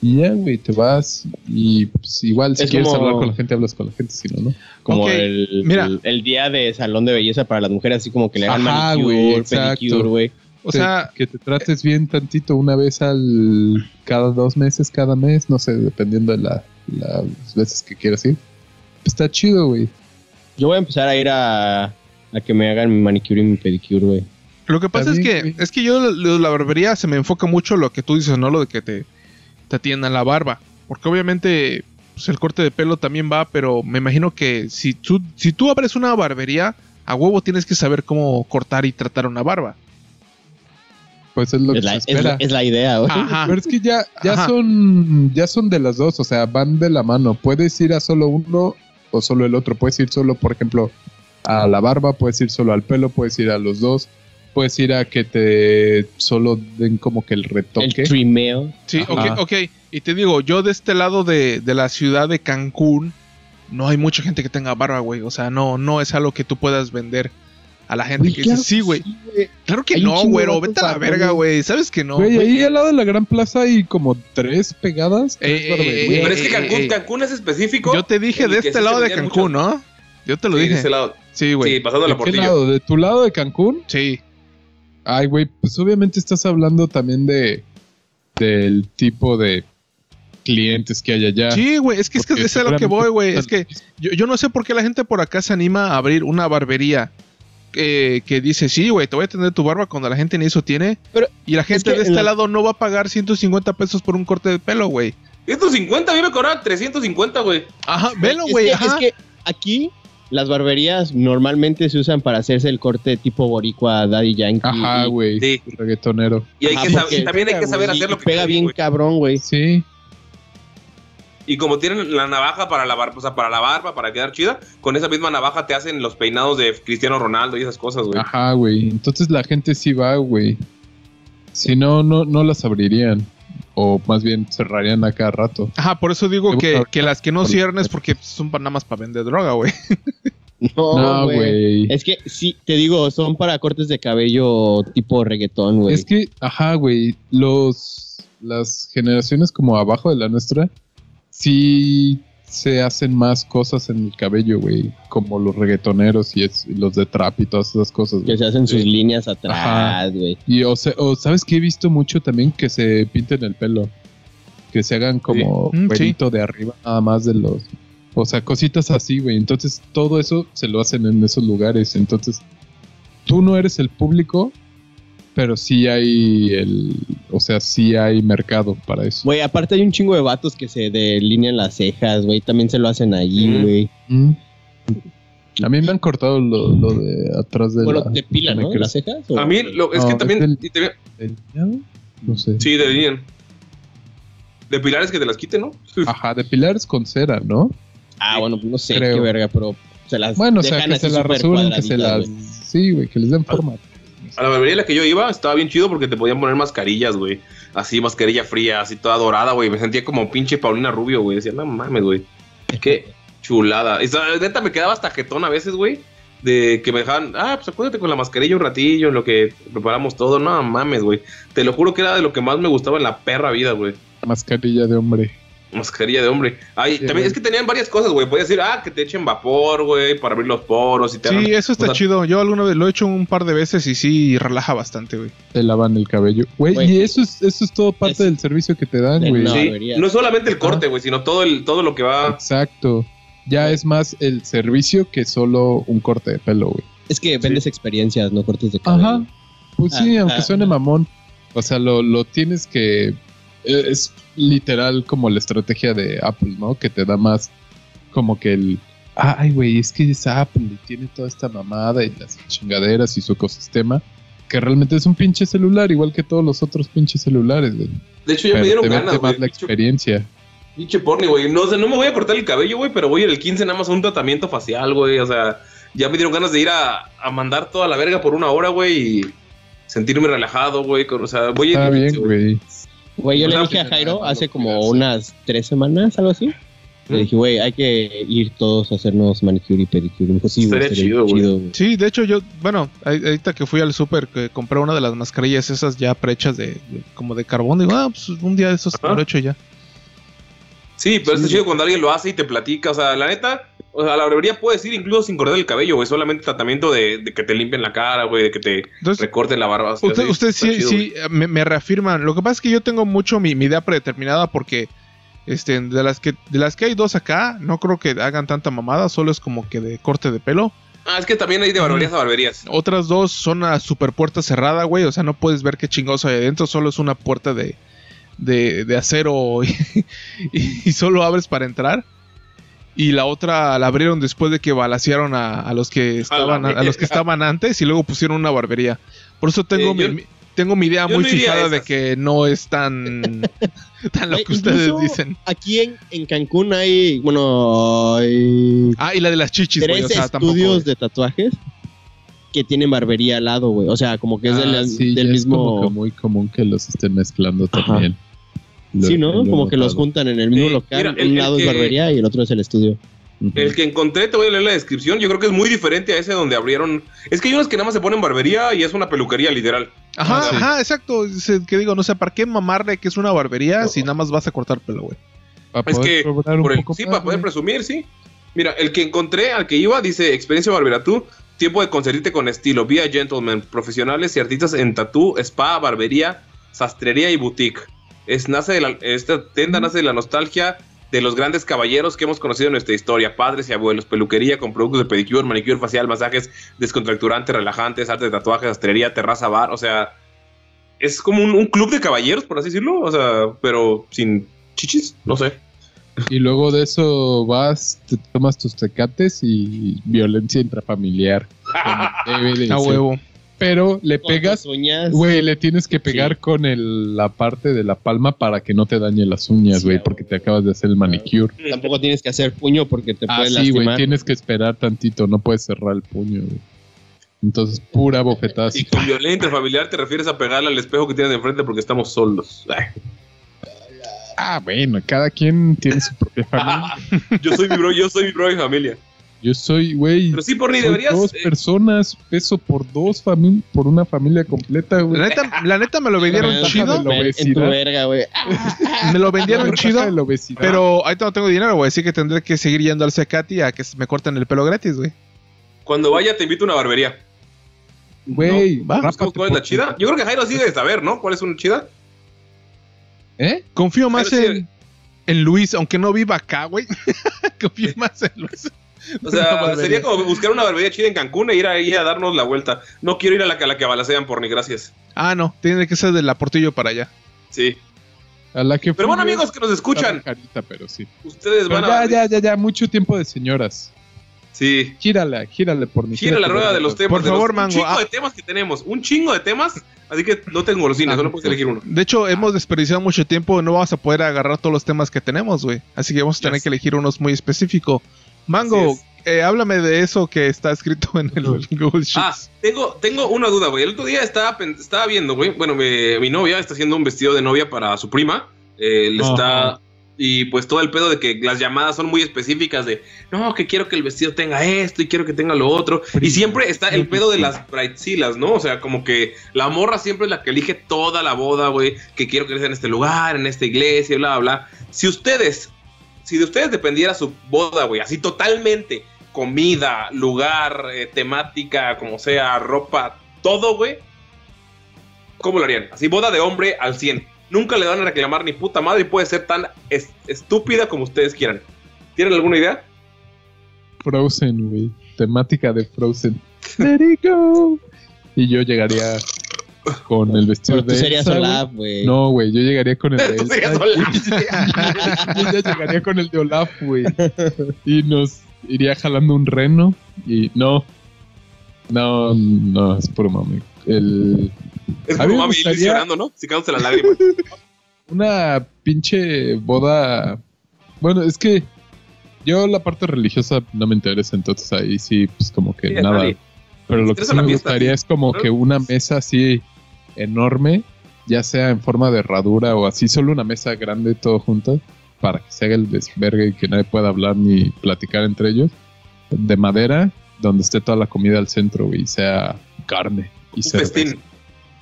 Y ya, güey, te vas y pues, igual si
Es
quieres
como-
hablar con la gente, hablas con la gente, si no, no.
Como
Ok,
el,
mira.
el, el día de salón de belleza para las mujeres, así como que le hagan
Ajá, güey,
manicure,
exacto.
pedicure, güey.
O
Te-
sea,
que te trates bien tantito una vez al cada dos meses, cada mes, no sé, dependiendo de la- las veces que quieras ir. Está chido, güey.
Yo voy a empezar a ir a, a que me hagan mi manicure y mi pedicure, güey.
lo que pasa es
bien,
que,
güey.
es que yo lo- la barbería se me enfoca mucho lo que tú dices, ¿no? Lo de que te, te atiendan la barba. Porque obviamente pues, el corte de pelo también va, pero me imagino que si tú, si tú abres una barbería, a huevo tienes que saber cómo cortar y tratar una barba.
Pues es lo
Es
que
la,
se
es
espera.
la- es la idea, güey.
Ajá.
Pero es que ya,
Ah. Ajá.
ya son ya son de las dos, o sea, van de la mano. Puedes ir a solo uno o solo el otro. Puedes ir solo, por ejemplo, a la barba, puedes ir solo al pelo, puedes ir a los dos, puedes ir a que te solo den como que el
El
retoque.
trimeo.
Sí, ok,
Ajá.
ok. Y te digo, yo de este lado de, de la ciudad de Cancún, no hay mucha gente que tenga barba, güey. O sea, no, no es algo que tú puedas vender a la gente
Güey,
que dice,
claro
sí, güey. Claro que
Hay un
no,
chingo de
güero.
vatos
Vete a la
barbones.
verga, güey. ¿Sabes que no?
Güey,
güey?
ahí al lado de la Gran Plaza hay como tres pegadas. tres
Eh, eh,
barberías.
eh,
Pero es que
eh,
Cancún,
eh.
Cancún es específico.
Yo te
en
dije
el
de
que
este
sí
lado
se
de
vendían
Cancún, ¿no? Yo te lo
Sí, de
dije.
ese lado.
Sí,
Sí,
güey.
pasando
¿De
la
qué
portilla.
lado? ¿De tu lado de Cancún?
Sí.
Ay, güey, pues obviamente estás hablando también de del tipo de clientes que hay allá.
Sí, güey. Es que es, que
Ah. Porque
es a lo que
seguramente
voy, güey. Es que
están-
Yo, yo no sé por qué la gente por acá se anima a abrir una barbería eh, que dice, sí, güey, te voy a tener tu barba cuando la gente ni eso tiene.
Pero
y la gente
que
de este
la-
lado no va a pagar 150 pesos por un corte de pelo, güey.
Estos 50 a mí me cobraban 350, güey.
Ajá, velo,
Es
güey.
que-
ajá.
Es que aquí las barberías normalmente se usan para hacerse el corte tipo boricua, daddy yankee.
Ajá,
y-
güey.
Sí.
Reggaetonero.
Y, hay
Ajá,
que sab-
porque
y también hay que
pega,
saber
y-
hacer lo
y
que
pega
quieren,
bien
güey.
cabrón, güey.
Sí.
Y como tienen la navaja para la barba, o sea, para la barba, para quedar chida, con esa misma navaja te hacen los peinados de Cristiano Ronaldo y esas cosas, güey.
Ajá, güey. Entonces la gente sí va, güey. Si no, no, no las abrirían. O más bien cerrarían a cada rato.
Ajá, por eso digo
Te voy
que,
a-
que las que no
por-
cierren es porque son pa- nada más para vender droga, güey.
[laughs] No,
no,
güey.
güey.
Es que sí, te digo, son para cortes de cabello tipo reggaetón, güey.
Es que, ajá, güey, los las generaciones como abajo de la nuestra sí se hacen más cosas en el cabello, güey, como los reggaetoneros y, es- y los de trap y todas esas cosas.
Que
güey.
se hacen sus
Sí.
líneas atrás, güey.
Y o, se- o sabes que he visto mucho también que se pinten el pelo, que se hagan como
Sí. Mm, sí.
pelito de arriba nada más de los, o sea, cositas así, güey. Entonces todo eso se lo hacen en esos lugares. Entonces tú no eres el público, pero sí hay el, o sea, sí hay mercado para eso.
Güey, aparte hay un chingo de vatos que se delinean las cejas, güey. También se lo hacen ahí,
Mm.
güey.
Mm. A mí me han cortado lo, lo de atrás de
Bueno,
la...
te pilan, ¿no?
me
Las cejas. o-
A mí, lo- es
No,
que
es
también.
el-
y te-
¿Delineado? No sé.
Sí, de bien. De pilares que te las quiten, ¿no?
Ajá, depilares con cera, ¿no?
Ah, bueno, no sé
Creo.
qué verga, pero se las.
Bueno, o sea,
Pues, dejan
que
así
se las
súper
rasuren, que se las...
cuadraditas, güey.
Sí, güey, que les den forma.
A la barbería en la que yo iba estaba bien chido porque te podían poner mascarillas, güey. Así, mascarilla fría, así toda dorada, güey. Me sentía como pinche Paulina Rubio, güey. Decía, no mames, güey. Qué chulada. Y, ¿sabes? neta, me quedaba hasta jetón a veces, güey. De que me dejaban, ah, pues acuérdate con la mascarilla un ratillo, en lo que preparamos todo. No mames, güey. Te lo juro que era de lo que más me gustaba en la perra vida, güey.
Mascarilla de hombre.
Mascarilla de hombre. Ay,
Sí,
también
güey.
es que tenían varias cosas, güey. Podías decir, ah, que te echen vapor, güey, para abrir los poros y te hagan-
Sí, eso está
o sea,
chido. Yo alguna vez lo he hecho un par de veces y sí relaja bastante, güey.
Te lavan el cabello. Güey,
Güey.
y eso es, eso es todo parte
Es-
del servicio que te dan,
de
güey.
no.
sí.
barbería.
No solamente el corte, güey, sino todo el todo lo que va.
Exacto. Ya es más el servicio que solo un corte de pelo, güey.
Es que vendes experiencias, no cortes de cabello.
Ajá. Pues sí,
Ah,
aunque
ah.
suene mamón. O sea, lo, lo tienes que. eh, Es literal como la estrategia de Apple, ¿no? Que te da más como que el. Ay, güey, es que es Apple y tiene toda esta mamada y las chingaderas y su ecosistema. Que realmente es un pinche celular, igual que todos los otros pinches celulares, güey.
De hecho, ya
Pero
me
te
dieron
vende
ganas, güey.
más la experiencia.
Pinche porni, güey. No, o sea, no me voy a cortar el cabello, güey, pero voy a ir el 15 nada más a un tratamiento facial, güey. O sea, ya me dieron ganas de ir a, a mandar toda la verga por una hora, güey, y sentirme relajado, güey. con- O sea, voy a
Está
ir.
bien, güey.
Güey, yo le
Una
dije a
opinión,
Jairo
¿no?
hace como
Cuidarse.
unas tres semanas, algo así. Le dije, güey, hay que ir todos a hacernos manicure y pedicure. Me dijo, sí, güey,
Estaría
estaría
chido, güey.
chido, güey.
Sí, de hecho yo, bueno, ahí- ahorita que fui al súper, que compré una de las mascarillas esas ya prehechas de, de- como de carbón, digo, ah, pues un día de esos
Ajá.
lo hecho ya.
Sí, pero está chido cuando alguien lo hace y te platica. O sea, la neta, o sea, a la barbería puedes ir incluso sin cortar el cabello, güey. Solamente tratamiento de, de que te limpien la cara, güey, de que te
Entonces,
recorten la barba. o sea,
usted,
sí,
usted
está
sí,
chido, güey.
sí eh, me, me reafirman. Lo que pasa es que yo tengo mucho mi, mi idea predeterminada porque este, de, las que, de las que hay dos acá, no creo que hagan tanta mamada, solo es como que de corte de pelo.
Ah, es que también hay de barberías a barberías.
Otras dos son a super puerta cerrada, güey. O sea, no puedes ver qué chingados hay adentro. Solo es una puerta de, de, de acero y, [laughs] y solo abres para entrar. Y la otra la abrieron después de que balacearon a, a los que estaban a, a los que
verga.
estaban antes y luego pusieron una barbería. Por eso tengo
Eh,
mi,
yo-
mi- tengo mi idea
yo
muy
no iría a
fijada de
esas.
que no
[laughs]
es tan, tan lo
Güey,
que ustedes
incluso
dicen.
Aquí en, en Cancún hay, bueno, hay
Ah, y la de las chichis, güey.
tres
O sea, tampoco.
estudios
güey.
de tatuajes que tienen barbería al lado, güey. O sea, como que es de
Ah,
la-
sí,
del
ya es
mismo...
como que muy común que los estén mezclando
Ajá.
también. Lo-
Sí, ¿no?
lo he
Como que los
notado.
juntan en el mismo
Sí,
local.
mira, el-
un
el
lado
que-
es barbería y el otro es el estudio.
Ujú.
El que encontré, te voy a leer la descripción. Yo creo que es muy diferente a ese donde abrieron. Es que hay unos que nada más se ponen barbería y es una peluquería, literal.
Ajá,
Ah, sí.
ajá, exacto. Se- que digo, no sé, ¿para qué mamarle que es una barbería si nada más vas a cortar pelo, güey?
Para
Es
poder
que,
cobrar un
por el-
poco
sí,
más,
para poder
güey.
presumir, sí. Mira, el que encontré, al que iba, dice experiencia barberatú, tiempo de consentirte con estilo, vía gentleman, profesionales y artistas en tatú, spa, barbería, sastrería y boutique. Es, nace de la- esta tienda nace de la nostalgia de los grandes caballeros que hemos conocido en nuestra historia, padres y abuelos, peluquería con productos de pedicure, manicure, facial, masajes, descontracturantes, relajantes, arte de tatuaje, sastrería, terraza, bar, o sea, es como un, un club de caballeros, por así decirlo, o sea, pero sin chichis, no sé.
Y luego de eso vas, te tomas tus tecates y
[laughs]
violencia intrafamiliar. como debe de
A
ser.
huevo.
Pero le
Con
pegas,
tus uñas.
güey, le tienes que pegar con el- la parte de la palma para que no te dañe las uñas,
Sí,
güey,
a
porque te acabas de hacer el manicure.
Tampoco tienes que hacer puño porque te
Ah,
puedes
sí, güey,
lastimar.
tienes que esperar tantito, no puedes cerrar el puño, güey. Entonces, pura bofetada.
Y
así.
con violencia intrafamiliar te refieres a pegarle al espejo que tienes enfrente porque estamos solos. Ay,
Ah, bueno, cada quien tiene su propia familia.
[laughs]
Yo soy mi bro, yo soy mi bro y familia.
Yo soy, güey,
Pero sí, por ni
soy
deberías.
dos
eh,
personas, peso por dos, fami- por una familia completa, güey.
La neta, la neta me lo
Te
vendieron
pegas
chido.
en tu ver- En tu
obesidad.
verga, güey. Ah,
Me lo
La
vendieron
ventaja de
chido.
la obesidad.
Pero ahorita no tengo dinero, güey. Así que tendré que seguir yendo al Secati a que me corten el pelo gratis, güey.
cuando vaya, te invito a una barbería.
Güey,
No, va.
rápate
¿Sabes ¿Cuál es la
por-
chida? Yo creo que Jairo sí debe saber, ¿no? ¿Cuál es una chida?
¿Eh?
Confío más
Pero sí,
en, en Luis, aunque no viva acá, güey. [laughs] Confío más en Luis.
O
[laughs] Una
sea,
barbería.
sería como buscar una barbería chida en Cancún e ir ahí a darnos la vuelta. No quiero ir a la, que- a la que balacean por ni gracias.
Ah, no, tiene que ser de la Portillo para allá.
Sí.
A la que
Pero
fui
bueno,
yo,
amigos que nos
estaba
escuchan,
carita, pero sí.
ustedes
Pero
van
ya,
a.
ya, ya, ya, mucho tiempo de señoras.
Sí.
Gírala, gírale por mi
Gira la rueda de los temas.
Por
de los-
favor,
Un
Mango,
chingo
ah.
de temas que tenemos. Un chingo de temas. Así que no te engolosines, solo puedes elegir uno.
De hecho, hemos desperdiciado mucho tiempo. No vamos a poder agarrar todos los temas que tenemos, güey. Así que vamos a tener
Yes.
que elegir unos muy específicos. Mango,
Así
eh, háblame de eso que está escrito en el [laughs] Google Sheets.
Ah, tengo, tengo una duda, güey. El otro día estaba, pen- estaba viendo, güey. Bueno, mi, mi novia está haciendo un vestido de novia para su prima. Eh, le está. Y pues todo el pedo de que las llamadas son muy específicas de no, que quiero que el vestido tenga esto y quiero que tenga lo otro. Y siempre está el pedo de las braitzilas, ¿no? O sea, como que la morra siempre es la que elige toda la boda, güey. Que quiero que sea en este lugar, en esta iglesia, bla, bla. Si ustedes, si de ustedes dependiera su boda, güey, así totalmente, comida, lugar, eh, temática, como sea, ropa, todo, güey. ¿Cómo lo harían? Así, boda de hombre al 100. Nunca le van a reclamar ni puta madre y puede ser tan es- estúpida como ustedes quieran. ¿Tienen alguna idea?
Frozen, güey. Temática de
[laughs]
Frozen. Let it go. Y yo llegaría con el vestido
Pero tú
de
serías
Elsa,
Olaf, güey.
No, güey, yo llegaría con el
[laughs]
de
Tú serías
Elsa.
Olaf.
Yo ya llegaría con el de Olaf,
[laughs]
güey. Y nos iría jalando un reno. Y no. No, no, es puro mami. El,
Es
A
como
mí me
mami Liz
gustaría-
llorando, ¿no? Sicándose la
[laughs]
lágrima.
una pinche boda. Bueno, es que yo la parte religiosa no me interesa, entonces ahí sí, pues como que
Sí,
nada.
nadie.
Pero lo que
Interesa
sí
la
me
fiesta,
gustaría
sí.
es como
Claro.
que una mesa así enorme, ya sea en forma de herradura o así, solo una mesa grande todo junto, para que se haga el desvergue y que nadie pueda hablar ni platicar entre ellos, de madera, donde esté toda la comida al centro, güey, y sea carne y
Un
cerveza.
festín.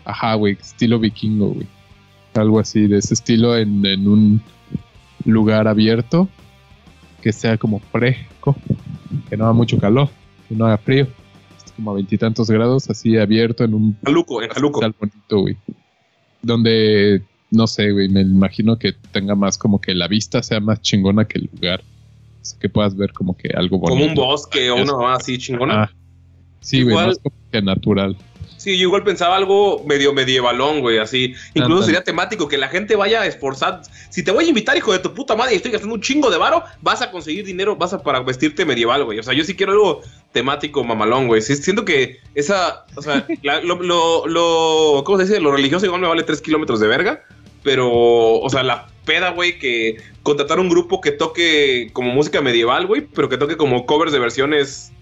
Ajá, güey, estilo vikingo, güey. Algo así de ese estilo en, en un lugar abierto que sea como fresco, que no haga mucho calor, que no haga frío. Esté como a veintitantos grados, así abierto en un
Jaluco, en Jaluco.
tal bonito, güey. Donde, no sé, güey, me imagino que tenga más como que la vista sea más chingona que el lugar. O sea, que puedas ver como que algo bonito.
Como un bosque o
Dios.
una mamá así chingona.
Ah. Sí, güey,
Igual-
más como que natural.
Sí, yo igual pensaba algo medio medievalón, güey, así. Incluso
Ándale.
sería temático que la gente vaya a esforzar. Si te voy a invitar, hijo de tu puta madre, y estoy gastando un chingo de varo, vas a conseguir dinero, vas a para vestirte medieval, güey. O sea, yo sí quiero algo temático mamalón, güey. Sí, siento que esa, o
[laughs]
sea, la- lo, lo, lo- ¿cómo se dice? Lo religioso igual me vale tres kilómetros de verga, pero, o sea, la peda, güey, que contratar un grupo que toque como música medieval, güey, pero que toque como covers de versiones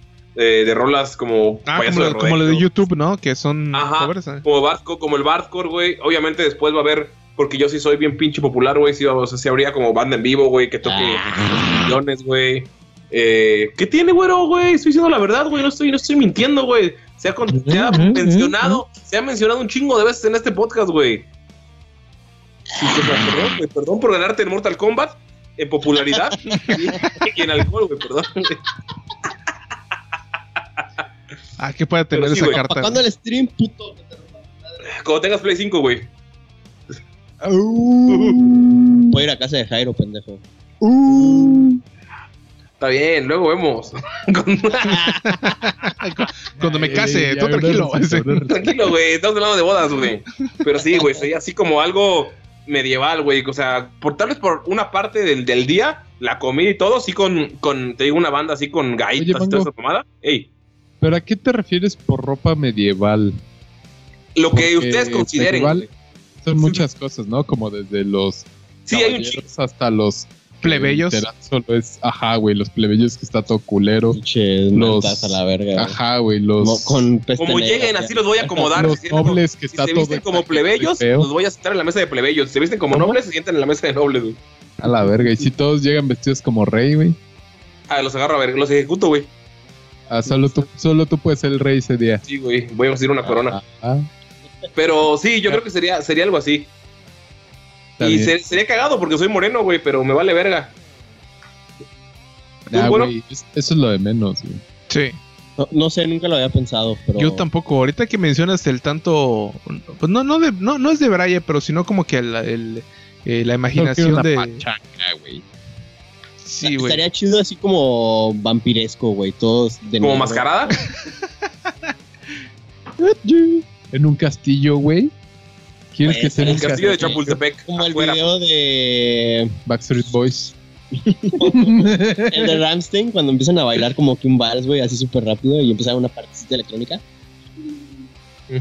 eh, de rolas como...
Ah,
payaso
como, lo, como lo de
rodeo.
YouTube, ¿no? Que son
Ajá.
covers, ¿eh?
Como Barco, como el Barcore, güey. Obviamente después va a haber, porque yo sí soy bien pinche popular, güey. Sí, o sea, sí habría como banda en vivo, güey, que toque
Ah.
Ah,
millones, güey. Eh, ¿Qué tiene, güero, güey? Estoy diciendo la verdad, güey. No estoy, no estoy mintiendo, güey. Se ha, con- se ha mencionado, se ha mencionado un chingo de veces en este podcast, güey. Sí, o sea, perdón, güey, perdón por ganarte en Mortal Kombat, en popularidad y, y en alcohol, güey, perdón.
Ah, que pueda tener
Pero sí,
esa
güey.
carta.
Pagando el stream, puto.
Cuando tengas Play 5, güey.
Voy a ir a casa de Jairo, pendejo.
Está bien, luego vemos. [laughs]
Cuando me case,
Ey, Eh, ya,
tú
una
tranquilo.
receta, una
[laughs]
receta.
Tranquilo, güey, estamos hablando de bodas, güey. Pero sí, güey, sería así como algo medieval, güey. O sea, por, tal vez por una parte del, del día, la comida y todo, sí con, con, te digo, una banda así con
Oye,
gaitas y
Mango.
toda esa pomada. Ey,
¿Pero a qué te refieres por ropa medieval?
lo que
Porque
ustedes consideren.
medieval
güey.
Son muchas cosas, ¿no? Como desde los
Sí, hay un chingo.
caballeros hasta los eh,
Plebeyos.
literal Solo es, ajá, güey, los plebeyos que está todo culero.
Pinches
Los-
mantas a la verga. güey.
Ajá, güey, los,
Mo- con peste
Como
negra,
lleguen,
ya.
así los voy a acomodar.
los
Si se-
nobles que
si
está
se
todo. pues,
visten como plebeyos, pues,
feo.
los voy a sentar en la mesa de plebeyos. Si se visten como
¿Cómo?
nobles, se sientan en la mesa de nobles, güey.
A la verga. Y si todos llegan vestidos como rey, güey.
Ah, los agarro a ver, los ejecuto, güey.
Ah, solo, tú, solo tú puedes ser el rey ese día.
Sí, güey, voy a conseguir una corona.
Ah,
Pero sí, yo creo que sería, sería algo así.
está
y
bien.
ser- sería cagado porque soy moreno, güey, pero me vale verga.
Ah,
bueno.
güey, es- eso es lo de menos, güey.
Sí.
No, no sé, nunca lo había pensado, pero.
Yo tampoco. Ahorita que mencionas el tanto. Pues no, no, de- no, no es de Braille, pero sino como que la, el- eh, la imaginación
Una
Ah,
de.
pachanga, güey.
Sí, güey.
Estaría chido así como vampiresco, güey. Todos de
Como
negro.
[laughs]
mascarada.
En un castillo, güey. ¿Quieres
Pues,
que sea en
El
un
castillo de
castillo?
Chapultepec.
Como el
afuera.
video de.
Backstreet Boys.
El de Ramstein, cuando empiezan a bailar como que un vals, güey, así súper rápido y empieza una partecita electrónica.
Mm.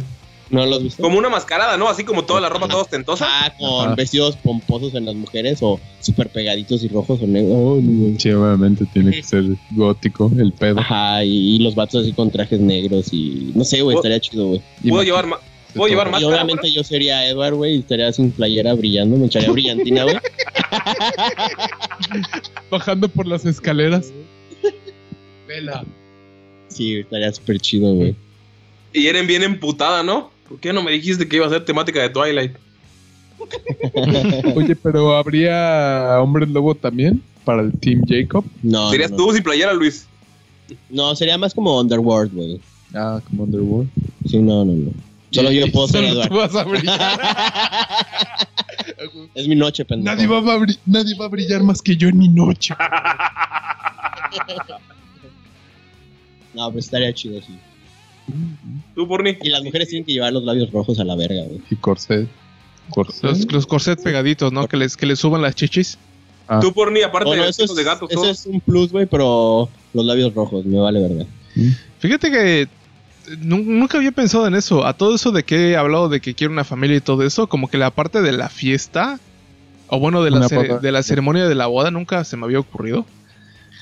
¿No lo has visto?
Como una mascarada, ¿no? Así como toda la ropa toda ostentosa.
Ah, con vestidos pomposos en las mujeres o súper pegaditos y rojos o negros. Oh,
Sí, obviamente tiene que ser gótico el pedo.
Ajá, y, y los vatos así con trajes negros y no sé, güey,
Pues,
estaría chido, güey.
Puedo llevar, ma- ¿puedo llevar
Y
máscara.
obviamente yo sería Edward, güey, y estaría sin playera brillando, me echaría brillantina,
[laughs]
güey.
Bajando por las escaleras. Vela.
Sí, estaría súper chido, güey.
Y Eren bien emputada, ¿no? ¿Por qué no me dijiste que iba a ser temática de Twilight?
Oye, pero ¿habría hombre lobo también para el Team Jacob?
No,
Serías
no, no.
tú sin playera, Luis.
No, sería más como Underworld, güey.
Ah, como Underworld.
Sí, no, no, no. Solo yo puedo ser
Solo
Edward.
tú vas a brillar.
Es mi noche, pendejo.
nadie, va a bri- nadie va a brillar más que yo en mi noche.
No, pero estaría chido, sí.
Tú, Porni.
Y las mujeres tienen que llevar los labios rojos a la verga, güey.
Y corset. Corset.
Los, los corset pegaditos, ¿no? Que les, que les suban las chichis.
Ah.
Tú, Porni, aparte
Bueno,
de
eso
los
es,
de gatos.
eso
todo.
es un plus, güey, pero los labios rojos, me vale verga.
Fíjate que eh, nu- nunca había pensado en eso. A todo eso de que he hablado de que quiero una familia y todo eso, como que la parte de la fiesta, o bueno, de la,
Una
cere-
boda.
de la ceremonia de la boda, nunca se me había ocurrido.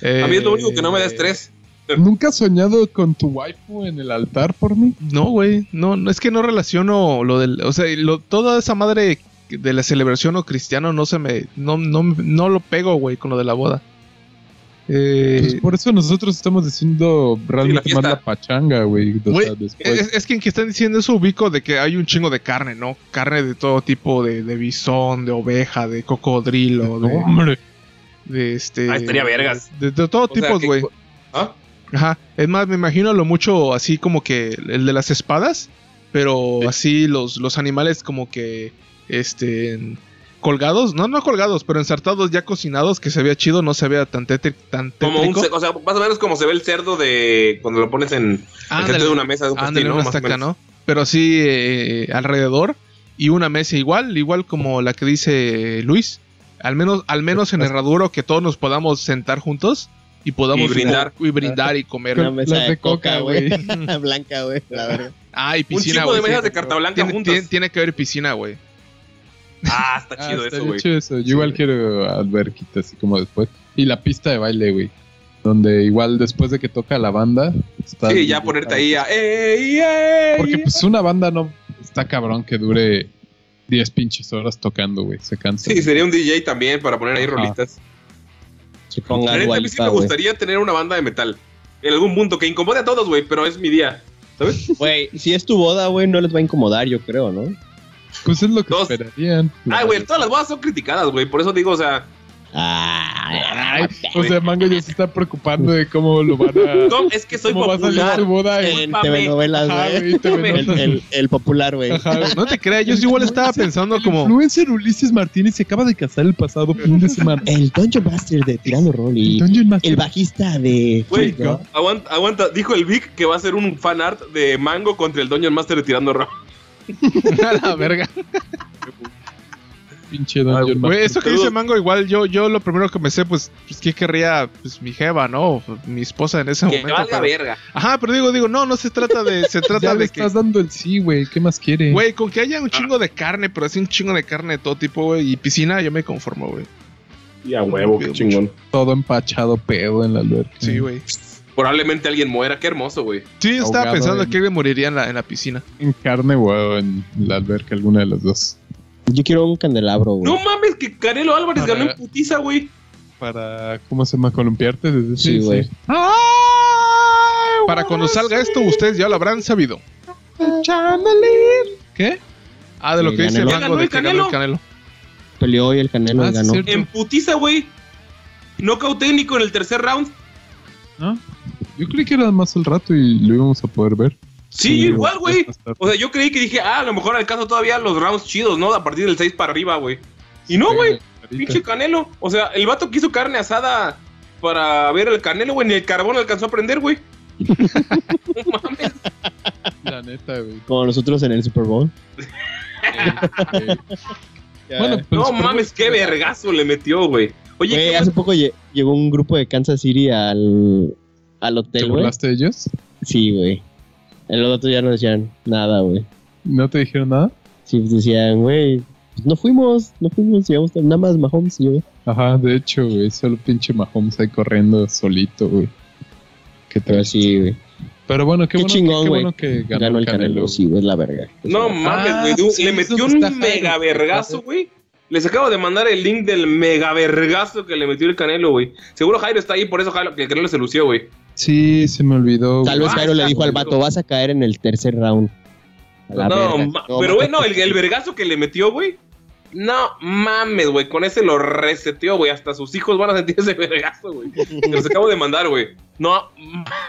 A mí es lo único
Eh,
que no me da estrés.
¿Nunca has soñado con tu waifu en el altar por mí?
No, güey, no, no, es que no relaciono lo del, o sea, lo- toda esa madre de la celebración o cristiano no se me, no, no, no lo pego, güey, con lo de la boda.
Pues
Eh,
por eso nosotros estamos diciendo realmente
fiesta.
más la pachanga, güey. O
Güey,
sea,
Pues-
después.
es, es que en que están diciendo eso ubico de que hay un chingo de carne, ¿no? Carne de todo tipo, de, de bisón, de oveja, de cocodrilo, de,
Hombre.
de este...
Ah, estaría vergas.
De, de todo
O sea,
tipo,
que-
güey.
¿Ah?
Ajá. Es más, me imagino a lo mucho así como que el de las espadas, pero así los, los animales como que este en- colgados, no no colgados, pero ensartados ya cocinados que se vea chido, no se vea tan tétrico, tan
Como un,
tétrico.
ce- o sea, más o menos como se ve el cerdo de cuando lo pones en el
Ándale,
centro de una mesa de un
ándale,
pastel, ¿no?
una
Más o
estaca,
menos.
¿no? Pero así eh, alrededor y una mesa igual, igual como la que dice Luis, al menos al menos en herradura que todos nos podamos sentar juntos y podamos
Y brindar.
y brindar y comer.
Una mesa
las
de,
de
coca,
coca,
güey.
güey. Ah,
Blanca, güey, la verga.
Ah, y
Un
piscina,
chico de
güey,
mesas
sí.
de carta blanca
Tiene,
juntas.
tiene- tiene que haber piscina, güey.
Ah, está
Ah,
chido
estaría
eso, güey.
chido eso. Yo igual quiero alberquita, así como después. Y la pista de baile, güey. Donde igual después de que toca la banda. está-
Sí, ya ponerte ahí a. ¡Ey, ey!
Porque pues una banda no está cabrón que dure 10 pinches horas tocando, güey. Se cansa.
Sí, sería un DJ también para poner ahí
Ajá.
rolitas.
Se ponga
La neta, a mí sí me
guaypa, güey.
gustaría tener una banda de metal. En algún punto que incomode a todos, güey, pero es mi día.
Güey, si es tu boda, güey, no les va a incomodar, yo creo, ¿no?
Pues es lo que
Dos.
esperarían.
Ay, güey, todas las bodas son criticadas, güey. Por eso digo, o sea,
Ah,
Ay, o sea, Mango ya se está preocupando de cómo lo van a...
no, es que soy
¿Cómo va a salir
popular.
su boda? güey.
en
Discúlpame.
telenovelas,
Ajá,
güey.
güey, te ven-
El, el- el popular, güey.
Ajá, güey.
No te creas, yo
[laughs]
sí igual estaba pensando
El
como.
influencer Ulises Martínez se acaba de casar el pasado fin de semana.
El Dungeon Master de Tirando Roll y
Dungeon
[laughs]
Master.
el bajista de.
Güey,
¿no?
aguanta, aguanta. Dijo el Vic que va a ser un fan art de Mango contra el Dungeon Master de tirando rock.
[laughs] A la verga.
Pinche Dungeon
Güey,
Master.
eso que dice Mango, igual yo, yo lo primero que me sé, pues, pues ¿qué querría? Pues mi jeva, ¿no? Mi esposa en ese
Que
momento.
valga
pero-
verga.
Ajá, pero digo, digo, no, no se trata de. Se
[laughs] Ya
trata
le
de que.
estás dando el sí, güey. ¿Qué más quiere?
Güey, con que haya un chingo de carne, pero así un chingo de carne de todo tipo, güey, y piscina, yo me conformo, güey.
Y a huevo,
qué
chingón.
Todo empachado pedo en la alberca.
Sí, güey.
Probablemente alguien muera, qué hermoso, güey.
Sí, yo estaba
Ahogado eh.
pensando
en-
que alguien moriría en la, en la piscina.
En carne o en la alberca, alguna de las dos.
Yo quiero un candelabro, güey.
No mames, que Canelo Álvarez
Para-
ganó en putiza, güey.
Para, ¿cómo se llama? Columpiarte desde
Sí, güey.
Para cuando salga esto, ustedes ya lo habrán sabido.
¿Qué?
Ah, de lo
Sí,
que dice
Canelo.
Ya ganó
Mango de
el
que ganó el canelo.
Peleó y el Canelo
Ah, sí,
ganó.
cierto.
En putiza, güey. Knockout técnico en el tercer round.
¿No? Yo creí que era más al rato y lo íbamos a poder ver.
Sí, igual, güey. O sea, yo creí que dije, ah, a lo mejor alcanzo todavía los rounds chidos, ¿no? A partir del 6 para arriba, güey. Y no, güey. Pinche Canelo. O sea, el vato que hizo carne asada para ver el Canelo, güey, ni el carbón alcanzó a prender,
[laughs]
güey. no mames.
La neta, güey.
Como nosotros en el Super Bowl.
Eh, eh. Bueno, pues,
No
pero-
mames, qué vergazo le metió, güey. Oye,
Güey,
¿qué
hace poco lle- llegó un grupo de Kansas City al, al
¿Te
hotel, güey.
burlaste de ellos?
Sí, güey. El otro ya no decían nada, güey.
¿No te dijeron nada?
Sí, pues decían, güey, pues no fuimos, no fuimos, llegamos tan- nada más Mahomes y yo.
Ajá, de hecho, güey, solo pinche Mahomes ahí corriendo solito, güey. Qué
Pero
triste.
sí, güey.
Pero bueno, qué,
Qué
bueno,
chingón,
qué
güey.
bueno que ganó,
Ganó el Canelo, sí, güey, es la verga.
No mames, güey. du-
pues sí,
le
es
metió
donde
un
está Jairo,
mega vergazo, güey. Les acabo de mandar el link del mega vergazo que le metió el Canelo, güey. Seguro Jairo está ahí, por eso Jairo, que el Canelo se lució, güey.
Sí, se me olvidó.
Tal
güey.
vez Jairo le dijo al vato, vas a caer en el tercer round. A la
No,
verga.
ma-
No,
pero
mames.
güey, no, el, el vergazo que le metió, güey. No mames, güey. Con ese lo reseteó, güey. Hasta sus hijos van a sentir ese vergazo, güey. Que los acabo de mandar, güey. No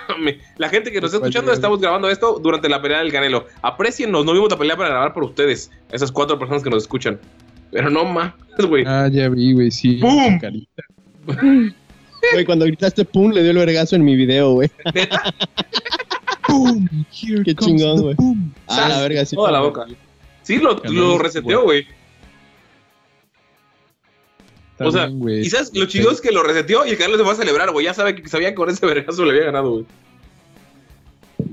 mames. La gente que nos está escuchando, estamos grabando esto durante la pelea del Canelo. Aprecienos, no vimos la pelea para grabar por ustedes. Esas cuatro personas que nos escuchan. Pero no mames, güey.
Ah, ya vi, güey, sí.
¡Bum!
su carita.
[laughs] Güey, cuando gritaste pum, le dio el vergazo en mi video, güey.
¡Boom! Here
Qué
comes
chingón,
the
güey.
boom.
A la verga, sí.
Toda la boca. Sí, lo, lo reseteó, güey. O sea,
También, güey. este,
Quizás lo chido es que lo reseteó y el Canelo se fue a celebrar, güey. Ya sabe que sabía que con ese vergazo le había ganado, güey.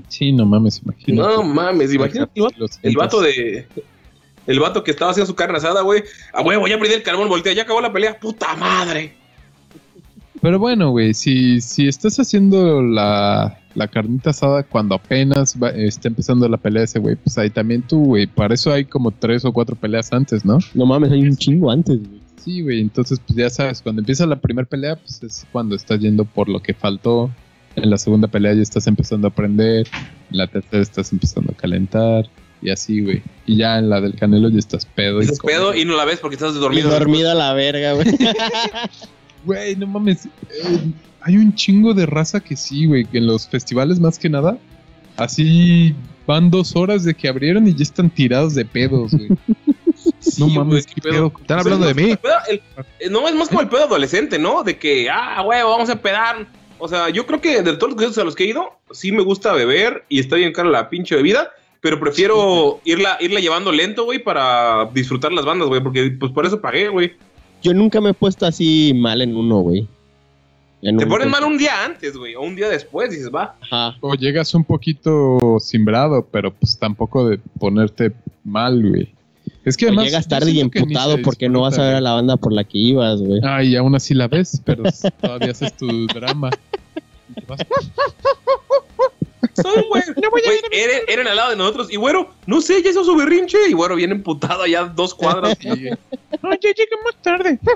Sí, no mames, imagino.
No mames, imagínate el vato- el vato de. El vato que estaba haciendo su carne asada, güey. A huevo, ya prendí el carbón, voltea, ya acabó la pelea. ¡Puta madre!
Pero bueno, güey, si, si estás haciendo la, la carnita asada cuando apenas va- está empezando la pelea ese, güey, pues ahí también tú, güey. Para eso hay como tres o cuatro peleas antes, ¿no?
No mames, hay un chingo antes, güey.
Sí, güey, entonces pues ya sabes, cuando empieza la primera pelea, pues es cuando estás yendo por lo que faltó. En la segunda pelea ya estás empezando a aprender. En la tercera estás empezando a calentar. Y así, güey. Y ya en la del Canelo ya estás pedo.
Pues,
Dices
comes.
pedo y no la ves porque estás
Y
dormido.
dormido a la verga, güey. [laughs]
Güey, no mames. eh, hay un chingo de raza que sí, güey. Que en los festivales más que nada, así van dos horas de que abrieron y ya están tirados de pedos, güey.
[laughs] Sí,
no
güey,
mames,
qué
qué pedo.
Están
Pues,
hablando de mí.
El pedo- el- eh, no, es más como el pedo adolescente, ¿no? De que, ah, huevo, vamos a pedar. O sea, yo creo que de todos los conciertos a los que he ido, sí me gusta beber y está bien cara la pinche bebida, pero prefiero irla, irla llevando lento, güey, para disfrutar las bandas, güey, porque pues por eso pagué, güey.
Yo nunca me he puesto así mal en uno, güey. En
Te
un-
pues,
ponen mal un día antes, güey, o un día después, dices, va.
Ajá.
O llegas un poquito simbrado, pero pues tampoco de ponerte mal, güey. Es que
O
además.
llegas
yo
tarde y
siento que ni
emputado
se
porque no vas a
disfruta,
ver a la banda por la que ibas, güey.
güey. Ay, aún así la ves, pero todavía haces tu [laughs] drama. Y te vas-
Son, güey. Güey, Eren, Eren al lado de nosotros. Y güero, no sé, ya hizo su berrinche. Y güero viene emputado allá dos
[laughs]
cuadras.
No, ya llegamos tarde. [laughs]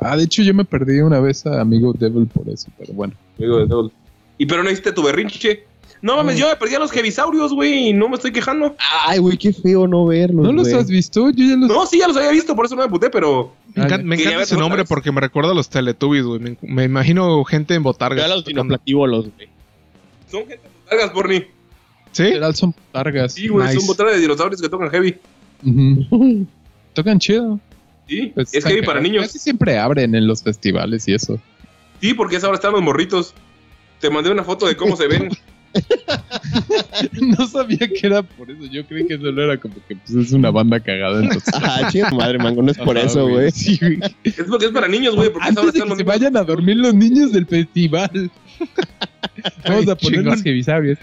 Ah, de hecho yo me perdí una vez a Amigo Devil por eso, pero bueno.
Amigo de todos. Y pero no hiciste tu berrinche. No
Mm.
mames, yo me perdí a los Jevisaurios, güey. Y no me estoy quejando.
Ay, güey, qué feo no verlos,
¿No los
Pues, güey.
has visto? Yo ya los...
No, sí, ya los había visto, por eso no me puté, pero.
Me encanta, me
Quería
encanta
ver
ese
otra
nombre
vez.
porque me recuerda a los Teletubbies, güey. Me, me imagino gente en botargas.
Yo a los
tocando.
dinoplatíbolos, [laughs] güey.
Son gente de botargas, Porni.
¿Sí?
Literal son largas.
Sí, güey,
Nice.
son botargas de dinosaurios que tocan heavy.
Ujú. Tocan chido.
Sí,
Pues,
es
están
heavy para
cagados.
niños.
Casi siempre abren en los festivales y eso.
Sí, porque esa hora están los morritos. Te mandé una foto de cómo se
[laughs]
ven.
no sabía que era por eso. Yo creí que solo era como que pues, es una banda cagada. Entonces,
Ajá, chido, Ah, madre, mango, no es [laughs] por
Ajá,
eso, güey.
Sí, güey.
Es porque es para niños, güey. Porque esa hora
Antes de
están
que
los
se
niños.
vayan a dormir los niños del
[laughs]
festival. Vamos a poner
Ay, chingón.
los jevisabios.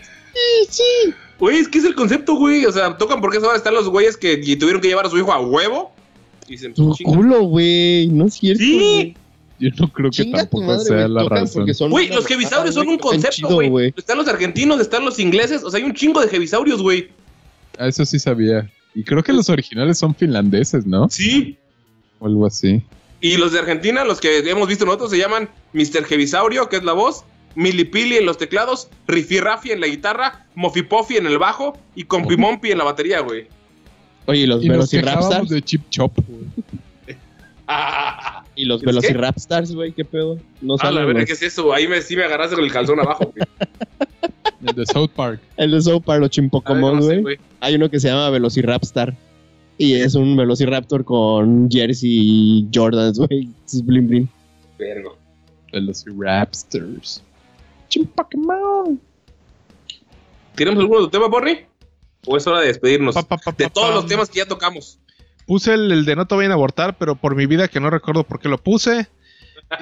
Güey, es que es el concepto, güey. O sea, tocan porque a esa hora están los güeyes que y tuvieron que llevar a su hijo a huevo. Y "Pues, se
Tu culo, güey. No es cierto.
Sí.
güey.
Yo no creo que
Chinga tu
tampoco
madre,
sea
güey,
la
tocan
razón.
porque son
Güey,
una
los
mamada,
jevisaurios son un
que están
concepto,
chido,
güey. Están los argentinos, están los ingleses. O sea, hay un chingo de jevisaurios, güey.
Ah, eso sí sabía. Y creo que los originales son finlandeses, ¿no?
Sí.
O algo así.
Y los de Argentina, los que hemos visto nosotros, se llaman Mr. Jevisaurio, que es la voz, Milipili en los teclados, Riffy Raffi en la guitarra, Moffy Poffy en el bajo y Compi Mompi en la batería, güey.
Oye, ¿y los
Y nos
Velociraptors?
quejábamos de Chip Chop. güey.
Ah,
Y los
¿Qué?
Velociraptors, güey, qué pedo. No
ah, la
salen,
verdad
güey.
que es eso. Ahí me, sí me agarraste con el calzón abajo, güey.
El de South Park.
El de South Park, los
A ver,
chimpocomón,
Ah, no sé,
güey.
güey.
Hay uno que se llama Velociraptor. Y es un Velociraptor con jersey y Jordans, güey. Es bling bling.
Vergo.
Pues,
Velociraptors. Chimpaquemao.
¿Tenemos algún otro tema, Borny? ¿O es hora de despedirnos?
Pa, pa, pa,
De
pa,
todos
pam.
los temas que ya tocamos.
Puse el, el de no te vayan a abortar, pero por mi vida que no recuerdo por qué lo puse.
[laughs]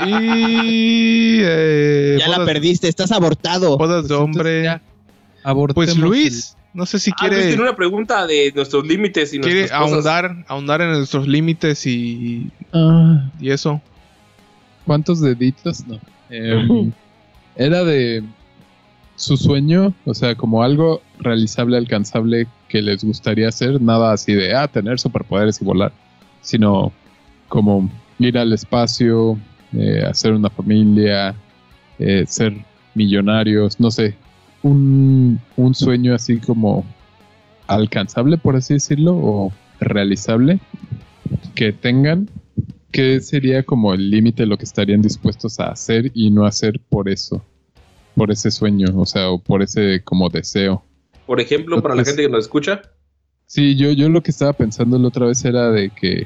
Y. eh,
ya la
bodas-
perdiste, estás abortado.
Bodas de hombre. Pues Luis, no sé si
Ah, Luis
quiere,
tiene una pregunta de nuestros límites y
quiere
nuestras cosas.
ahondar, ahondar en nuestros límites y,
Ah,
y eso.
¿Cuántos deditos? No. Em, era de su sueño, o sea, como algo realizable, alcanzable que les gustaría hacer, nada así de, ah, tener superpoderes y volar, sino como ir al espacio, eh, hacer una familia, eh, ser millonarios, no sé, un, un sueño así como alcanzable, por así decirlo, o realizable que tengan ¿Qué sería como el límite de lo que estarían dispuestos a hacer y no hacer por eso? Por ese sueño, o sea, o por ese como deseo.
Por ejemplo, para la gente que nos escucha,
Sí, yo, yo lo que estaba pensando la otra vez era de que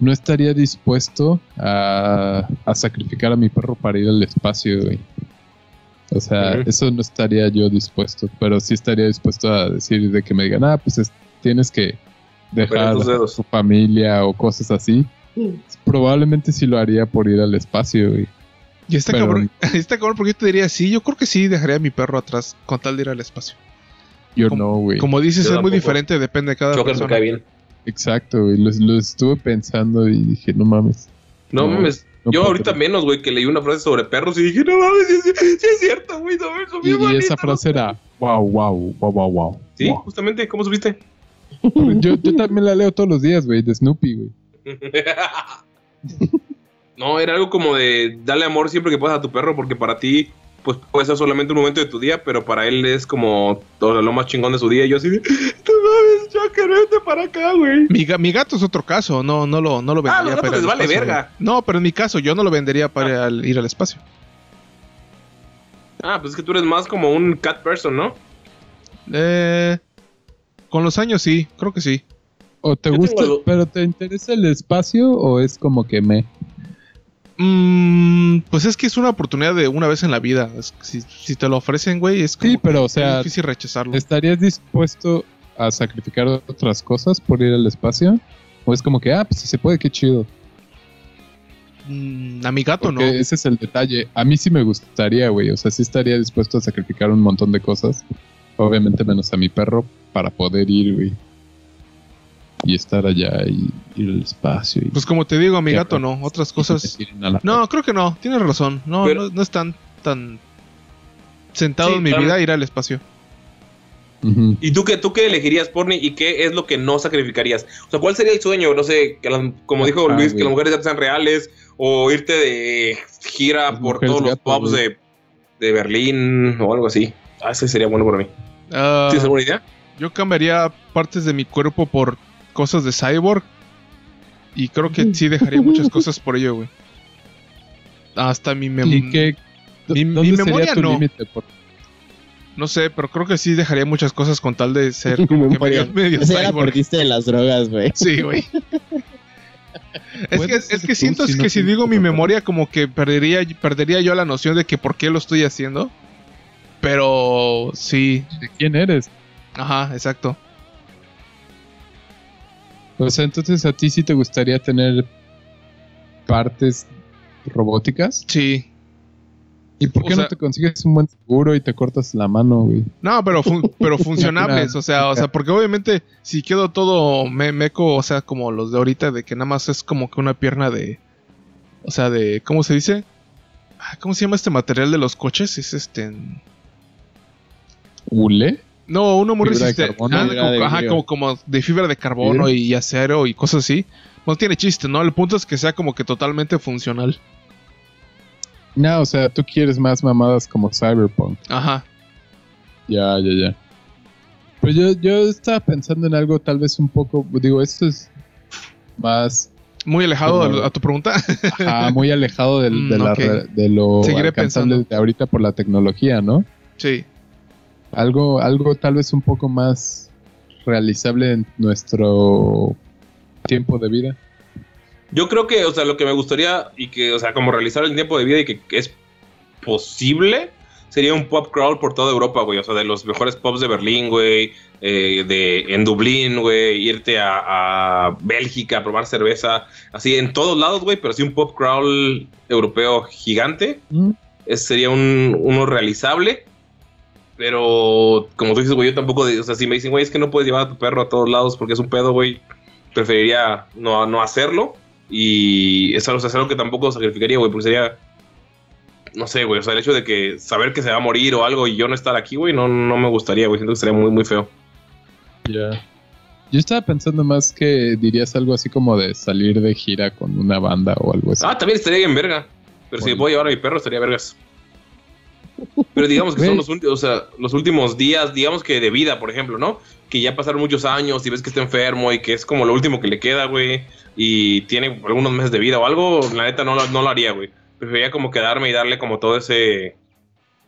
no estaría dispuesto a, a sacrificar a mi perro para ir al espacio, güey. O sea,
Ujú.
eso no estaría yo dispuesto, pero sí estaría dispuesto a decir de que me digan, ah, pues es- tienes que dejar
tus
a
dedos".
tu familia o cosas así. Probablemente sí lo haría por ir al espacio, güey.
Y está
Pero-
cabrón, [laughs] está cabrón porque yo te diría, sí, yo creo que sí dejaría a mi perro atrás con tal de ir al espacio.
Yo
Como-
no, güey.
Como
Yo
dices, es muy
tampoco.
diferente, depende de cada
Joker me
persona.
cae bien.
Exacto, güey. Lo, lo estuve pensando y dije, no mames.
No
No,
mames.
no
Yo
puedo
ahorita
creer.
menos, güey, que leí una frase sobre perros y dije, no mames, sí, sí, sí es cierto, güey, no mames, son
Y,
bien
y esa
bonitos".
frase era, wow, wow, wow, wow, wow.
Sí,
Wow.
justamente, ¿cómo supiste?
Yo, yo también la leo todos los días, güey, de Snoopy, güey.
[laughs] no, era algo como de dale amor siempre que puedas a tu perro, porque para ti, pues puede ser solamente un momento de tu día, pero para él es como todo lo más chingón de su día. Y yo así de, no mames, Joker, vete para acá, güey.
Mi, ga- mi gato es otro caso, no, no lo, no lo vendería
Ah, los gatos
para
les
ir al
vale
espacio,
verga.
güey. No, pero en mi caso, yo no lo vendería para al- ir al espacio.
Ah, pues es que tú eres más como un cat person, ¿no?
Eh, con los años sí, creo que sí.
O te
Yo
gusta,
tengo algo-
pero te interesa el espacio o es como que me.
Mm, pues es que es una oportunidad de una vez en la vida. Es- si, si te lo ofrecen, güey, es como
Sí, pero o
que es
sea,
difícil rechazarlo.
¿estarías dispuesto a sacrificar otras cosas por ir al espacio? O es como que, ah, pues si se puede, qué chido.
Mm, a mi gato
Porque
no.
ese es el detalle. A mí sí me gustaría, güey. O sea, sí estaría dispuesto a sacrificar un montón de cosas. Obviamente menos a mi perro para poder ir, güey. Y estar allá y ir al espacio. Y
Pues como te digo, a mi
Qué
gato
raro.
no. Otras
y [laughs]
cosas.
que tiren a la-
No, creo que no. Tienes razón. No,
Pero-
no, no es tan, tan sentado
Sí,
en mi
claro.
vida ir al espacio.
Ujú.
¿Y tú qué, tú qué elegirías, Porni? ¿Y qué es lo que no sacrificarías? O sea, ¿cuál sería el sueño? No sé, que las- como dijo
Ajá,
Luis, que
Ah, güey.
las mujeres ya sean reales, o irte de gira
Las
por
mujeres
todos los
gato,
pubs
güey.
de, de Berlín o algo así. Ah, ese sería bueno para mí.
Ah,
¿Tienes alguna idea?
yo cambiaría partes de mi cuerpo por cosas de cyborg. Y creo que sí dejaría
[laughs]
muchas cosas por ello, güey. Hasta mi
¿Y
memoria.
qué?
Mi-
¿Dónde
mi
sería
memoria
tu
no.
límite? Por-
No sé, pero creo que sí dejaría muchas cosas con tal
[laughs]
de ser como que medio, medio
Esa ya la
cyborg.
perdiste de las drogas,
[laughs]
güey.
Sí, güey. es que,
Puedes
es
ser
que
tú
siento
si
es
no
que si
tienes
digo
que
mi
tratar.
memoria, como que perdería, perdería yo la noción de que por qué lo estoy haciendo. Pero sí,
¿De quién eres?
ajá, exacto.
O sea, entonces a ti sí te gustaría tener partes robóticas.
Sí.
¿Y por
O
qué no
sea-
te consigues un buen seguro y te cortas la mano, güey?
No,
[laughs]
pero, fun- pero funcionables, o sea, o sea, porque obviamente si quedo todo me meco, o sea, como los de ahorita, de que nada más es como que una pierna de, o sea, de, ¿cómo se dice? Ah, ¿Cómo se llama este material de los coches? Es este...
¿Hule?
No, uno muy
Fibra de
resistente.
carbono.
Ah,
Fibra
como-
de
ajá,
vidrio.
como, como de fibra de carbono y acero y cosas así. No tiene chiste, ¿no? El punto es que sea como que totalmente funcional.
No, o sea, tú quieres más mamadas como Cyberpunk.
Ajá.
Ya, ya, ya. Pues yo, yo estaba pensando en algo tal vez un poco, digo, esto es más
Muy alejado
Como-
a, a tu pregunta. [laughs]
ajá, muy alejado del- de,
Mm,
la
ok.
re- de lo
Seguiré
alcanzable
pensando.
de ahorita por la tecnología, ¿no?
sí.
Algo, algo tal vez un poco más realizable en nuestro tiempo de vida.
Yo creo que, o sea, lo que me gustaría y que, o sea, como realizar el tiempo de vida y que, que es posible sería un pop crawl por toda Europa, güey. O sea, de los mejores pubs de Berlín, güey. eh, de, en Dublín, güey. Irte a, a Bélgica a probar cerveza. Así en todos lados, güey. Pero sí un pop crawl europeo gigante.
Mm.
Ese sería un, uno realizable. Pero como tú dices, güey, yo tampoco. de- O sea, si me dicen, güey, es que no puedes llevar a tu perro a todos lados porque es un pedo, güey. Preferiría no, no hacerlo. Y eso o sea, es algo que tampoco sacrificaría, güey, porque sería no sé, güey. O sea, el hecho de que saber que se va a morir o algo y yo no estar aquí, güey, no, no me gustaría, güey. Siento que sería muy, muy feo.
Ya. Yo estaba pensando más que dirías algo así como de salir de gira con una banda o algo así.
Ah, también estaría bien verga. Pero si puedo llevar a mi perro, estaría vergas. Pero digamos que son
Güey.
los, últimos, o sea, los últimos días, digamos que de vida, por ejemplo, ¿no? Que ya pasaron muchos años y ves que está enfermo y que es como lo último que le queda, güey. Y tiene algunos meses de vida o algo, la neta no, lo- no lo haría, güey. Preferiría como quedarme y darle como todo ese...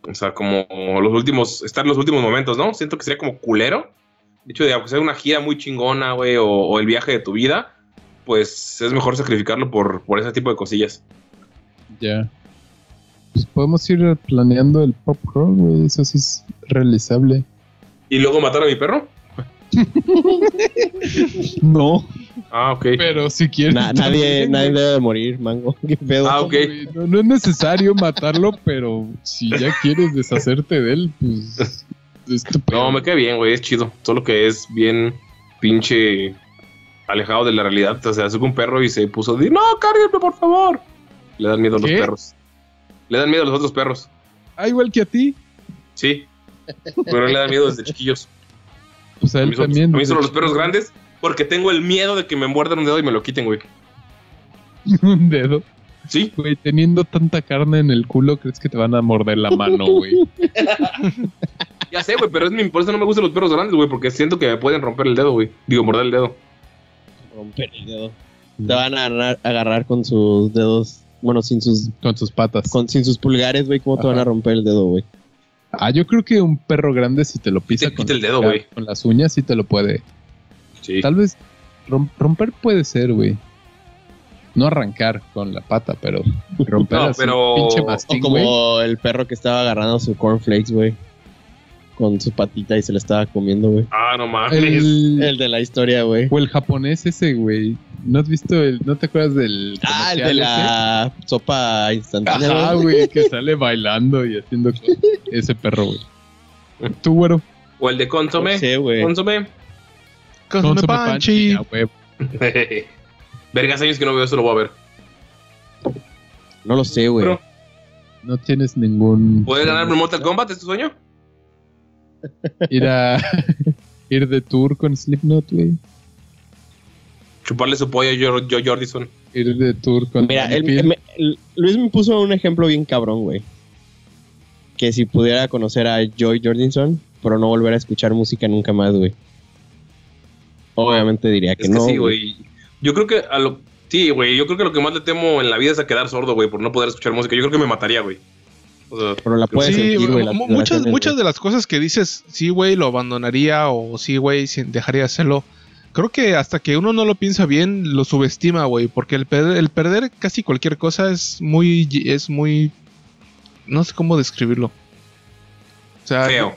O sea, como los últimos, estar en los últimos momentos, ¿no? Siento que sería como culero. De hecho, de aunque sea una gira muy chingona, güey, o, o el viaje de tu vida, pues es mejor sacrificarlo por, por ese tipo de cosillas.
Ya. Pues podemos ir planeando el pop crawl, güey. Eso sí es realizable.
¿Y luego matar a mi perro?
No,
Ah, ok.
pero si quieres.
Na- nadie,
también,
nadie
güey.
debe de morir, mango. [laughs] ¿Qué pedo?
Ah, ok.
Güey, No, no es necesario matarlo, pero si ya quieres deshacerte de él, pues. es tu
No,
pedo.
me queda bien, güey, es chido. Solo que es bien pinche alejado de la realidad. O sea, sube un perro y se puso a decir, no, cárguenme, por favor. Le dan miedo a
¿Qué?
los perros. Le dan miedo a los otros perros.
Ah, igual que a ti.
Sí. Pero le dan miedo desde chiquillos.
Pues a
A
él
mí, solo-
también.
a mí solo los perros grandes porque tengo el miedo de que me muerdan un dedo y me lo quiten, güey.
[laughs] Un dedo.
Sí.
Güey, teniendo tanta carne en el culo, crees que te van a morder la mano, güey.
Ya sé, güey, pero es mi, por eso no me gustan los perros grandes, güey, porque siento que me pueden romper el dedo, güey. Digo, morder el dedo.
Romper el dedo. [laughs]
Mm.
Te van a agarrar, agarrar con sus dedos, bueno, sin sus,
Con sus patas.
con, sin sus pulgares, güey. ¿Cómo te van
Ajá.
a romper el dedo, güey?
Ah, yo creo que un perro grande, si te lo pisa
Te
con,
quita el dedo, güey.
con las uñas, sí te lo puede.
Sí.
Tal vez rom- romper puede ser, güey. No arrancar con la pata, pero romper
No,
así,
pero-
pinche
o
O
mastín, güey.
como el perro que estaba agarrando su cornflakes, güey. Con su patita y se la estaba comiendo, güey.
Ah, no mames.
El,
El de la historia, güey.
O el japonés ese, güey. ¿No has visto el... ¿No te acuerdas del...
Ah, el
comercial
de la sopa
ese?
instantánea.
Ajá,
güey.
güey, que sale bailando y haciendo cosas. ese perro, güey. Tú, güero.
O el de consomé.
No sé, güey.
Consomé.
Pues
Consume
Consume
panchi.
ya, güey.
Vergas años que no veo eso, lo voy a ver.
No lo sé, güey.
Pero-
No tienes ningún...
¿Puedes ganarme un Mortal Kombat? ¿Es tu sueño? [laughs]
Ir a... [laughs] ir de tour con Slipknot, güey.
Chuparle su pollo a Jor- Joe Jordison.
Ir de tour con...
Mira, él-
Anfield.
me- el- Luis me puso un ejemplo bien cabrón, güey. Que si pudiera conocer a Joy Jordinson, pero no volver a escuchar música nunca más, güey. Obviamente diría que
Es que
no.
sí,
güey.
güey. Yo creo que a lo. Sí, güey. Yo creo que lo que más le temo en la vida es a quedar sordo, güey, por no poder escuchar música. Yo creo que me mataría, güey. O sea,
Pero la puedes
Sí,
sentir, güey.
mu-
las
mu- muchas,
vibraciones,
muchas
güey.
de las cosas que dices, sí, güey, lo abandonaría o sí, güey, sin- dejaría de hacerlo. Creo que hasta que uno no lo piensa bien, lo subestima, güey, porque el, per- el perder casi cualquier cosa es muy, es muy, no sé cómo describirlo. O sea,
feo.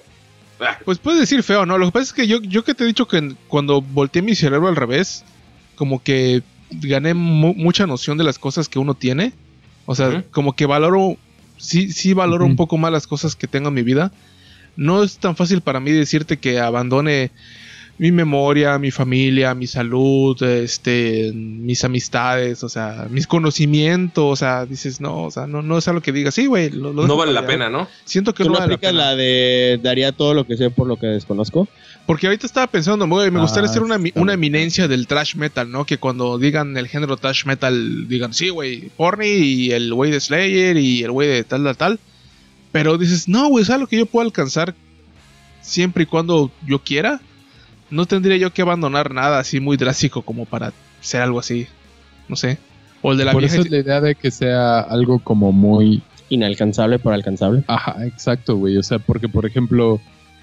Ah,
pues puedes decir feo, ¿no? Lo que pasa es que yo, yo que te he dicho que en- cuando volteé mi cerebro al revés, como que gané mu- mucha noción de las cosas que uno tiene. O sea,
Ujú.
como que valoro, sí, sí valoro
Ujú.
un poco más las cosas que tengo en mi vida. No es tan fácil para mí decirte que abandone mi memoria, mi familia, mi salud, este, mis amistades, o sea, mis conocimientos, o sea, dices, no, o sea, no, no es algo que digas, sí, güey, lo-
No
lo dejo
vale la
para allá".
pena, ¿no?
Siento que
¿Tú
no
no
vale la
aplicas
pena.
la de daría todo lo que sé por lo que desconozco?
Porque ahorita estaba pensando, güey, me
Ah,
gustaría ser una, mi-
está
una
bien.
eminencia del trash metal, ¿no? Que cuando digan el género trash metal, digan, sí, güey, Porny y el güey de Slayer y el güey de tal, tal, tal. Pero dices, no, güey, es algo que yo puedo alcanzar siempre y cuando yo quiera. No tendría yo que abandonar nada así muy drástico como para ser algo así. No sé. O el de la
Por
vieja.
eso es la idea de que sea algo como muy...
Inalcanzable por alcanzable.
Ajá, exacto, güey. O sea, porque, por ejemplo,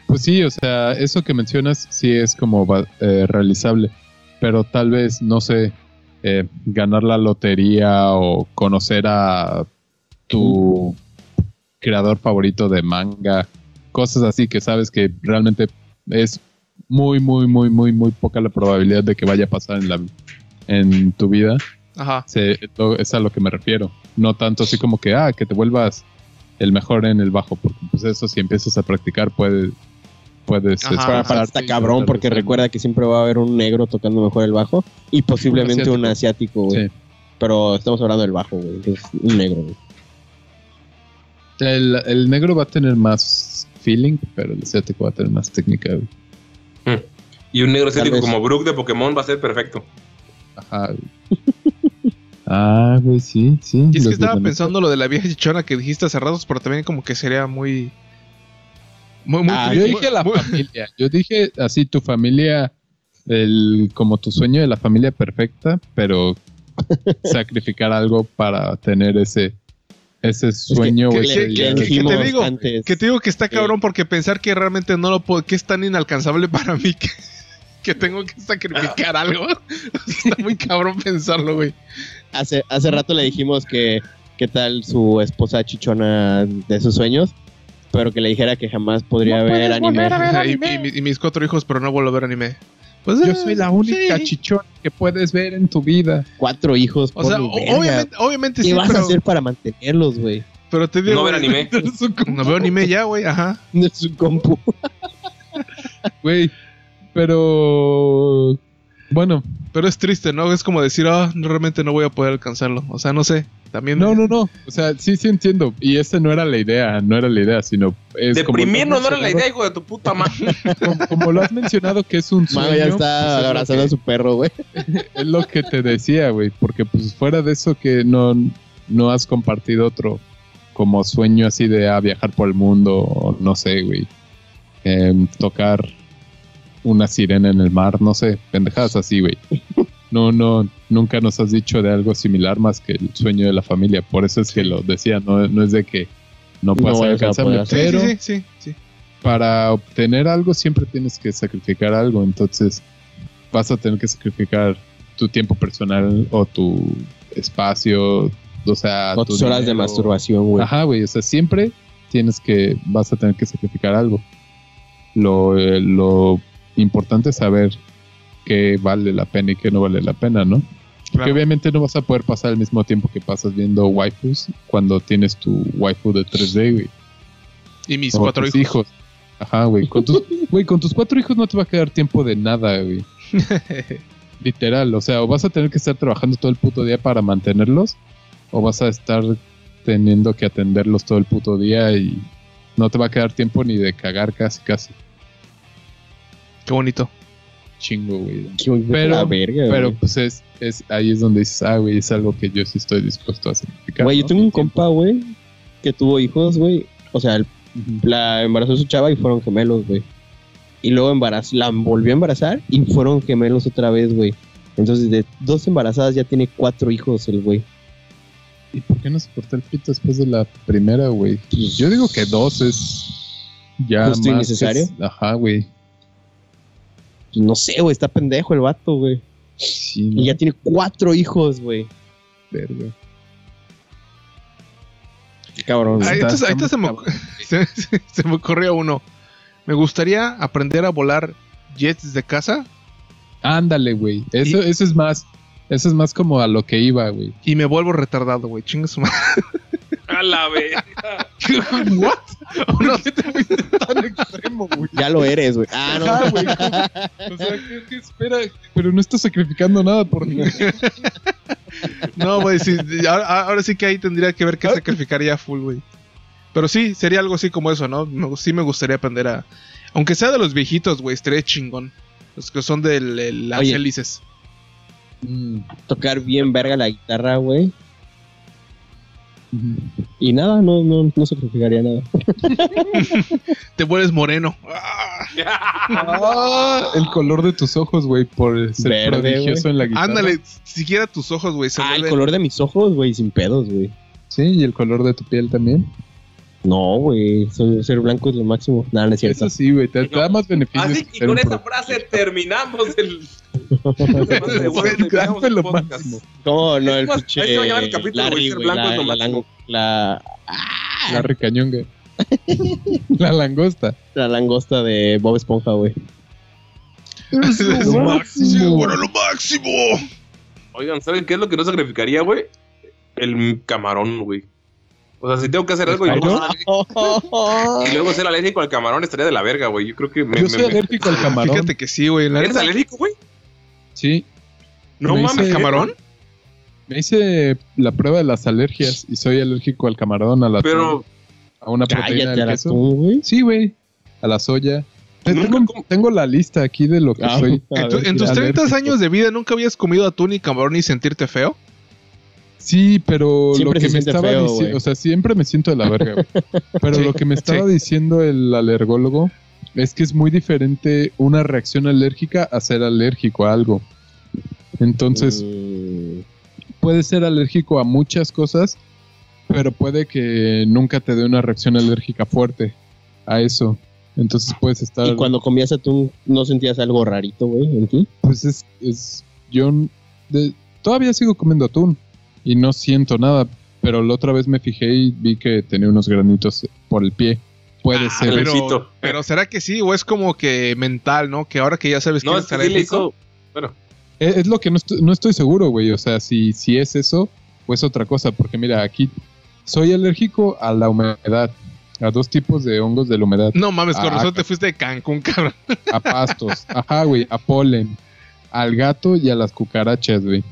pues sí, o sea, eso que mencionas sí es como va- eh, realizable, pero tal vez, no sé, eh, ganar la lotería o conocer a tu creador favorito de manga, cosas así que sabes que realmente es muy, muy, muy, muy, muy poca la probabilidad de que vaya a pasar en, la, en tu vida.
Ajá.
Se- lo- es a lo que me refiero. No tanto así como que, ah, que te vuelvas el mejor en el bajo, porque pues eso si empiezas a practicar puede, puedes...
Ajá.
esforzarte
Para-
Para está
y
cabrón porque
traducirlo.
recuerda que siempre va a haber un negro tocando mejor el bajo y posiblemente un asiático, güey.
Sí.
Pero estamos hablando del bajo, güey. entonces, un negro, güey.
El, el negro va a tener más feeling, pero el asiático va a tener más técnica. güey.
Y un negro
Tal
estético
vez.
como Brook de Pokémon va a ser perfecto.
Ajá.
[laughs]
güey. ah, güey, sí, sí.
Y es
los
que estaba
vietnamitas.
pensando lo de la vieja chichona que dijiste hace ratos, pero también como que sería muy. Muy, muy.
Ah,
muy-
Yo dije la
muy-
familia. Yo dije así tu familia, el, como tu sueño de la familia perfecta, pero
[laughs]
sacrificar algo para tener ese, ese sueño.
que-
o
que-
ese
que-
día
que-
de-
que- dijimos te digo?
antes.
Que te digo que está cabrón porque pensar que realmente no lo puedo. que es tan inalcanzable para mí que, [laughs] que tengo
[laughs]
que sacrificar algo. [laughs] está muy cabrón pensarlo, güey.
hace, hace rato le dijimos que qué tal su esposa chichona de sus sueños, pero que le dijera que jamás podría ver anime.
Y, y mi- y mis cuatro hijos, pero no vuelvo a ver anime. Pues,
Yo
eh,
soy la única
sí.
chichona que puedes ver en tu vida.
Cuatro hijos,
O sea,
ponle
o-
verga.
obviamente, obviamente
¿Qué
sí,
vas
pero,
a hacer para mantenerlos, güey?
pero te digo.
No ver
güey,
anime.
[laughs] No veo anime ya, güey, ajá.
De su compu.
Güey, pero... Bueno,
Pero es triste, ¿no? Es como decir, ah, no, realmente no voy a poder alcanzarlo. O sea, no sé. También.
no, no, no. O sea, sí, sí entiendo. Y esa no era la idea, no era la idea, sino... Es como-
Deprimirnos no era la idea, hijo de tu puta madre.
Como, como lo has mencionado que es un sueño...
Mano, ya
pues, es
está
lo
abrazando
que-
a su perro, güey.
es lo que te decía, güey, porque pues fuera de eso que no, no has compartido otro como sueño así de ah, viajar por el mundo, o no sé, güey, em, tocar una sirena en el mar, no sé, pendejadas así, güey. No, no, nunca nos has dicho de algo similar más que el sueño de la familia, por eso es que lo decía, no, no es de que no puedas
vayas a
alcanzarlo,
poder hacer.
pero
Sí, sí, sí, sí, sí.
para obtener algo siempre tienes que sacrificar algo, entonces vas a tener que sacrificar tu tiempo personal o tu espacio, o sea,
O
tu
tus horas de
dinero.
masturbación, güey.
Ajá, güey, o sea, siempre tienes que vas a tener que sacrificar algo. Lo, eh, lo importante es saber qué vale la pena y qué no vale la pena, ¿no?
Claro.
Que obviamente no vas a poder pasar el mismo tiempo que pasas viendo waifus cuando tienes tu waifu de 3D, güey
Y mis
con
cuatro
tus
hijos.
Ajá, güey.
[laughs]
Con tus, güey, con tus cuatro hijos no te va a quedar tiempo de nada, güey. Literal, o sea, o vas a tener que estar trabajando todo el puto día para mantenerlos, o vas a estar teniendo que atenderlos todo el puto día y no te va a quedar tiempo ni de cagar casi, casi.
[laughs] Qué bonito.
Chingo, güey.
Qué bonita
Pero-
la verga, güey.
Pero pues es, es, ahí es donde dices, ah, güey, es algo que yo sí estoy dispuesto a sacrificar.
Güey, yo
¿no?
tengo un
Mi tiempo.
compa, güey, que tuvo hijos, güey. O sea, el- la embarazó su chava y fueron gemelos, güey. Y luego embaraz la volvió a embarazar y fueron gemelos otra vez, güey. Entonces, de dos embarazadas ya tiene cuatro hijos el güey.
¿Y por qué no se cortó el pito después de la primera, güey? Yo digo que dos es ya
Justo y
más que-
necesario.
Ajá, güey.
Pues no sé, güey, está pendejo el vato, güey.
Sí, no,
Y ya tiene cuatro hijos, güey.
verga.
Qué Cabrón.
Ah,
güey.
entonces,
Pues está
ahorita se me, se, se- [laughs] se me ocurrió uno. Me gustaría aprender a volar jets desde casa
Ándale, güey. Eso, eso es más. Eso es más como a lo que iba, güey.
y me vuelvo retardado, güey. Chinga su madre.
A la
[laughs]
vez.
¿What?
No,
Tan extremo, güey.
Ya lo eres, güey. Ah, no.
Ajá, güey. O sea, ¿qué, qué espera? Pero no está sacrificando nada por mí.
No, güey, sí, ahora, ahora sí que ahí tendría que ver qué sacrificaría full, güey. Pero sí, sería algo así como eso, ¿no? Me- sí me gustaría aprender a... Aunque sea de los viejitos, güey, estaría chingón. Los que son de las
Oye.
hélices.
Mm.
Tocar bien verga la guitarra, güey. Y nada, no, no, no sacrificaría nada.
Te
[laughs]
vuelves moreno. ¡Ah!
Ah, el color de tus ojos, güey, por ser
Verde,
prodigioso en la guitarra.
Ándale, siquiera tus ojos, güey, se
Ah, el
vuelven- [laughs]
color de mis ojos, güey, sin pedos, güey.
Sí, y el color de tu piel también.
No, güey, soy- ser blanco es lo máximo. Nada, no es
[laughs]
cierto.
Eso sí, güey, te, te da más
[laughs]
beneficios.
Así
que
que
ser
con
un
esa
pro-
frase terminamos el. [laughs]
Ser blanco es lo máximo.
¿Cómo no
Es
el
más,
pinche
ahí Pues, se va a llamar el capítulo,
Larry,
güey, ser
güey,
blanco es lo
la, la,
máximo.
la- la-
La ricañonga. la langosta.
La langosta de Bob Esponja, güey.
Es lo máximo, bueno, lo
máximo. Oigan, ¿saben qué es lo que no sacrificaría, güey? El camarón, güey. O sea, si tengo que hacer algo y luego, y luego ser alérgico al camarón estaría de la verga, güey. Yo creo que me.
Yo
me-
soy
me-
alérgico al camarón.
Fíjate que sí, güey. la
¿Eres
neta.
alérgico, güey?
Sí.
No
Me
mames,
hice-
¿Camarón?
Me hice la prueba de las alergias y soy alérgico al camarón, a la
Pero.
a una proteína
Cállate
del
a la
queso.
tú, güey.
Sí, güey. A la soya. Eh,
Nunca
Tengo,
com-
tengo la lista aquí de lo que
Ah,
soy.
a
En, tu-
ver,
en tus
a ver,
30
tipo-
años de vida nunca habías comido atún ni camarón y sentirte feo.
Sí, pero
Siempre
lo
se
que me
siente
estaba
feo, güey.
diciendo, o sea, siempre me siento de la
[laughs]
verga, güey. Pero
Sí,
lo que me estaba diciendo el alergólogo es que es muy diferente una reacción alérgica a ser alérgico a algo. Entonces,
Mm,
puedes ser alérgico a muchas cosas, pero puede que nunca te dé una reacción alérgica fuerte a eso. Entonces puedes estar.
y cuando comías atún, ¿no sentías algo rarito, güey, en ti?
Pues es. es yo n- de- todavía sigo comiendo atún y no siento nada, pero la otra vez me fijé y vi que tenía unos granitos por el pie. Puede ser.
pero-
Alexito.
Pero será que sí, o es como que mental, ¿no? Que ahora que ya sabes
No,
que
es
eres
que sí le
alérgico.
hizo. Bueno,
E, Es, es lo que no, estu- no estoy seguro, güey. O sea, si, si es eso o es otra cosa. Porque mira, aquí soy alérgico a la humedad. A dos tipos de hongos de la humedad.
No mames, con
Ah,
razón
ca-
te fuiste de Cancún, cabrón.
a pastos, ajá, güey, a polen, al gato y a las cucarachas, güey.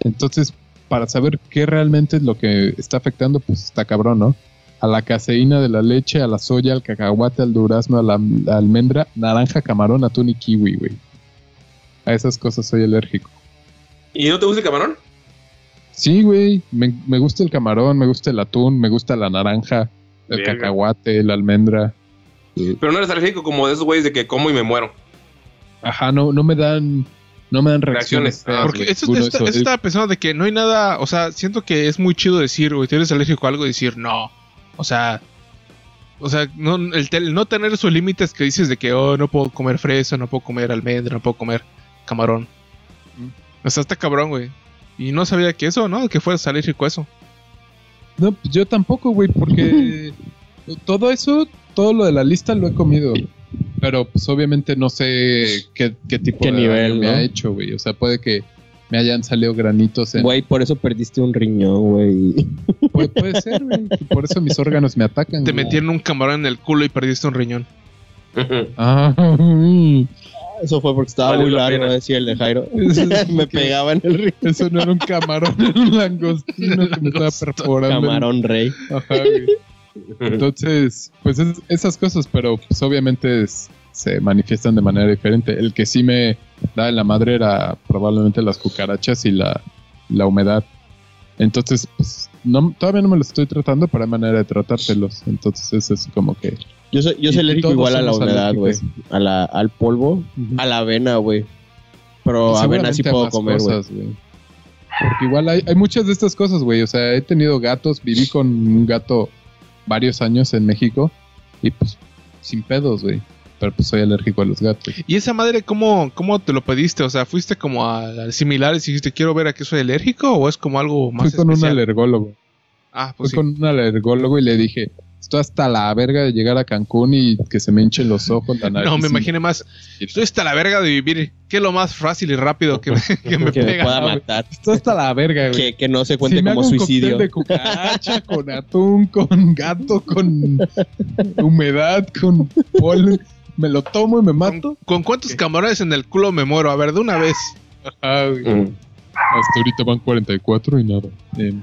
Entonces, para saber qué realmente es lo que está afectando, pues está cabrón, ¿no? A la caseína de la leche, a la soya, al cacahuate, al durazno, a la, a la almendra, naranja, camarón, atún y kiwi, güey. A esas cosas soy alérgico.
¿Y no te gusta el camarón?
Sí, güey, me, me gusta el camarón, me gusta el atún, me gusta la naranja, el
Verga.
cacahuate, la almendra.
Pero no eres alérgico como de esos güeyes de que como y me muero.
Ajá, no, no me dan... No me dan
Reacciones.
reacciones. feas,
Ah,
Porque
güey.
eso,
Ninguno
eso-
de esos.
eso estaba pensando de que no hay nada, o sea, siento que es muy chido decir, güey, tú eres alérgico a algo y decir no. O sea, o sea, no, el, tel- no tener esos límites que dices de que, oh, no puedo comer fresa, no puedo comer almendra, no puedo comer camarón. O sea, está cabrón, güey. Y no sabía que eso, ¿no? Que fueras alérgico a eso.
No, pues yo tampoco, güey, porque todo eso, todo lo de la lista lo he comido. Pero pues obviamente no sé qué, qué tipo
Qué
de
nivel,
daño me
¿no?
ha hecho, güey. O sea, puede que me hayan salido granitos en...
Güey, por eso perdiste un riñón, güey.
[laughs] Puede, puede ser, güey. que Por eso mis órganos me atacan.
Te
güey.
metieron un camarón en el culo y perdiste un riñón.
Ah, mm.
Eso fue porque estaba
Vale
muy
la
largo,
pena.
decía el de Jairo.
Eso es
[laughs] me
que-
pegaba en el riñón.
Eso no era un camarón, [laughs] era un langostino que me estaba perforando.
Camarón rey.
Ajá, güey. Entonces, pues es- esas cosas, pero pues obviamente es- se manifiestan de manera diferente. El que sí me da en la madre era probablemente las cucarachas y la, la humedad. Entonces, pues no, todavía no me los estoy tratando, pero hay manera de tratárselos. Entonces es como que...
Yo soy, yo soy
Y- y
alérgico
todos
igual a la
somos
humedad, güey.
alérgicos.
A la, al polvo, pues. a la avena, güey. Pero avena sí
Seguramente a
puedo
más
comer, güey.
cosas, güey. Porque igual hay, hay muchas de estas cosas, güey. O sea, he tenido gatos, viví con un gato varios años en México y pues sin pedos, güey. Pero pues soy alérgico a los gatos.
¿Y esa madre cómo, cómo te lo pediste? O sea, ¿fuiste como a, a similares y dijiste, quiero ver a qué soy alérgico o es como algo más
Fui con
especial?
un alergólogo.
Ah,
Fui
pues sí.
con un alergólogo y le dije, estoy hasta la verga de llegar a Cancún y que se me hinchen los ojos. la nariz
[laughs] No, me
y-
imaginé más. Estoy hasta la verga de vivir. ¿Qué es lo más fácil y rápido que me, que me
Que me
pega?
pueda
güey.
matar.
Estoy hasta la verga, güey.
Que, que no se cuente
Si me
como
hago un cóctel
suicidio.
de cucaracha, con atún, con gato, con humedad, con polen. Me lo tomo y me
¿Con,
mato.
con cuántos camarones en el culo me muero? A ver, de una vez.
Ah, güey. Hasta ahorita van 44 y nada. Em,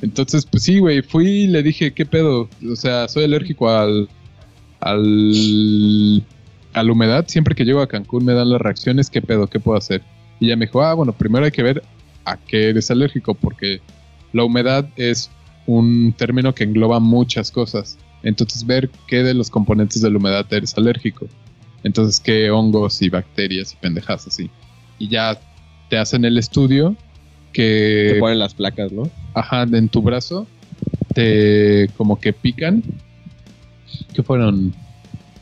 entonces, pues sí, güey, fui y le dije, ¿qué pedo? O sea, soy alérgico al, al... a la humedad. Siempre que llego a Cancún me dan las reacciones, ¿qué pedo? ¿Qué puedo hacer? Y ella me dijo, ah, bueno, primero hay que ver a qué eres alérgico, porque la humedad es un término que engloba muchas cosas. Entonces, ver qué de los componentes de la humedad eres alérgico. Entonces, qué hongos y bacterias y pendejas así. Y ya te hacen el estudio
Te
que
ponen las placas, ¿no?
ajá, en tu brazo te como que pican. ¿Qué fueron?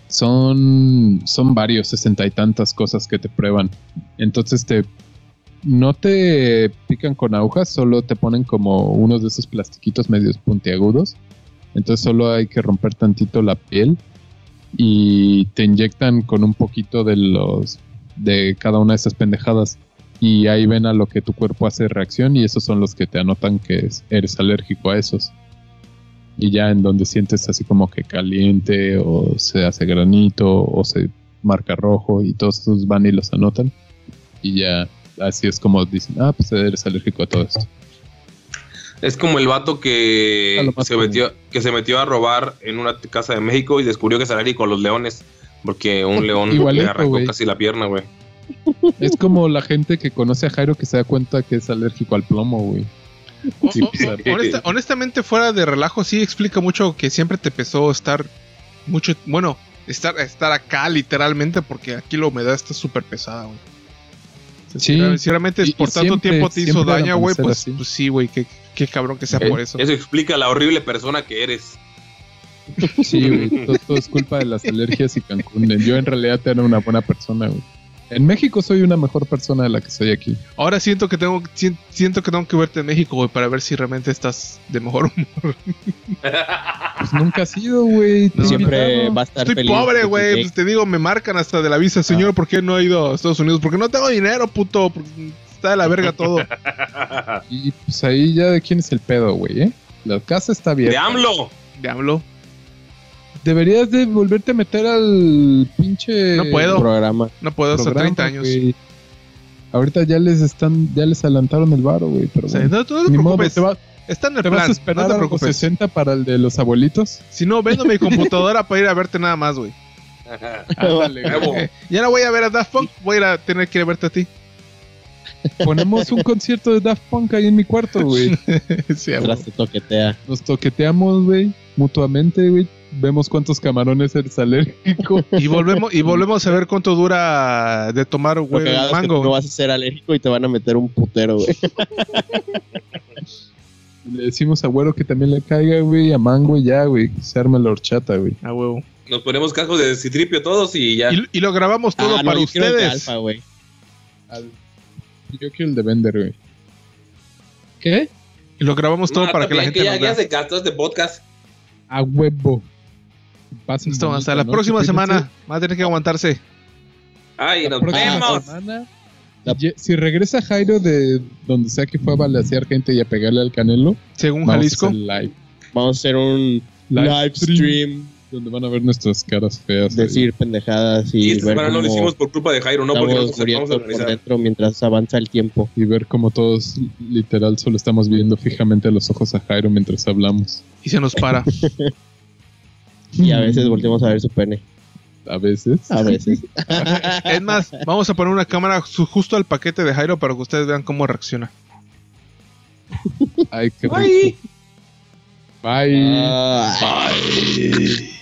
Son, son varios, sesenta y tantas cosas que te prueban. Entonces te no te pican con agujas, solo te ponen como unos de esos plastiquitos medios puntiagudos Entonces solo hay que romper tantito la piel y te inyectan con un poquito de los de cada una de esas pendejadas y ahí ven a lo que tu cuerpo hace reacción y esos son los que te anotan que es- eres alérgico a esos. Y ya en donde sientes así como que caliente o se hace granito o se marca rojo y todos esos van y los anotan y ya así es como dicen, ah, pues eres alérgico a todo esto.
Es como el vato
A
que
lo más
se, metió, que se metió a robar en una t- casa de México y descubrió que es alérgico a los leones. Porque
[laughs]
un león
Igualito,
le arrancó
güey.
casi la pierna, güey.
Es como la gente que conoce a Jairo que se da cuenta que es alérgico al plomo, güey.
O-
Sí,
[laughs]
o-
pues,
o- honesta- honestamente, fuera de relajo, sí explica mucho que siempre te pesó estar mucho. Bueno, estar, estar acá literalmente, porque aquí la humedad está súper pesada, güey. O sea,
Sí.
si real- si realmente
Y- y
por tanto
siempre-
tiempo te hizo
siempre van a
daño, güey,
amanecer
pues,
así.
pues sí, güey, qué, qué cabrón que sea
Eh,
por eso.
Eso explica la horrible persona que eres.
Sí, güey.
[laughs]
Todo, todo es culpa de las alergias y Cancún. Yo en realidad era una buena persona, güey. En México soy una mejor persona de la que soy aquí.
Ahora siento que tengo sien- siento que tengo que verte en México, güey, para ver si realmente estás de mejor humor.
Pues nunca ha sido, güey. Te
Siempre
invitaron.
va a estar
Estoy
feliz
pobre,
de
güey.
que-
pues te digo, me marcan hasta de la visa, señor, ¿por qué no he ido a Estados Unidos? Porque no tengo dinero, puto. porque está de la verga [laughs] todo.
Y pues ahí ya de quién es el pedo, güey, ¿eh? La casa está
¡De
abierta.
[laughs]
AMLO!
Te hablo.
Deberías de volverte a meter al pinche...
No puedo.
programa.
No puedo, hasta
programa,
30 años.
güey. Ahorita ya les están, ya les adelantaron el varo, güey. Pero
O sea,
bueno.
no, no te
Ni modo,
preocupes.
te va-
está en el
¿Te
plan.
vas a esperar
no te
a los
preocupes.
60 para el de los abuelitos?
Si no,
[laughs]
vendo mi computadora para ir a verte nada más, güey.
Huevo.
Eh, ya no voy a ver a Daft Punk, voy a ir a tener que ir a verte a ti.
Ponemos un concierto de Daft Punk ahí en mi cuarto,
[laughs]
güey.
Sí, a huevo.
Mientras te toquetea.
Nos toqueteamos, güey, mutuamente, güey. Vemos cuántos camarones eres alérgico.
y volvemos y volvemos a ver cuánto dura de tomar
Lo
güey,
cagado es que
mango.
tú no vas a ser alérgico y te van a meter un putero, güey.
Le decimos a Güero que también le caiga, güey, a Mango y ya, güey. que Se arma la horchata, güey.
A Ah, huevo.
Nos ponemos cascos de citripio todos y ya.
Y, y lo grabamos todo
Ah, no,
para
yo quiero el de
ustedes.
alfa, güey.
Al- Yo quiero el de Bender, güey. ¿Qué?
Y lo grabamos todo
No,
para que la
Ah, también,
gente
ya,
nos vea.
ya se gastó este podcast.
A huevo. Pasen
Listo,
bonito,
hasta la
¿no?
próxima
Cuídense.
semana. Va a tener que aguantarse.
¡Ay,
La
nos
próxima
vemos!
semana.
La-
Ye- Si regresa Jairo de donde sea que fue a balasear gente y a pegarle al canelo,
Según
vamos a
Jalisco.
hacer live.
Vamos a hacer un
Live
live,
stream.
stream,
Donde van a ver nuestras caras feas.
decir pendejadas
Y
y,
esta
ver
semana no lo
cómo
hicimos por culpa de Jairo, no porque no
estamos
nos vamos a
muriendo por
organizar.
dentro mientras avanza el tiempo.
ahí. Y ver como todos, literal, solo estamos viendo fijamente a los ojos a Jairo mientras hablamos.
Y se nos para.
Y a
[laughs]
veces volteamos a ver su pene.
A veces.
A veces.
es más, vamos a poner una cámara su- justo al paquete de Jairo para que ustedes vean cómo reacciona.
Ay, qué rico.
Bye.
Bye.
Ah,
Bye.